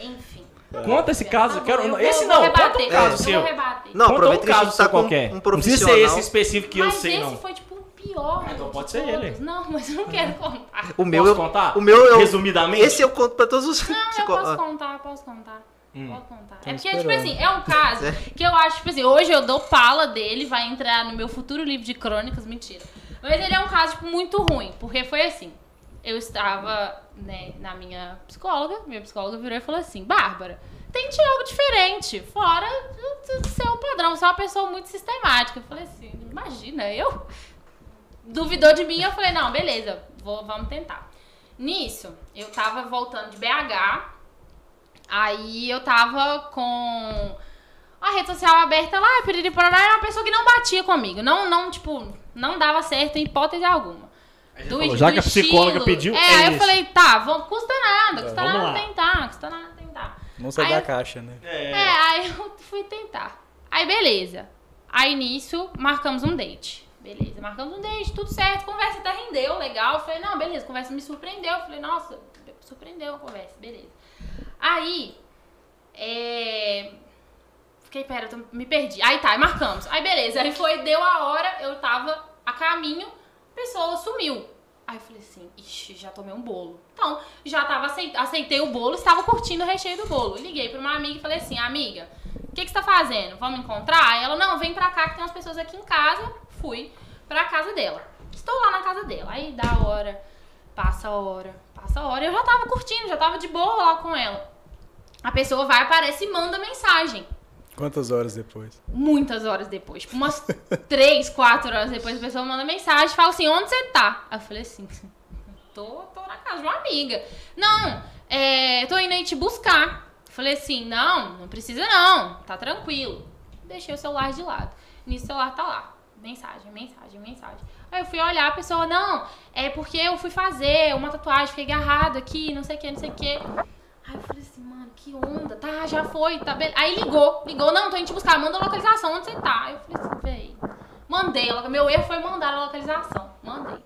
Enfim.
Conta esse
Tá
caso, eu
bom,
quero. um
eu vou-
esse
eu
não,
vou
conta um
É.
rebater,
caso
eu
seu.
vou rebater.
Não,
conta
aproveita
um
que a
caso
gente tá
seu
com
qualquer.
um
Não precisa ser
profissional.
esse específico que
Mas
eu sei,
esse
não.
foi tipo um pior.
Ah, então
de
pode ser
todos.
ele.
Não, mas eu não quero contar.
Hum. O meu,
Posso
eu,
contar?
o meu eu,
Resumidamente?
esse é eu conto pra todos os
Não, eu
psico-
posso
ah,
contar, posso contar.
Hum.
Posso contar. É porque, tipo
esperando.
assim, é um caso que eu acho, tipo assim, hoje eu dou pala dele, vai entrar no meu futuro livro de crônicas, mentira. Mas ele é um caso, tipo, muito ruim, porque foi assim. Eu estava, né, na minha psicóloga, minha psicóloga virou e falou assim, Bárbara, tente algo diferente, fora do do seu padrão, você é uma pessoa muito sistemática. Eu falei assim, imagina, eu duvidou de mim, eu falei, não, beleza, vou, vamos tentar. Nisso, eu tava voltando de BH, aí eu tava com a rede social aberta lá, piriri pororá, era uma pessoa que não batia comigo, não, não, tipo, não dava certo em hipótese alguma. Do-
falou, já
do
que a psicóloga pediu,
É,
é
aí eu
esse.
falei, tá, vamos, custa nada, custa
vamos
nada
lá.
tentar, custa nada tentar.
Não sai
Aí
da
eu-
caixa, né?
É.
É, aí eu fui tentar. Aí beleza. Aí nisso, marcamos um date. Beleza, marcamos um date, tudo certo. Conversa até rendeu, legal. Eu falei, não, beleza, conversa me surpreendeu. Eu falei, nossa, surpreendeu a conversa, beleza. Aí, é... Fiquei, pera, eu tô- me perdi. Aí tá, aí marcamos. Aí beleza, aí foi, deu a hora, eu tava a caminho, a pessoa sumiu. Aí eu falei assim, ixi, já tomei um bolo. Então, já tava acei- aceitei o bolo, estava curtindo o recheio do bolo. Liguei pra uma amiga e falei assim, amiga, o que, que você tá fazendo? Vamos encontrar? Aí ela, não, vem pra cá que tem umas pessoas aqui em casa. Fui pra casa dela. Estou lá na casa dela. Aí dá a hora, passa a hora, passa a hora. Eu já tava curtindo, já tava de boa lá com ela. A pessoa vai, aparece e manda mensagem
Quantas horas depois?
muitas horas depois, tipo umas 3, 4 horas depois, a pessoa manda mensagem e fala assim: onde você tá? Aí eu falei assim: tô, tô na casa de uma amiga. Não, é, tô indo aí te buscar. Falei assim: não, não precisa não, tá tranquilo. Deixei o celular de lado. Nisso o celular tá lá. Mensagem, mensagem, mensagem. Aí eu fui olhar, a pessoa, não, é porque eu fui fazer uma tatuagem, fiquei agarrado aqui, não sei o que, não sei o que. Aí eu falei assim, mano, que onda, tá, já foi, tá beleza. Aí ligou, ligou, não, tô indo te buscar, manda a localização, onde você tá? Aí eu falei assim, véi, mandei, a loca- meu erro foi mandar a localização, mandei.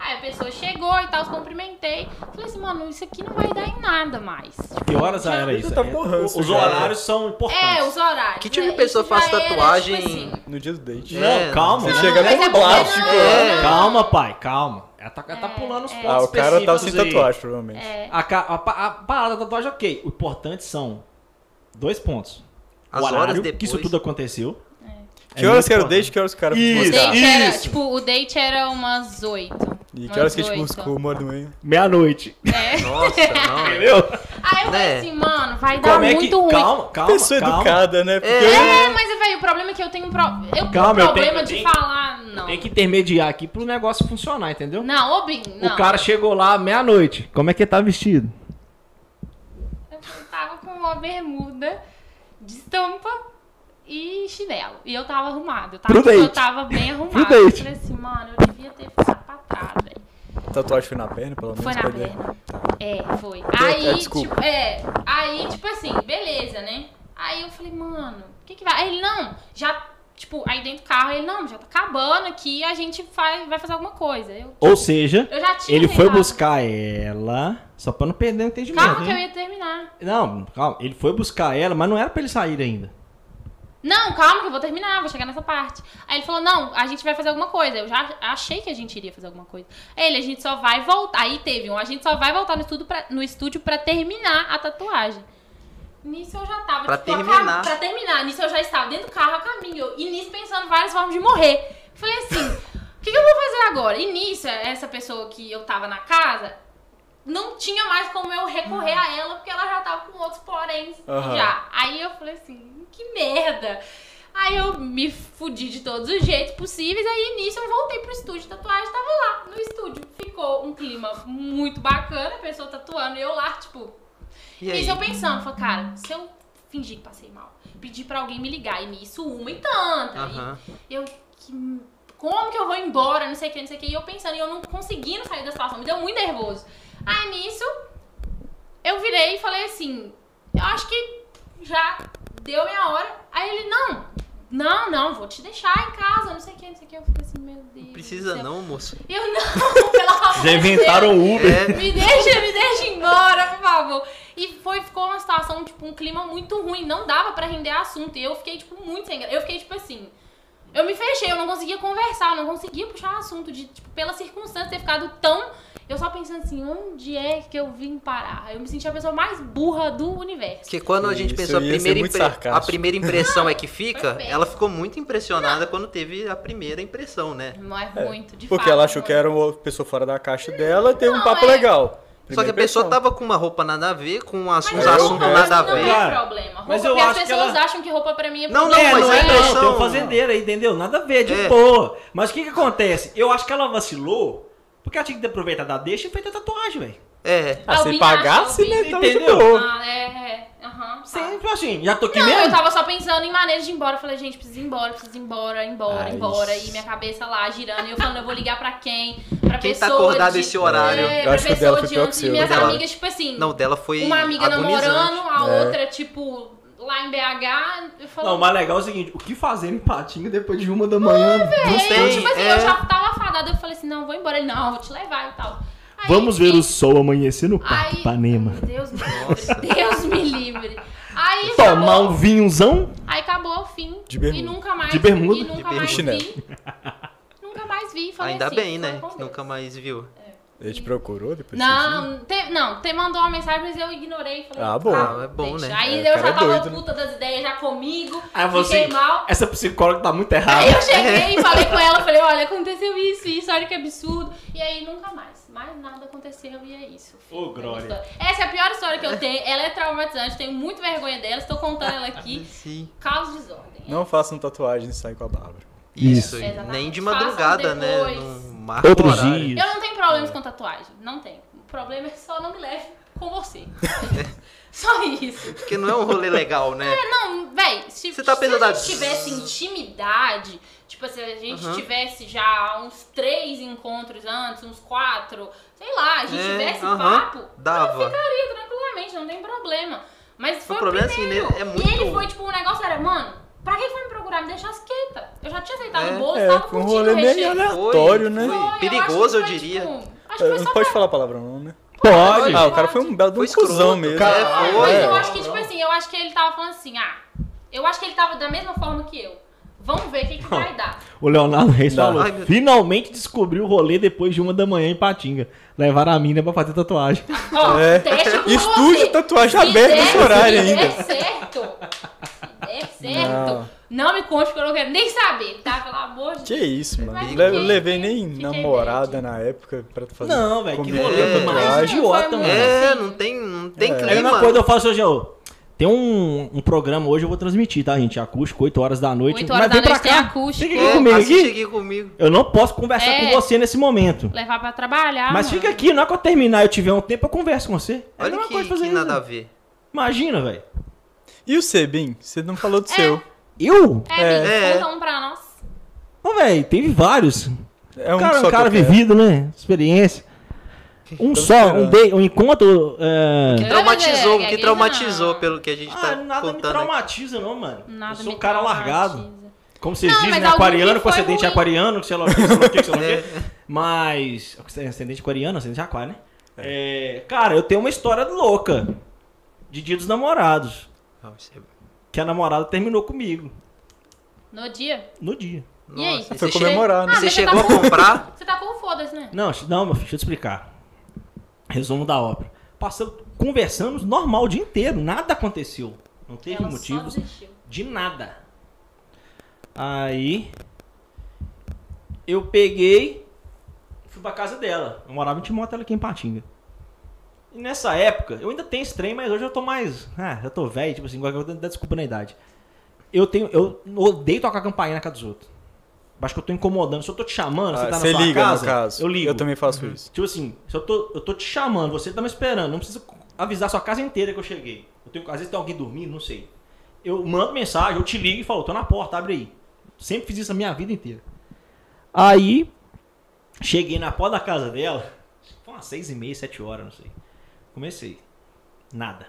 Aí a pessoa chegou e tal, os cumprimentei. Falei assim, mano, isso aqui não vai dar em nada mais.
Que horas era isso?
Eu tava com ranço,
Os
cara.
horários são importantes.
É, os horários.
Que tipo de
né?
pessoa
Isso
faz
já era, tipo
tatuagem-
assim,
No dia do date.
Não,
É,
calma.
Você chega
mas é
com
porque
plástico,
não-
né?
É.
Calma, pai, calma. Ela tá, ela tá
É,
pulando os pontos
Ah, o cara tá sem
específicos aí.
tatuagem, provavelmente.
A, ca- a pa- a parada da tatuagem, ok. O importante são dois pontos.
As
o horário,
horas depois.
que isso tudo aconteceu.
que horas que era o
muito
date, que horas que o cara
Isso.
O
foi buscar?
date era,
Isso.
tipo, o date era umas 8.
E que horas que a gente
Umas oito.
buscou, uma hora do meio?
importante. Meia-noite.
Nossa, não. é.
Entendeu?
Aí eu falei
Né?
assim, mano, vai dar
Como é
muito
que...
ruim.
Calma, calma,
Pessoa
calma.
educada, né? Porque
É, mas, velho, o problema é que eu tenho um pro... eu
Calma,
tenho
eu
um problema
tenho-
de
tem-
falar, não.
Tem que intermediar aqui pro negócio funcionar, entendeu?
Não, ô Bim, não.
O cara chegou lá meia-noite. Como é que ele tá vestido?
Eu tava com uma bermuda de estampa e chinelo. E eu tava arrumada. Eu tava,
Pro
eu
date.
tava bem arrumada.
Pro
Eu
date.
falei assim, mano, eu devia ter ficado pra trás, velho.
a tatuagem foi na perna, pelo menos.
Foi na
pra ele.
perna.
Tá.
É, foi.
é,
Aí,
desculpa.
tipo, é, aí, tipo assim, beleza, né? Aí eu falei, mano, o que que vai? Aí ele, não, já, tipo, aí dentro do carro, ele, não, já tá acabando aqui, a gente vai, vai fazer alguma coisa. Eu,
Ou seja,
eu já tinha
ele foi
tentado.
buscar ela. Só pra não perder o entendimento.
Calma que eu
hein?
ia terminar.
Não, calma. Ele foi buscar ela, mas não era pra ele sair ainda.
Não, calma que eu vou terminar, vou chegar nessa parte. Aí ele falou, não, a gente vai fazer alguma coisa. Eu já achei que a gente iria fazer alguma coisa. Aí Ele, a gente só vai voltar. Aí teve um, a gente só vai voltar no, estudo pra, no estúdio pra terminar a tatuagem. Nisso eu já tava,
Pra
tipo, a cam-
terminar.
pra terminar. Nisso eu já estava dentro do carro a caminho. E nisso pensando várias formas de morrer. Falei assim, o que, que eu vou fazer agora? E nisso, essa pessoa que eu tava na casa, não tinha mais como eu recorrer a ela, porque ela já tava com outros porém
Aham.
já. Aí eu falei assim, que merda. Aí eu me fudi de todos os jeitos possíveis, aí nisso eu voltei pro estúdio de tatuagem, tava lá no estúdio. Ficou um clima muito bacana, a pessoa tatuando, e eu lá, tipo...
E aí?
nisso eu pensando, falei, cara, se eu fingir que passei mal, pedir pra alguém me ligar, e nisso uma e tanta, e
Aham.
eu, que- como que eu vou embora, não sei o que, não sei o que. E eu pensando, e eu não conseguindo sair da situação, me deu muito nervoso. Aí nisso, eu virei e falei assim, eu acho que já deu minha hora. Aí ele, não, não, não, vou te deixar em casa, não sei o que, não sei o que. Eu falei assim, meu Deus. do
Precisa
céu.
não, moço.
Eu não, pelo amor de Deus.
o
É,
Me deixa, me deixa embora, por favor. E foi, ficou uma situação, tipo, um clima muito ruim. Não dava pra render assunto. E eu fiquei, tipo, muito sem graça. Eu fiquei, tipo assim. Eu me fechei, eu não conseguia conversar, eu não conseguia puxar assunto de, tipo, pela circunstância ter ficado tão. Eu só pensando assim, onde é que eu vim parar? Eu me senti a pessoa mais burra do universo.
Porque quando a gente
Isso,
pensou a
eu ia ser
primeira,
muito
impre-
sarcástico.
a primeira impressão é que fica,
Perfeito.
ela ficou muito impressionada quando teve a primeira impressão, né?
Não é muito, de
Porque
fato,
ela achou
não é.
que era uma pessoa fora da caixa dela, teve um
Não,
papo
é- tá
legal.
Só que a
Primeira
pessoa
impressão.
tava com uma roupa nada a ver, com uns
Mas
uns
roupa
assuntos
pra
um nada a
mim não
ver.
é
Cara,
problema. Roupa,
mas eu
porque
acho
as
que
pessoas
ela-
acham que roupa pra mim é
Não, não,
problema.
É, mas não é
não,
impressão.
tem um fazendeiro aí, entendeu? Nada a ver, de
É.
boa. Mas o que que acontece? Eu acho que ela vacilou porque ela tinha que aproveitar da deixa e feito a tatuagem, velho.
É.
Ah, se
Albin
pagasse,
acha,
né?
Albin.
Tava de
Entendeu?
boa.
Ah, é, é. Aham. tá.
Sempre assim, já tô aqui
Não,
mesmo.
eu tava só pensando em maneiras de ir embora. Eu falei, gente, preciso ir embora, preciso ir embora, embora,
Ai.
embora. E minha cabeça lá girando. E eu falando, eu vou ligar pra quem? Pra
Quem tá
pessoa.
acordado
de...
esse horário?
É,
Eu
pra
acho que o dela
pessoa
foi
de
pior que
antes.
o
E
seu.
minhas
Dela-
amigas, tipo assim,
Não, dela foi
uma amiga
agonizante.
namorando, a
É.
outra, tipo, lá em BH. Eu falei,
Não, o mais legal é o seguinte, o que fazer em patinho depois de uma da manhã?
"Ei",
não tem,
tipo assim,
é.
eu já tava fadada. Eu falei assim, não, eu vou embora. Ele, não, eu vou te levar e tal. Aí, enfim,
sol amanhecer no
Aí, Meu Deus me livre, Deus me livre. Aí acabou,
um vinhozão?
aí acabou o fim.
De
E
bermuda.
nunca mais.
De bermuda.
E
De
nunca
bermuda.
mais vi.
Chinelo.
nunca mais vi. Falei
Ainda
assim,
bem,
foi
né?
com
que
Deus.
Nunca mais viu.
Ele te procurou depois disso?
Não, te, não, te mandou uma mensagem, mas eu ignorei. Falei,
Ah, bom.
Ah, é bom,
deixa.
né?
Aí
É,
eu
o cara
já
é
tava
doido, né?
puta das ideias já comigo.
Aí Ah, você,
fiquei mal.
essa psicóloga tá muito errada.
Aí eu cheguei e falei com ela, falei, olha, aconteceu isso, isso, olha que absurdo. E aí nunca mais, mais nada aconteceu e é isso. fim
Ô,
da
glória.
minha história. Essa é a pior história que eu tenho, ela é traumatizante, tenho muito vergonha dela, estou contando ela aqui.
Sim.
Caos desordem.
Não façam tatuagem e saem com a Bárbara.
Isso.
Isso,
Exatamente.
nem de
Façam
madrugada, né?
depois.
Não marca o
Outros
horário.
dias.
Eu não tenho problemas com tatuagem, não tenho. O problema é só não me leve com você. Só isso.
Porque não é um rolê legal, né?
Não, véi, se,
Você tá
se a
pensando-
gente tivesse intimidade, tipo, se a gente
Aham.
tivesse já uns três encontros antes, uns quatro, sei lá, a gente
É,
tivesse
aham,
papo,
dava.
eu ficaria tranquilamente, não tem problema. Mas foi
O
o,
problema é assim,
primeiro.
né? É muito-
E ele foi, tipo, um negócio era, mano, pra que foi me procurar? Me deixar quieta. Eu já tinha aceitado
É,
o bolo,
É,
tava
foi um
curtindo
rolê
o recheio.
meio
Foi,
aleatório, né?
foi.
Foi, acho que
Perigoso, eu
foi,
diria.
tipo, acho que foi
É,
só
Não
pra-
pode falar palavrão, não, né?
Pode.
Ah, o cara foi um belo de um
Foi escroto,
cuzão mesmo.
cara.
Ah, mas
É, foi.
eu acho que, tipo assim, eu acho que ele tava falando assim, ah, eu acho que ele tava da mesma forma que eu. Vamos ver o que, que vai dar.
O Leonardo Reis
Não.
falou,
Ai, meu-
finalmente descobriu o rolê depois de uma da manhã em Patinga. Levaram a mina pra fazer tatuagem.
Ó,
É.
teste com
Estúdio
você.
tatuagem
Se
aberta
der-
nesse horário ainda.
Se der certo, se der certo,
Não.
não. me conte que eu não quero nem saber, tá? Pelo amor de
Que isso, mano.
Mas
Le- Eu
fiquei-
levei nem
fiquei
namorada na época pra fazer.
Não, velho, que
combinar
rolê
com a
mais
Deus.
tatuagem.
idiota,
Foi
mano.
muito
É,
assim.
não tem, não tem
É.
É a
clima.
mesma coisa eu falo assim, hoje, ô, tem um, um programa hoje, eu vou transmitir, tá, gente? Acústico, 8 horas da noite.
Oito horas
mas vem
da
pra
noite tem
cá.
acústico.
Fica aqui
É,
comigo
assiste
aqui.
aqui comigo.
Eu não posso conversar
É.
com você nesse momento.
Levar pra trabalhar,
mas
mano.
fica aqui, na hora que eu terminar e eu tiver um tempo, eu converso com você. É a
Olha
mesma
que,
coisa fazer
que
isso.
nada a ver.
É,
Imagina, velho.
E o Sebin? Você não falou do seu.
Eu?
É,
É.
é. conta um pra nós.
Ô, velho, teve vários.
É um
cara,
só
um cara
que eu quero.
vivido, né? Experiência. Um só, um,
esperando.
de, um encontro. é,
Traumatizou,
É, é, é,
que
é,
traumatizou
não.
pelo que a gente
Ah,
tá
nada me
contando. aqui.
traumatiza, não, mano.
Nada
eu sou
me
um cara largado.
traumatiza.
Como vocês
Não,
dizem,
mas
né?
algum que
Aquariano com
foi
ascendente
ruim.
aquariano, que sei lá o que, sei lá o que, sei lá o
É.
que. Mas. Ascendente aquariano, ascendente aquário, né? É, cara, eu tenho uma história louca de Dia dos Namorados.
Não, isso é-
Que a namorada terminou comigo
No dia.
no dia.
E aí?
Nossa,
Foi
você,
Foi
chega-
comemorar, né?
Ah,
você
mas você
chegou
tá
a comprar?
Você tá com o foda-se, né?
Não, não, meu filho, deixa eu te explicar. Resumo da obra. Passamos, conversamos normal o dia inteiro, nada aconteceu. Não teve
Ela só
motivos
desistiu.
de nada. Aí eu peguei, fui pra casa dela. Eu morava em Timóteo, ela aqui em Patinga. E nessa época, eu ainda tenho esse trem, mas hoje eu tô mais. Ah, já tô velho, tipo assim, igual que eu dá desculpa na idade. Eu tenho. Eu odeio tocar campainha na casa dos outros. Acho que eu tô incomodando. Se eu tô te chamando, você
Ah,
tá na
Você
sua
liga,
casa.
no caso.
Eu ligo.
Eu também faço isso.
Tipo assim, se eu tô, eu tô te chamando, você tá me esperando, não precisa avisar a sua casa inteira que eu cheguei. Eu tenho, às vezes tem alguém dormindo, não sei. Eu mando mensagem, eu te ligo e falo, tô na porta, abre aí. Sempre fiz isso a minha vida inteira. Aí, cheguei na porta da casa dela, acho que foi umas seis e meia, sete horas, não sei. Comecei. Nada.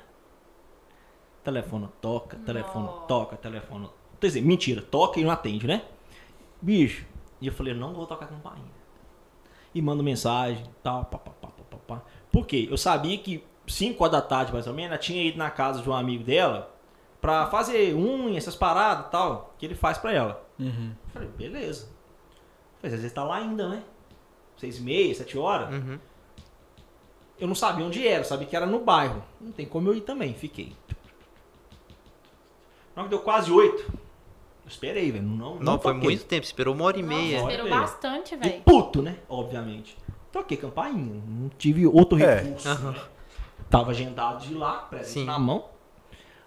Telefone toca, telefone
Nossa.
toca, telefone... Quer dizer, mentira, toca e não atende, né? Bicho. E eu falei, não vou tocar campainha e mando mensagem, tal, pá, pá, pá, pá, pá, pá. Por quê? Eu sabia que 5 horas da tarde, mais ou menos, ela tinha ido na casa de um amigo dela pra fazer unha, essas paradas e tal, que ele faz pra ela.
Uhum.
Eu falei, beleza. Mas às vezes tá lá ainda, né? Seis e meia, sete horas.
Uhum.
Eu não sabia onde era, eu sabia que era no bairro. Não tem como eu ir também, fiquei. Na hora que deu quase oito, eu esperei, velho. Não, não,
Não, foi
toquei.
muito tempo, esperou uma hora e
Nossa,
meia.
hora.
esperou
Olha aí.
bastante,
E
velho.
puto, né? Obviamente. Toquei campainha, não tive outro
É.
recurso.
Aham.
né? Tava agendado de ir lá, presente
Sim.
na mão.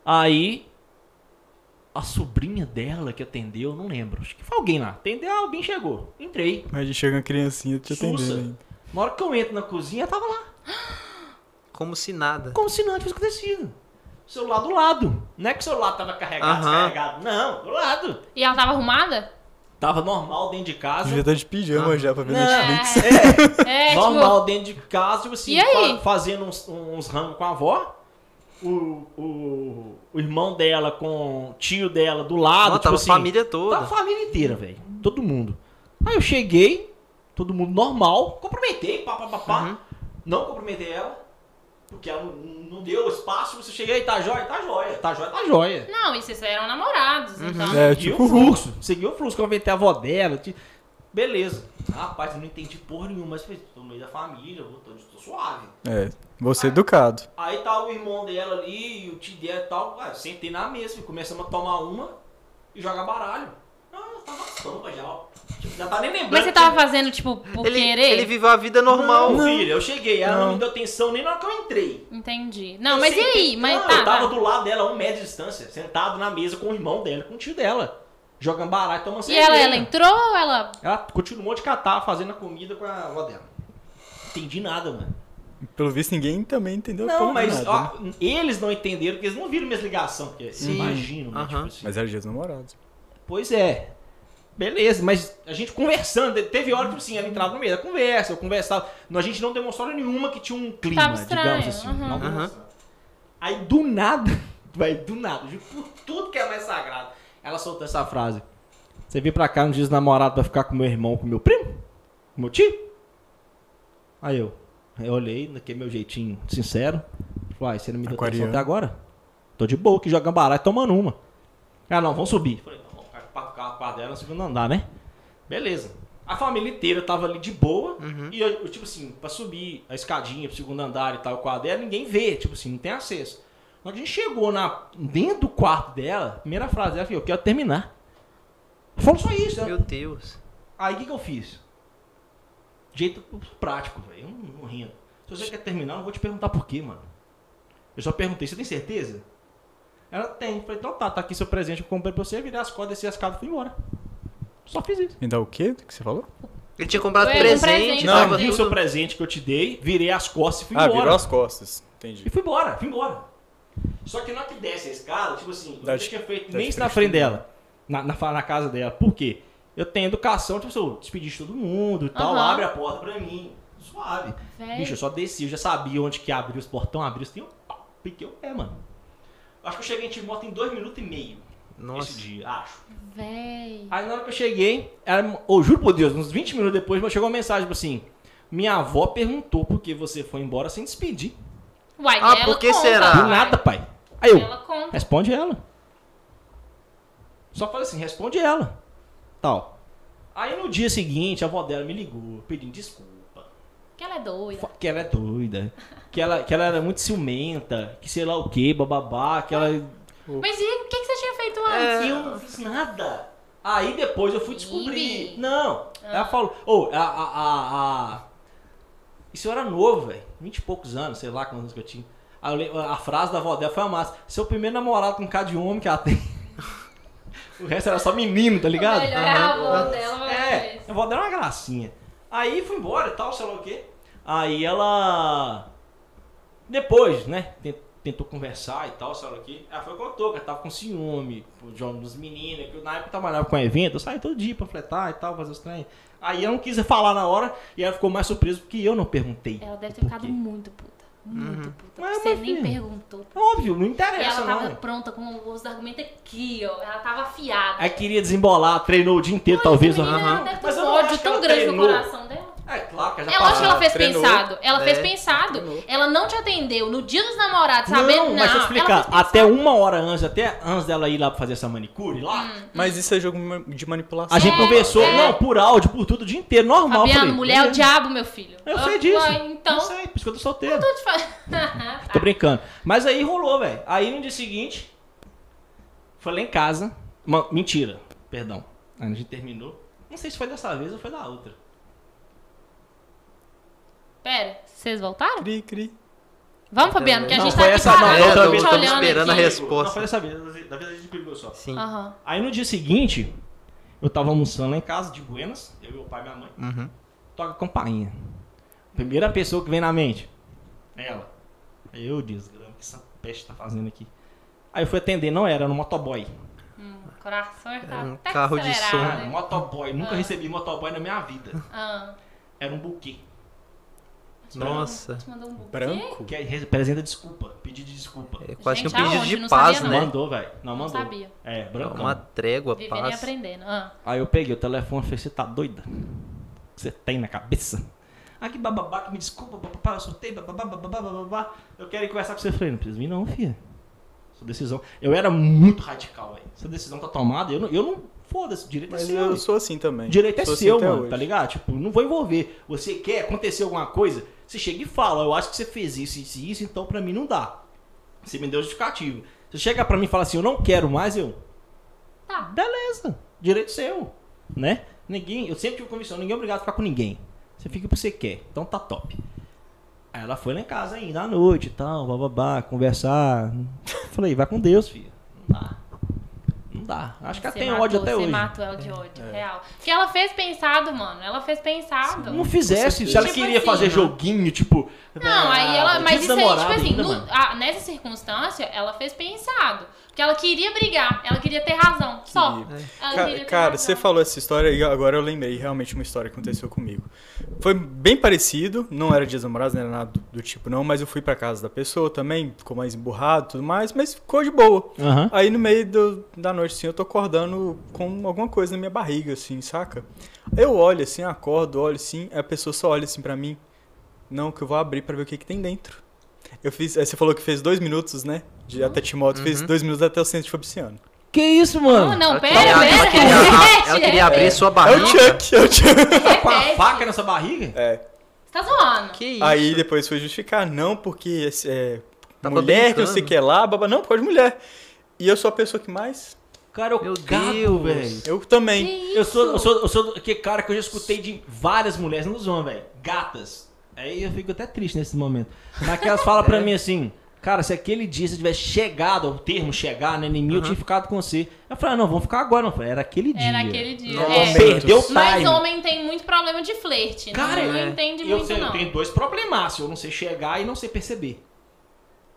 Aí, a sobrinha dela que atendeu, não lembro. Acho que foi alguém lá. Atendeu, alguém chegou. Entrei.
Mas chega uma criancinha te
Sussa.
atendendo ainda.
Na hora que eu entro na cozinha, tava lá.
Como se nada.
Como se nada tivesse acontecido. Celular do lado. Não é que o celular tava carregado,
Aham.
descarregado. Não, do lado.
E ela tava arrumada?
Tava normal dentro de casa.
Devia estar de pijama
Ah.
já pra ver
Não.
Netflix.
É,
É, tipo,
normal dentro de casa, tipo assim,
E aí?
fa- fazendo uns, uns rangos com a avó. O, o, o irmão dela com o tio dela do lado.
Não,
tipo
tava
assim,
a família toda.
Tava a família inteira, velho. Todo mundo. Aí eu cheguei, todo mundo normal, cumprimentei, pá, pá, pá, pá.
Uhum.
Não cumprimentei ela, porque ela não, não deu espaço. Você cheguei, tá jóia, tá jóia, tá jóia, tá jóia.
não, e vocês eram namorados,
Uhum.
então.
É,
Seguiu
tipo
o
Hulk.
fluxo. Seguiu o fluxo, comentei a avó dela. ti- Beleza. Rapaz, eu não entendi porra nenhuma, mas falei, tô no meio da família, eu tô, tô suave.
É, você educado.
Aí tá o irmão dela ali, e o tio dela e tal. Ah, eu sentei na mesa, e começamos a tomar uma e jogar baralho. Ah, tá na tampa já. ó. Tipo, Já tá nem lembrando.
Mas você tava fazendo, tipo, por
Ele,
querer?
ele viveu a vida normal.
Não, filho, eu cheguei. Ela não.
Não.
me deu atenção nem na hora que eu entrei.
Entendi. Não,
Eu
mas e
sentei-
aí? Mas
Não,
tá,
Eu tava
tá.
do lado dela, a um metro de distância, sentado na mesa com o irmão dela, com o tio dela. Jogando baralho, tomando
E ela, ela entrou ou ela.
Ela continuou de catar, fazendo a comida com a avó dela. Entendi nada, mano.
Pelo visto, ninguém também entendeu
não,
porra
mas
nada, né?
ó, eles não entenderam, porque eles não viram minhas ligações. Porque,
Sim.
Imagino, né,
Aham.
tipo assim.
Mas era dia dos namorados.
Pois é. Beleza, mas a gente conversando, teve hora que assim, ela entrava no meio da conversa, eu conversava. Não, A gente não demonstrou nenhuma que tinha um clima,
Tava estranho,
digamos assim.
aham.
Não
Aham.
demonstrou. Aí do nada, vai, do nada, juro por tudo que é mais sagrado, ela soltou essa frase. Você veio pra cá no dia dos namorados pra ficar com meu irmão, com meu primo? Com meu tio? Aí eu, eu olhei, naquele meu jeitinho sincero. Falei, "Uai, você não me deu atenção
Aquariano.
até agora? Tô de boa aqui jogando baralho, e tomando uma. Ah, não, vamos subir. Falei, não, vamos ficar com o carro quarto dela no segundo andar, né? Beleza. A família inteira tava ali de boa. E eu, eu, tipo assim, pra subir a escadinha pro segundo andar e tal, o quarto dela, ninguém vê. Tipo assim, não tem acesso. Na hora que a gente chegou na, dentro do quarto dela, a primeira frase dela foi, eu quero terminar. Falou só isso. ela-
Meu Deus.
Aí o que, que eu fiz? Jeito prático, velho. Eu não, não rendo. Se você quer terminar, eu não vou te perguntar por quê, mano. Eu só perguntei, você tem certeza? Ela tem. Eu Falei, então tá, tá aqui seu presente, eu comprei pra você, virei as cordas, desci as cabas e fui embora. Só fiz isso.
Me dá Então, é o quê que você falou?
Ele tinha comprado
Ué, um
presente,
presente,
Não,
tava
aqui o
tudo-
seu presente que eu te dei, virei as costas e fui
ah,
embora.
virou as costas.
E
Entendi.
fui embora, fui embora. Só que na hora que desce a escada, tipo assim, eu
Dá
não
de-
tinha feito
dá
nem
de
isso na
frente.
frente dela. Na, na, fa- na casa dela. Por quê? Eu tenho educação, tipo assim, eu despedi de todo mundo e tal,
Aham. É.
abre a porta pra mim. Suave.
Véi.
Bicho, eu só desci, eu já sabia onde que abriu os portão, abriu os tem um pau, piquei o pé, mano. Acho que eu cheguei em Timóteo em dois minutos e meio.
Nossa.
Esse dia, acho.
Véi.
Aí na hora que eu cheguei, ela, eu juro por Deus, uns 20 minutos depois, mas chegou uma mensagem, tipo assim, minha avó perguntou por que você foi embora sem despedir.
Uai,
Ah,
ela
por que
conta,
será?
Do
uai.
nada, pai. Aí eu,
Ela conta.
Responde ela. Só fala assim, responde ela. Tal. Aí no dia seguinte, a avó dela me ligou, pedindo desculpa.
Que ela é doida.
fa- Que ela é doida. Que ela, que ela era muito ciumenta. Que sei lá o que, bababá. Que ela.
Mas e o que, que você tinha feito
E
antes?
Ah, eu não fiz nada. Aí depois eu fui descobrir.
Ih. Ah.
Não. Ela falou. Ô, a, a, a, a. Isso eu era novo, velho. Vinte e poucos anos, sei lá quantos anos que eu tinha. Aí eu lembro- a frase da avó dela foi a massa. Seu primeiro namorado com cara de homem que ela tem. o resto era só menino, tá ligado?
Melhor é a
Aham.
avó dela, mas
É, eu vou dar uma gracinha. Aí fui embora e tal, sei lá o quê. Aí ela. Depois, né? ten- Tentou conversar e tal, sei lá o quê. Ela foi e contou que ela tava com ciúme pô, de algumas meninas, que eu, na época eu trabalhava com evento, eu saía todo dia pra fletar e tal, fazer os trem. Aí ela não quis falar na hora e ela ficou mais surpresa porque eu não perguntei.
Ela deve ter
Por
ficado
quê? Uhum.
muito puta. Muito puta.
Mas, é
Você
mas,
nem
filha,
perguntou.
É Óbvio, não
E
interessa,
ela tava
não. é.
pronta com o osso do argumento aqui, ó. Ela tava afiada.
Aí queria É desembolar, treinou o dia inteiro, talvez.
Essa menina,
aham.
ela deve ter
Mas eu
um
não acho
ódio
que
tão
ela
grande no
treinou.
coração dela.
É babaca, já
É lógico que ela fez
treinou,
pensado. Ela fez
É,
né?
pensado.
Treinou.
Ela não te atendeu no dia dos namorados, sabendo.
Não, mas deixa eu
ela
explicar.
fez
Até
pensado.
uma hora antes, até antes dela ir lá pra fazer essa manicure lá,
Mas isso é jogo de manipulação.
a gente
É,
conversou,
Hum. é.
não, por áudio, por tudo, o dia inteiro, normal.
Fabiano,
falei,
mulher é o diabo, meu filho.
né?" Eu sei disso.
falei, Então, tá.
Eu sei, por isso que eu tô solteiro.
tô te falando.
Tô brincando. Mas aí rolou, velho. Aí no dia seguinte, foi lá em casa. Ma- mentira, perdão. Aí A gente terminou. Não sei se foi dessa vez ou foi da outra.
Pera, vocês voltaram?
Cri, cri.
Vamos, Fabiano, que a
Não,
gente
foi
tá aqui
essa- não,
parado,
eu
te
também tava
olhando aqui.
esperando a res- Resposta.
Não foi dessa vez. Da vez a gente brigou só.
Sim.
Aham.
Aí no dia seguinte, eu tava almoçando lá em casa, de Buenas. Eu, meu pai e minha mãe.
Uhum.
Toca a campainha. Primeira pessoa que vem na mente. Ela. Aí Eu desgrama, o que essa peste tá fazendo aqui? Aí eu fui atender, não era, era um motoboy.
Hum, coração tá
É um
até
carro de
acelerado,
Ah,
hein?
motoboy. Nunca
Ah.
recebi motoboy na minha vida.
Ah,
Era um buquê.
Nossa.
te mandou um buquê?
Branco?
Que representa desculpa. Pedido de desculpa.
É quase
Gente,
que um
aonde?
pedido
Não
de paz,
sabia,
né?
Mandou, velho. Não,
Não
mandou.
sabia.
É,
É
brancão.
Uma trégua,
Vivendo e
paz.
aprendendo. Ah,
Aí eu peguei o telefone e falei, você tá doida? O que você tem na cabeça? Ah, que bababá, que me desculpa, bababá, eu soltei, bababá, bababá, bababá. Eu quero ir conversar com você. Eu falei, não precisa vir não, filha. Sua decisão... Eu era muito radical, velho. Sua decisão tá tomada, eu não... Eu não Foda-se, direito é
Mas
seu.
eu sou assim também.
Direito é
sou
seu,
assim até
mano,
hoje.
tá ligado? Tipo, não vou envolver. Você quer, acontecer alguma coisa, você chega e fala, eu acho que você fez isso, isso e isso, então pra mim não dá. Você me deu justificativo. Você chega pra mim e fala assim, eu não quero mais, eu...
tá.
Beleza, direito seu, né? Ninguém, eu sempre tive convicção, ninguém é obrigado a ficar com ninguém. Você fica o que você quer, então tá top. Aí ela foi lá em casa ainda à noite e tal, bababá, conversar. Falei, vai com Deus, filho. Não dá. Não dá. Acho que ela
Você
tem
matou,
ódio até
você
hoje.
matou ela de ódio, real. Porque ela fez pensado, mano. Ela fez pensado.
não fizesse, se
Tipo
ela queria
assim,
fazer
né?
joguinho, tipo.
Não, aí ela. Mas isso aí, tipo assim, no-
mano.
ah, nessa circunstância, ela fez pensado. Porque ela queria brigar, ela queria ter razão. Só.
Queria.
Ela
Ca-
queria ter
cara,
razão.
você falou essa história e agora eu lembrei realmente uma história que aconteceu comigo. Foi bem parecido, não era dias namorados, não era nada do, do tipo não, mas eu fui pra casa da pessoa também, ficou mais emburrado e tudo mais, mas ficou de boa.
Aham.
Aí no meio do- da noite, assim, eu tô acordando com alguma coisa na minha barriga, assim, saca? Eu olho, assim, acordo, olho, assim, aí a pessoa só olha, assim, pra mim. Não, que eu vou abrir pra ver o que que tem dentro. Eu fiz, aí você falou que fez dois minutos, né? De, até Timóteo, fez dois minutos até o centro de Fabriciano.
Que isso,
Não,
mano?
não,
Ela
pera,
queria-
pera.
ela queria-
repete,
Ela queria abrir sua
É o
barriga.
Chuck, é o Chuck.
repete.
Com a faca nessa barriga?
Você tá zoando.
Que isso?
Aí depois foi justificar, não, porque é,
Tava
mulher que eu
brincando.
sei que é lá, babá, não, por causa de mulher. E eu sou a pessoa que mais.
Cara, eu
Meu
cago,
Deus.
velho.
Eu também.
Eu sou, eu sou, eu sou do- que cara que eu já escutei de várias mulheres, não dos homens, velho. Gatas. Aí eu fico até triste nesse momento. Mas que elas falam
É.
pra mim assim, cara, se aquele dia você tivesse chegado, o termo chegar, né, em mim, eu tinha ficado com você. Eu falei, ah, não, vamos ficar agora. Não, eu falei, era aquele dia.
Era aquele dia.
Nossa.
é.
Perdeu o time.
Mas homem tem muito problema de flerte. né?
Cara,
não
é.
entende
eu,
muito,
sei, eu
não.
tenho dois problemas, eu não sei chegar e não sei perceber.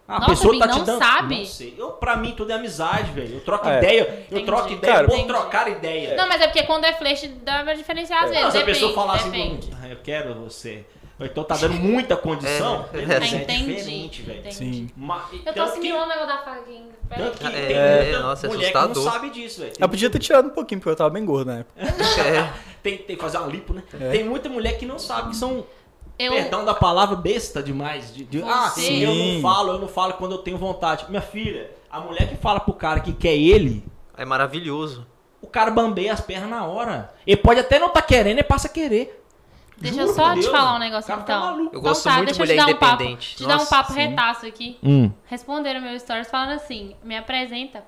A
Nossa,
pessoa
Bim,
tá te
não
dando.
sabe?
Não sei. Eu, pra mim, tudo é amizade, velho. Eu troco
É.
ideia, eu
Entendi.
troco ideia
Cara,
por
Entendi.
trocar ideia.
Não, mas é porque quando é flerte dá pra diferenciar às vezes.
Não, se a
depende,
pessoa falar assim,
depende.
"Ah, eu quero você. Ou Então tá dando muita condição.
É,
É,
é.
Ah, entendi.
diferente, velho.
entendi.
Sim.
Ma- e
Eu tô
tanto que-
assimilando o negócio da faquinha. Peraí.
tanto que
É,
tem
é,
muita
nossa, é
mulher que
assustador.
não sabe disso, velho.
Eu podia ter tirado um pouquinho, porque eu tava bem gordo na época.
É,
Tem tem que fazer uma lipo, né?
É.
Tem muita mulher que não sabe que são,
Eu,
perdão da palavra, besta demais. de- de- ah,
Você-
sim, eu
Sim.
não falo, eu não falo quando eu tenho vontade. Minha filha, a mulher que fala pro cara que quer ele,
é maravilhoso.
o cara bambeia as pernas na hora. Ele pode até não tá querendo, ele passa a querer.
Deixa eu
Juro
só
por
te
Deus,
falar um
mano.
negócio
O cara fica
então.
maluco.
Eu
Então
gosto
tá,
muito de
deixa eu te
mulher
dar um papo,
independente.
te dar um
Nossa,
papo
sim.
retaço aqui.
Hum.
Responderam meu stories falando assim, me apresenta.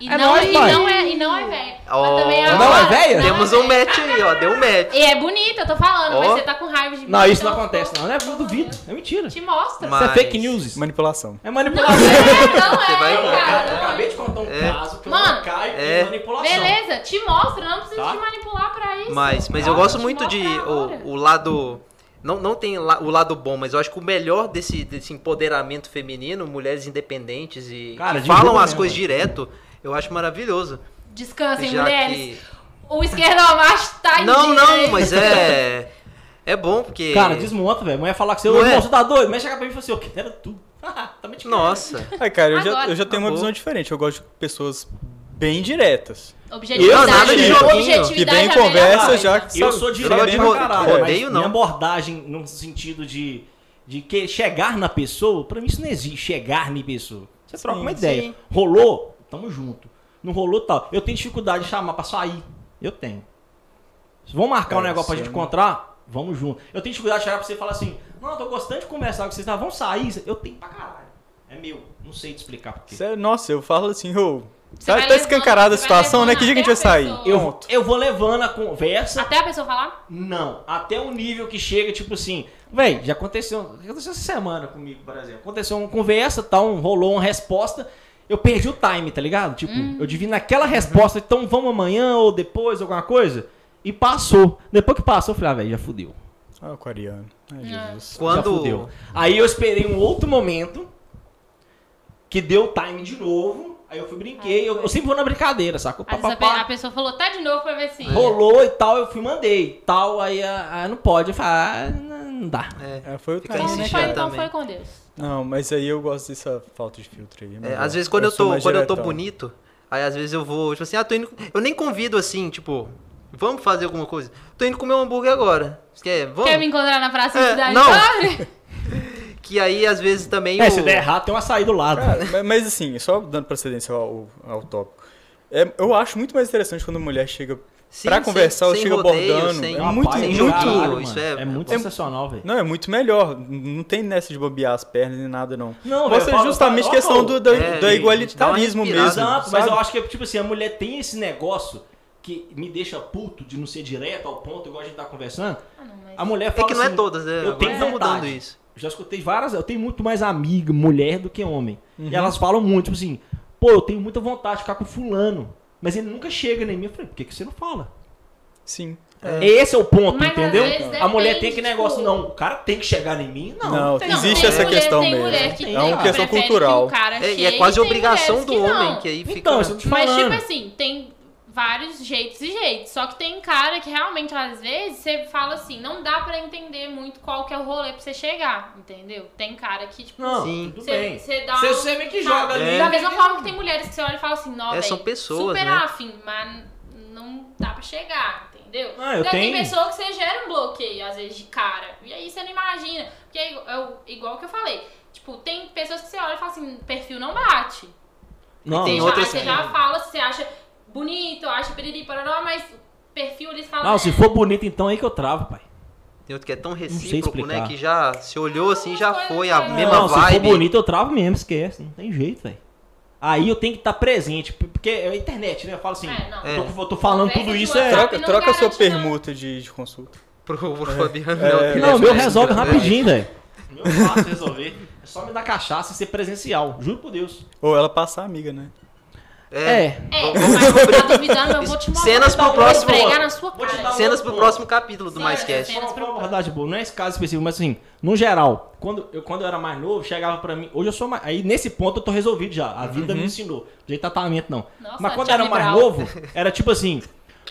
E,
É
não,
nóis,
e,
pai.
não é, e não é velha.
Ó,
mas também é
não
agora,
é velha?
não
Temos
é
um
velha.
match aí, ó. Deu um match.
E é bonita, eu tô falando, mas
Ó.
você tá com raiva de mim.
Não, isso não
então
acontece,
eu
não. Não é, eu duvido. É mentira.
Te mostro.
Mas-
Isso é fake news.
Manipulação.
É
Não
manipulação.
é, não
Você vai-
é,
Eu
cara.
acabei de contar um
É.
caso que eu
Mano,
não caio
é.
em manipulação.
Beleza, te mostra, não precisa
Tá.
te manipular pra isso.
Mas, mas eu
Cara,
gosto
te
muito de
mostra agora.
o, o lado. Não, não tem la- o lado bom, mas eu acho que o melhor desse, desse empoderamento feminino, mulheres independentes e
Cara,
que
de
falam
boa
as
mesmo.
coisas direto, eu acho maravilhoso.
Descansem,
já
Assim, mulheres.
que.
O esquerdomacho tá em
Não,
dia,
não,
hein?
mas é. É bom porque.
Cara, desmonta, velho. Mulher falar que você, ô
Não é?
irmão, você tá doido? Mas chega pra mim e fala assim, eu quero tudo. Tá Também te quero.
Nossa.
Aí, cara, eu já,
Agora.
eu já tenho uma
Acabou.
visão diferente. Eu gosto de pessoas bem diretas.
Objetividade.
nada de joguinho.
Que
Objetividade
vem
é a
conversa
melhor
já.
coisa.
Eu sou direto
Jogo de
pra
ro-
caralho.
rodeio,
mas
não.
Minha abordagem no sentido de, de que chegar na pessoa, pra mim isso não existe. Chegar na pessoa. Você troca uma ideia.
sim.
Rolou? Tamo junto. Não rolou, tal. Eu tenho dificuldade de chamar pra sair. Eu tenho. Vamos marcar um
É,
negócio pra
isso
gente
é-
encontrar? Vamos junto. Eu tenho dificuldade de chegar pra você e falar assim: Não, tô gostando de conversar com vocês, tá? Vamos sair? Eu tenho pra caralho. É meu. Não sei te explicar por quê.
Sério, nossa, eu falo assim, ô.
Você
Tá,
vai
tá
levando,
escancarada a
você vai
situação, né?
levando
Que dia que a gente vai
até a
sair?
é
pessoa.
Eu,
Pronto.
eu vou levando a conversa.
Até a pessoa falar?
Não, até o nível que chega, tipo assim, véi, já aconteceu, aconteceu essa semana comigo, por exemplo. Aconteceu uma conversa, tal, um- rolou uma resposta, eu perdi o time, tá ligado? Tipo, eu devia naquela resposta, então vamos amanhã ou depois, alguma coisa, e passou. Depois que passou, eu falei, ah, velho, já fudeu.
Ah, aquariano. Ai,
É.
Jesus.
Já
Quando.
fudeu. Aí eu esperei um outro momento, que deu time de novo, aí eu fui brinquei, eu, eu sempre vou na brincadeira, sacou?
Às
Pá,
vezes
pá,
a pe-
pá.
a pessoa falou, tá de novo pra ver se.
Rolou e tal, eu fui mandei. Tal, aí ah, ah, não pode. Eu falei, ah, não não dá.
É.
É, foi o
Fica
Então,
caso, né,
insistindo.
foi,
cara?
então
também.
foi com Deus.
Não, mas aí eu gosto dessa falta de filtro aí. mas
É,
eu-
às vezes quando eu,
sou
tô,
mais
quando eu tô
diretão.
bonito, aí às vezes eu vou, tipo assim, ah, tô indo. Eu nem convido assim, tipo, vamos fazer alguma coisa. Tô indo comer um hambúrguer agora. Você Quer, vamos?
Quer me encontrar na praça da
É,
cidade?
não.
Pobre?
Que aí às vezes também.
É,
o-
se der errado, tem uma saída do
né?
lado.
Cara, ma- mas assim, só dando precedência ao, ao tópico. É, eu acho muito mais interessante quando a mulher chega
Sim,
pra
sem-
conversar ou
sem
chega
rodeio,
abordando.
sem-
É
uma
muito,
paz do
muito.
caralho, mano.
isso é-
muito
é-
sensacional, velho.
Não, é muito melhor. N- Não tem nessa de bobear as pernas nem nada, não.
Não,
Você
velho, eu falo- tá
justamente
eu falo-
questão do, da-
É,
do
e-
igualitarismo
dá uma
mesmo.
respirada,
Exato, mas
sabe?
eu acho que, tipo assim, a mulher tem esse negócio que me deixa puto de não ser direto ao ponto, igual a gente tá conversando.
Ah, não, mas-
A mulher
É
fala
que não é
assim,
todas, né?
eu
Agora
tenho
tá
vontade.
mudando isso.
Já escutei várias. Eu tenho muito mais amiga, mulher, do que homem. E elas falam muito, tipo assim, pô, eu tenho muita vontade de ficar com fulano. Mas ele nunca chega nem mim. Eu falei, por que, que você não fala?
Sim.
Esse é o ponto,
Mas às
entendeu?
vezes
A mulher
depende,
tem que negócio,
tipo-
não. O cara tem que chegar em mim? Não.
Não,
tem
existe
tem
essa
mulher-
questão
tem
mesmo.
mulher que
É
tem,
uma
que
questão
prefere
cultural.
Que o cara
É, e
chegue,
é quase
tem
obrigação
mulheres
do
que não.
homem, que aí fica.
Então, isso eu tô te
Mas,
falando.
tipo assim, tem vários jeitos e jeitos. Só que tem cara que realmente, às vezes, você fala assim, não dá pra entender muito qual que é o rolê pra você chegar, entendeu? Tem cara que, tipo,
Não,
Sim.
tudo bem.
você você dá
Você-
um-
você meio que
sabe?
joga
ali.
Da mesma forma que tem mulheres que você olha e fala assim, nossa,
É, são pessoas,
super
né?
afim, mas não dá pra chegar, entendeu?
Ah, eu
Daí
tenho-
Tem pessoa que você gera um bloqueio, às vezes, de cara. E aí você não imagina. Porque é igual, é o- igual que eu falei. Tipo, tem pessoas que você olha e fala assim, perfil não bate.
Não,
Você,
tem
já,
outras
você
que-
já fala, você acha bonito, acha piriri, pororó, mas perfil eles falam...
Não, se for bonito, então aí que eu travo, pai.
Tem outro que é tão
sei
recíproco, né?
explicar.
Que já se olhou assim, já
Não,
foi a
não,
mesma
não, se for
vibe.
bonito, eu travo mesmo, esquece. Não tem jeito, velho. Aí eu tenho que estar presente, porque é a internet, né? Eu falo assim,
É, não.
eu tô, eu tô falando
Conversa
tudo
de
isso, é...
WhatsApp.
Troca,
não
troca sua
garante, não.
permuta de, de consulta.
Pro, pro Fabiano,
É,
não,
é.
o
Não, o meu
telefone
resolve
é
rapidinho, velho.
Meu fácil resolver.
É só me dar cachaça e ser presencial, juro por Deus.
Ou ela passa a amiga, né?
É.
É.
É, mas você tá duvidando, eu vou te mostrar.
Cenas pro
eu vou
próximo.
esfregar na sua
Vou te
cara.
dar um-
Cenas pro próximo capítulo do
Sim,
Mais Cast.
sim.
Só pra uma abordagem boa. Não é esse caso específico, mas assim, no geral, quando eu, quando eu era mais novo, chegava pra mim. Hoje eu sou mais. Aí nesse ponto eu tô resolvido já. A vida
Uhum.
me ensinou. De tratamento não.
Nossa,
mas quando
Charlie
eu era mais
Brown.
novo, era tipo assim: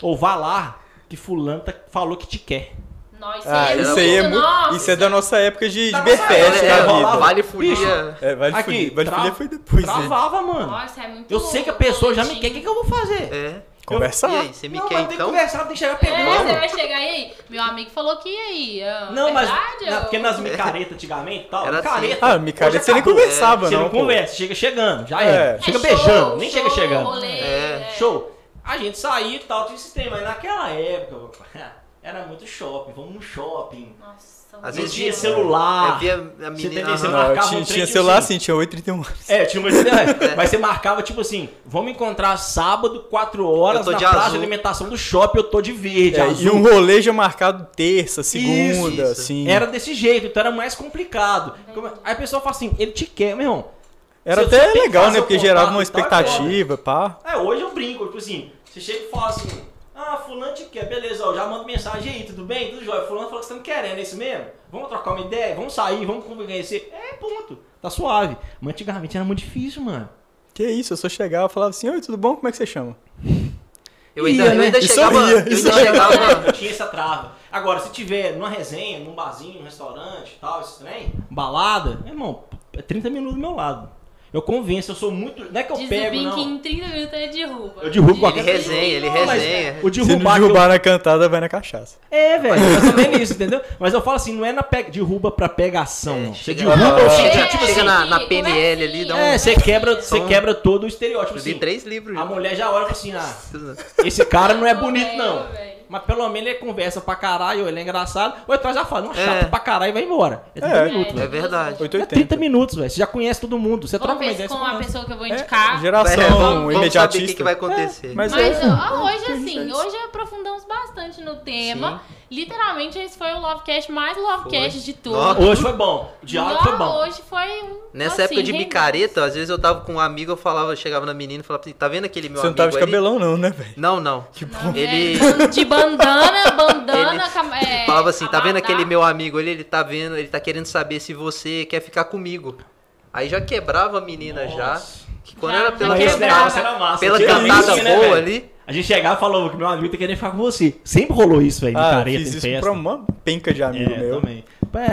ou vá lá, que Fulano tá- falou que te quer.
um-
Nós,
Ah, isso aí é
muito-
muito.
nossa.
Isso é da nossa época de, de Berfest,
É,
da
é,
vida.
vale furia.
É, vale
Aqui,
fuder. Vale
tra-
fuder foi
é.
depois. Né?
Travava, mano.
Nossa, é muito.
Eu sei que a pessoa já me quer. O que,
bonitinho.
que eu vou fazer?
É.
Conversar.
E aí, você me
não,
quer
mas tem que
então?
conversar, tem que chegar
É,
pegando.
você vai chegar e aí. Meu amigo falou que ia aí. ah,
Não, mas.
verdade,
na-
eu-
porque nas micaretas antigamente e tal.
Era assim. Ah,
micareta.
Ah, Micareta,
hoje
você nem
acabou.
conversava,
Você
não.
não
pô.
conversa, chega chegando, já
É.
era.
É
Chega
show,
beijando, nem
show,
chega chegando.
rolê,
É.
é.
Show. A gente saía e tal, tinha esse trem, mas naquela época era muito shopping, vamos no shopping.
Nossa,
Às
Não
vezes
tinha
tinha-
celular.
É, via a menina.
tem- Ah, você
aham.
Não, eu
vai- Marcava
tinha,
um
tinha
trem,
celular
tipo
sim, tinha 8h31.
É, tinha uma é, Mas você marcava, tipo assim, vamos encontrar sábado, 4 horas,
Eu tô
na
de
praça de
azul.
alimentação do shopping, eu tô de verde,
É, e
azul.
um rolê já marcado terça, segunda,
isso.
assim.
Era desse jeito, então era mais complicado. Como- é? Aí a pessoa fala assim, ele te quer, meu irmão.
Era
Você
até
tem que
legal,
fazer
né?
o
Porque gerava
contato
uma
e tal, é
expectativa, pá.
É, hoje eu brinco, tipo assim, você chega e fala assim, ah, fulano te quer, beleza, ó, já manda mensagem aí, tudo bem? Tudo jóia. Fulano falou que você tá me querendo, é isso mesmo? Vamos trocar uma ideia, vamos sair, vamos conhecer. É, ponto. Tá suave. Mas antigamente era muito difícil, mano.
Que isso, eu só chegava e falava assim, oi, tudo bom? Como é que você chama?
Eu ainda,
Ia,
eu ainda
né?
chegava.
Isso ia,
eu
isso
ainda chegava.
Não tinha essa trava. Agora, se tiver numa resenha, num barzinho, num restaurante e tal, esse trem, balada, meu irmão, é 30 minutos do meu lado. Eu convenço, eu sou muito. Não é que eu
Diz
pego,
o Bin que
não.
em 30 minutos ele derruba.
Eu derrubo qualquer
Ele resenha, ele
Não, mas
resenha.
O
Se não
derrubar, que eu-
derrubar na cantada, vai na cachaça.
É, velho, mais ou menos isso, entendeu? Mas eu falo assim, não é na pe... derruba pra pegação, não. Você
É, chega lá,
derruba
ó,
ou você
chega,
já, tipo
chega
assim...
na, na
assim,
PNL ali, dá um.
É, você quebra, você
São-
quebra todo o estereótipo,
eu li
assim.
três livros.
A
já.
mulher já olha e fala assim, ah, esse cara não é bonito, não. Mas pelo menos ele conversa pra caralho, ele é engraçado. Ou então já fala, não,
É.
chato pra caralho, e vai embora. É 30
É.
minutos,
É
velho.
verdade.
880.
É 30 minutos, velho. Você já conhece todo mundo. Você
Vamos
troca uma
ver
ideia.
se
você
com a
conversa.
pessoa que eu vou
É,
indicar.
geração
É, vamos, vamos saber o
imediatista.
que, que vai acontecer.
Mas,
Mas
é,
ó, hoje,
é
assim,
interessante.
hoje aprofundamos bastante no tema. Literalmente, esse foi o Lovecast mais Lovecast de tudo.
Nossa,
Hoje foi bom. O diálogo
Nossa,
foi bom.
Hoje foi um.
Nessa
assim,
época de
rendeu.
micareta, às vezes eu tava com um amigo, eu falava, eu chegava na menina e falava assim, tá vendo aquele meu
Você não
amigo
tava de
ali?
cabelão, não, né, velho?
Não, não.
Não,
Ele-
velho, É, De bandana, bandana.
Ele
cam- é,
Falava assim, tá vendo
abadá.
aquele meu amigo ali? Ele tá vendo, ele tá querendo saber se você quer ficar comigo. Aí já quebrava a menina
Nossa.
já. Que quando
Já
era
não
pela
quebrava.
Esse negócio
cantada,
era massa.
pela
Tinha
cantada
isso, né,
boa
velho?
ali.
A gente chegava e falava que meu amigo tá querendo ficar com você. Sempre rolou isso, velho.
Ah,
micareta,
fiz
em
isso
festa.
pra uma penca de amigo
É,
meu.
também.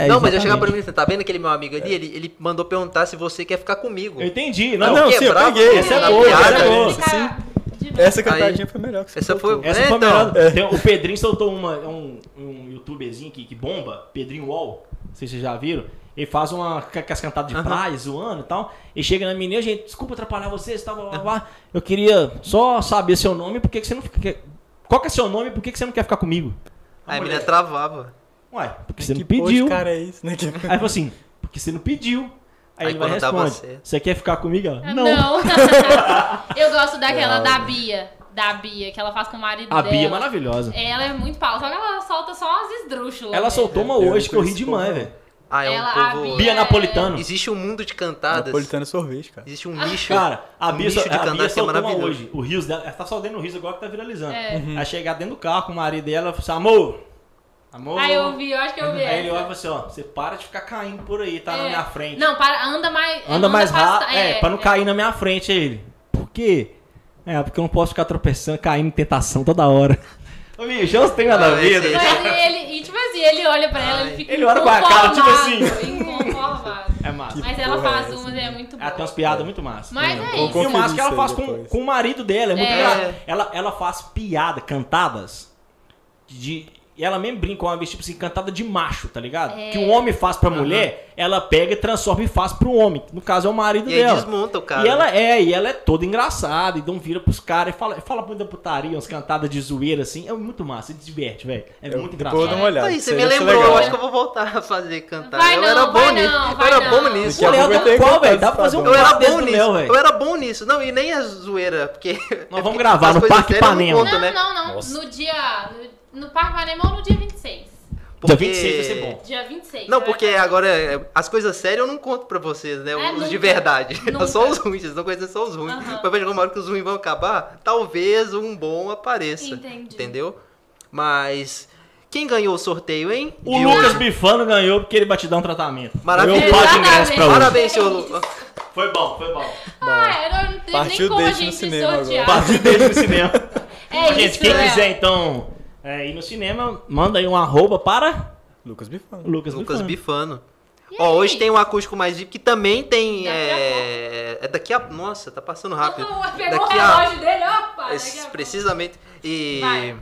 não, mas eu chegava pra mim e falava, tá vendo aquele meu amigo ali? Ele, ele mandou perguntar se você quer ficar comigo.
Eu entendi.
Ah,
Não,
não,
não.
sim, eu
quebrava
peguei.
a
Essa é
menina
boa,
na
essa é
né? piada,
boa.
né?
Essa sim.
De-
Essa cantadinha foi melhor que você
Essa foi-
soltou.
Essa
É,
foi a
então.
melhor. Tem- O Pedrinho soltou uma, um, um youtuberzinho que, que bomba, Pedrinho Wall. Não sei se vocês já viram. Ele faz uma ca- com as cantadas de praia, zoando e tal. E chega na menina, gente, desculpa atrapalhar vocês, tal, blá, blá, blá. Eu queria só saber seu nome, por que que você não fica. quer- Qual que é seu nome, por que que você não quer ficar comigo?
Aí a
mulher.
menina travava.
Ué, porque você não
Que pediu.
pediu.
cara é isso, né?
Aí ele falou assim, porque você não pediu. Aí,
Aí
ele vai
quando dava
responde,
certo.
você quer ficar comigo? Ela,
Ah,
é não.
Não. eu gosto daquela da Bia. Da Bia, que ela faz com o marido
A
dela.
Bia é maravilhosa.
Ela é muito pau, só que ela solta só as esdrúxulas.
Ela
né?
soltou uma
Eu não
hoje que eu ri
conheço
demais,
porra.
velho.
Ah, é um
Ela- a
povo.
Bia-
Bia Napolitano.
Existe um mundo de cantadas.
Napolitano é sorvete, cara.
Existe um nicho.
Cara, a
Um
Bia,
nicho
só-
de
a Bia
canais que é
soltou uma
maravilhoso.
hoje. O riso dela, ela tá só dentro do riso agora que tá viralizando.
É.
Aí chegar dentro do carro com o marido dela, ela fala assim, amor, amor.
Aí Ah, eu vi, eu acho que eu vi. é.
Aí ele
essa.
olha e fala assim, ó, você para de ficar caindo por aí, tá na
É.
minha frente.
Não, para, anda mais.
Anda mais
fasta-
rápido, é, pra não cair na minha frente, aí ele. Por quê? É, porque eu não posso ficar tropeçando, caindo em tentação toda hora. Ô, bicho, eu não tenho nada a
Ah,
ver,
esse-
né?
Mas ele, e tipo assim, ele olha pra ela, ele fica
Ele olha com a cara, tipo assim.
inconformado, inconformado.
É massa.
Mas ela
porra é
faz
essa,
umas, é muito boa.
Ela tem umas piadas muito massas.
Mas
Né?
é
E
isso.
o massa que ela
Confira
faz
isso aí
com,
depois.
com o marido dela. É muito
É.
engraçado. Ela, ela faz piada, cantadas de. e Ela mesmo brinca uma vez, tipo assim, cantada de macho, tá ligado?
É.
Que o homem faz pra mulher, ela pega e transforma e faz pro homem. que No caso, é o marido
E aí
dela.
desmonta o cara.
E ela é, e ela é toda engraçada, então vira pros caras e fala, fala muita putaria, umas cantadas de zoeira, assim. É muito massa, se diverte, velho. É
Eu-
muito
Depois eu dou
engraçado.
uma olhada.
Aí, você
isso
me
deve ser
lembrou,
legal.
eu acho que eu vou voltar a fazer cantar.
Vai
eu
não,
era
vai
bom nisso.
não,
eu
vai
era bom
não.
nisso.
Daqui
Pô,
a pouco
Léo,
vai ter
qual, velho?
resultado
Dá pra fazer um
Eu era
quadro desse
bom
do
nisso.
Léo,
eu
velho.
era bom nisso. Não, e nem a zoeira, porque.
Nós vamos gravar no
as coisas
Parque
sérias eu não
Ipanema.
conto,
Não,
né?
não, não. No dia. No, no Parque Panema ou no dia 26.
Dia
Porque-
26 vai ser bom.
Dia 26.
Não,
né?
porque agora é, as coisas sérias eu não conto pra vocês, né?
É,
os
nunca.
de verdade.
Nunca.
Só os ruins, vocês estão conhecendo só os ruins.
Aham.
Mas vai chegar uma hora que os ruins vão acabar, talvez um bom apareça.
Entendi.
Entendeu? Mas. Quem ganhou o sorteio, hein?
O
De
Lucas
hoje.
Bifano ganhou porque ele vai te dar um tratamento.
Maravilhoso.
Eu pago ingresso pra hoje.
Parabéns, senhor Lucas.
Foi bom, foi bom.
Ah, eu não tem nem
Partiu
como a
date no
gente
cinema
sortear.
agora.
Partiu desde o um cinema.
É isso,
gente, quem
Léo.
quiser então é, ir no cinema, manda aí um arroba para
Lucas Bifano.
Lucas,
Lucas
Bifano.
Bifano.
E
Ó,
aí?
hoje tem um acústico mais VIP que também tem.
Daqui a
é... é daqui a. Nossa, tá passando rápido.
Pegou
daqui
o
a.
relógio dele, opa! daqui a
es-
pouco.
Precisamente. E.
Vai.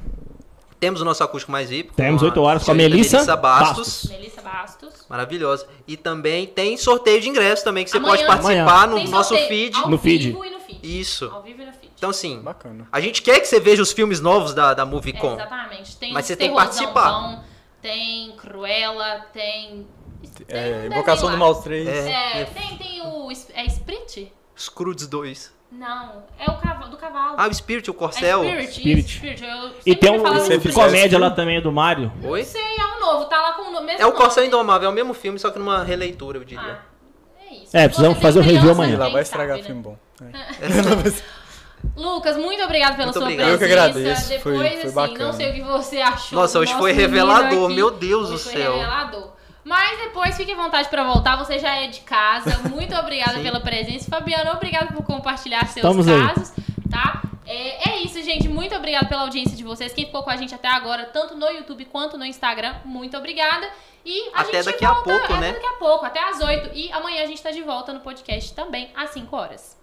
Temos o nosso acústico mais VIP. com
Temos
a
8 horas com a
senhorita
Melissa
Bastos.
Bastos.
Melissa Bastos.
Maravilhosa. E também tem sorteio de ingresso também, que você
Amanhã.
pode participar Tá no
Tem
nosso
sorteio
feed.
Ao
No feed.
vivo e no feed.
Isso.
Ao vivo e no feed.
Então, assim,
Bacana.
a gente quer que você veja os filmes novos da, da MovieCon.
É, exatamente. Tem
Mas você tem que
terrorzão,
participar.
Tem Cruella, tem. tem um
É,
desenho
Invocação
lá.
do Mal 3.
É.
É, tem, tem o. es- É Spirit?
Scrooge 2.
Não, é o cavalo, do cavalo.
Ah, o Spirit, o Corcel.
é Spirit,
Spirit.
Isso, Spirit. Eu
E
sempre
tem um,
falo
Você
um
Spirit.
de
fez
comédia
esse
lá também, do Mário.
Oi?
Sei, é um novo, tá lá com o no- mesmo
É o Corcel
nome.
Indomável, é o mesmo filme, só que numa releitura, eu diria.
Ah, é isso.
É, precisamos
Você
fazer o
tem
review
criança,
amanhã.
E lá
quem
vai estragar
sabe, né?
filme bom. É.
Lucas, muito obrigado pela
Muito
sua
obrigado.
presença.
Eu que
agradeço,
Depois,
foi- foi
assim,
bacana.
não sei o que você achou.
Nossa,
do
hoje
nosso
foi
menino
revelador,
aqui.
meu Deus do
Hoje foi
céu.
revelador. Mas depois fique à vontade para voltar, você já é de casa. Muito obrigada
Sim.
pela presença. Fabiano, obrigado por compartilhar seus
Estamos aí.
casos, tá? É, é isso, gente. gente, muito obrigada pela audiência de vocês. Quem ficou com a gente até agora, tanto no YouTube quanto no Instagram, muito obrigada. E a
Até
gente
daqui a
volta é,
pouco,
até
né?
daqui a pouco, até às 8. E amanhã a gente tá de volta no podcast também, às 5 horas.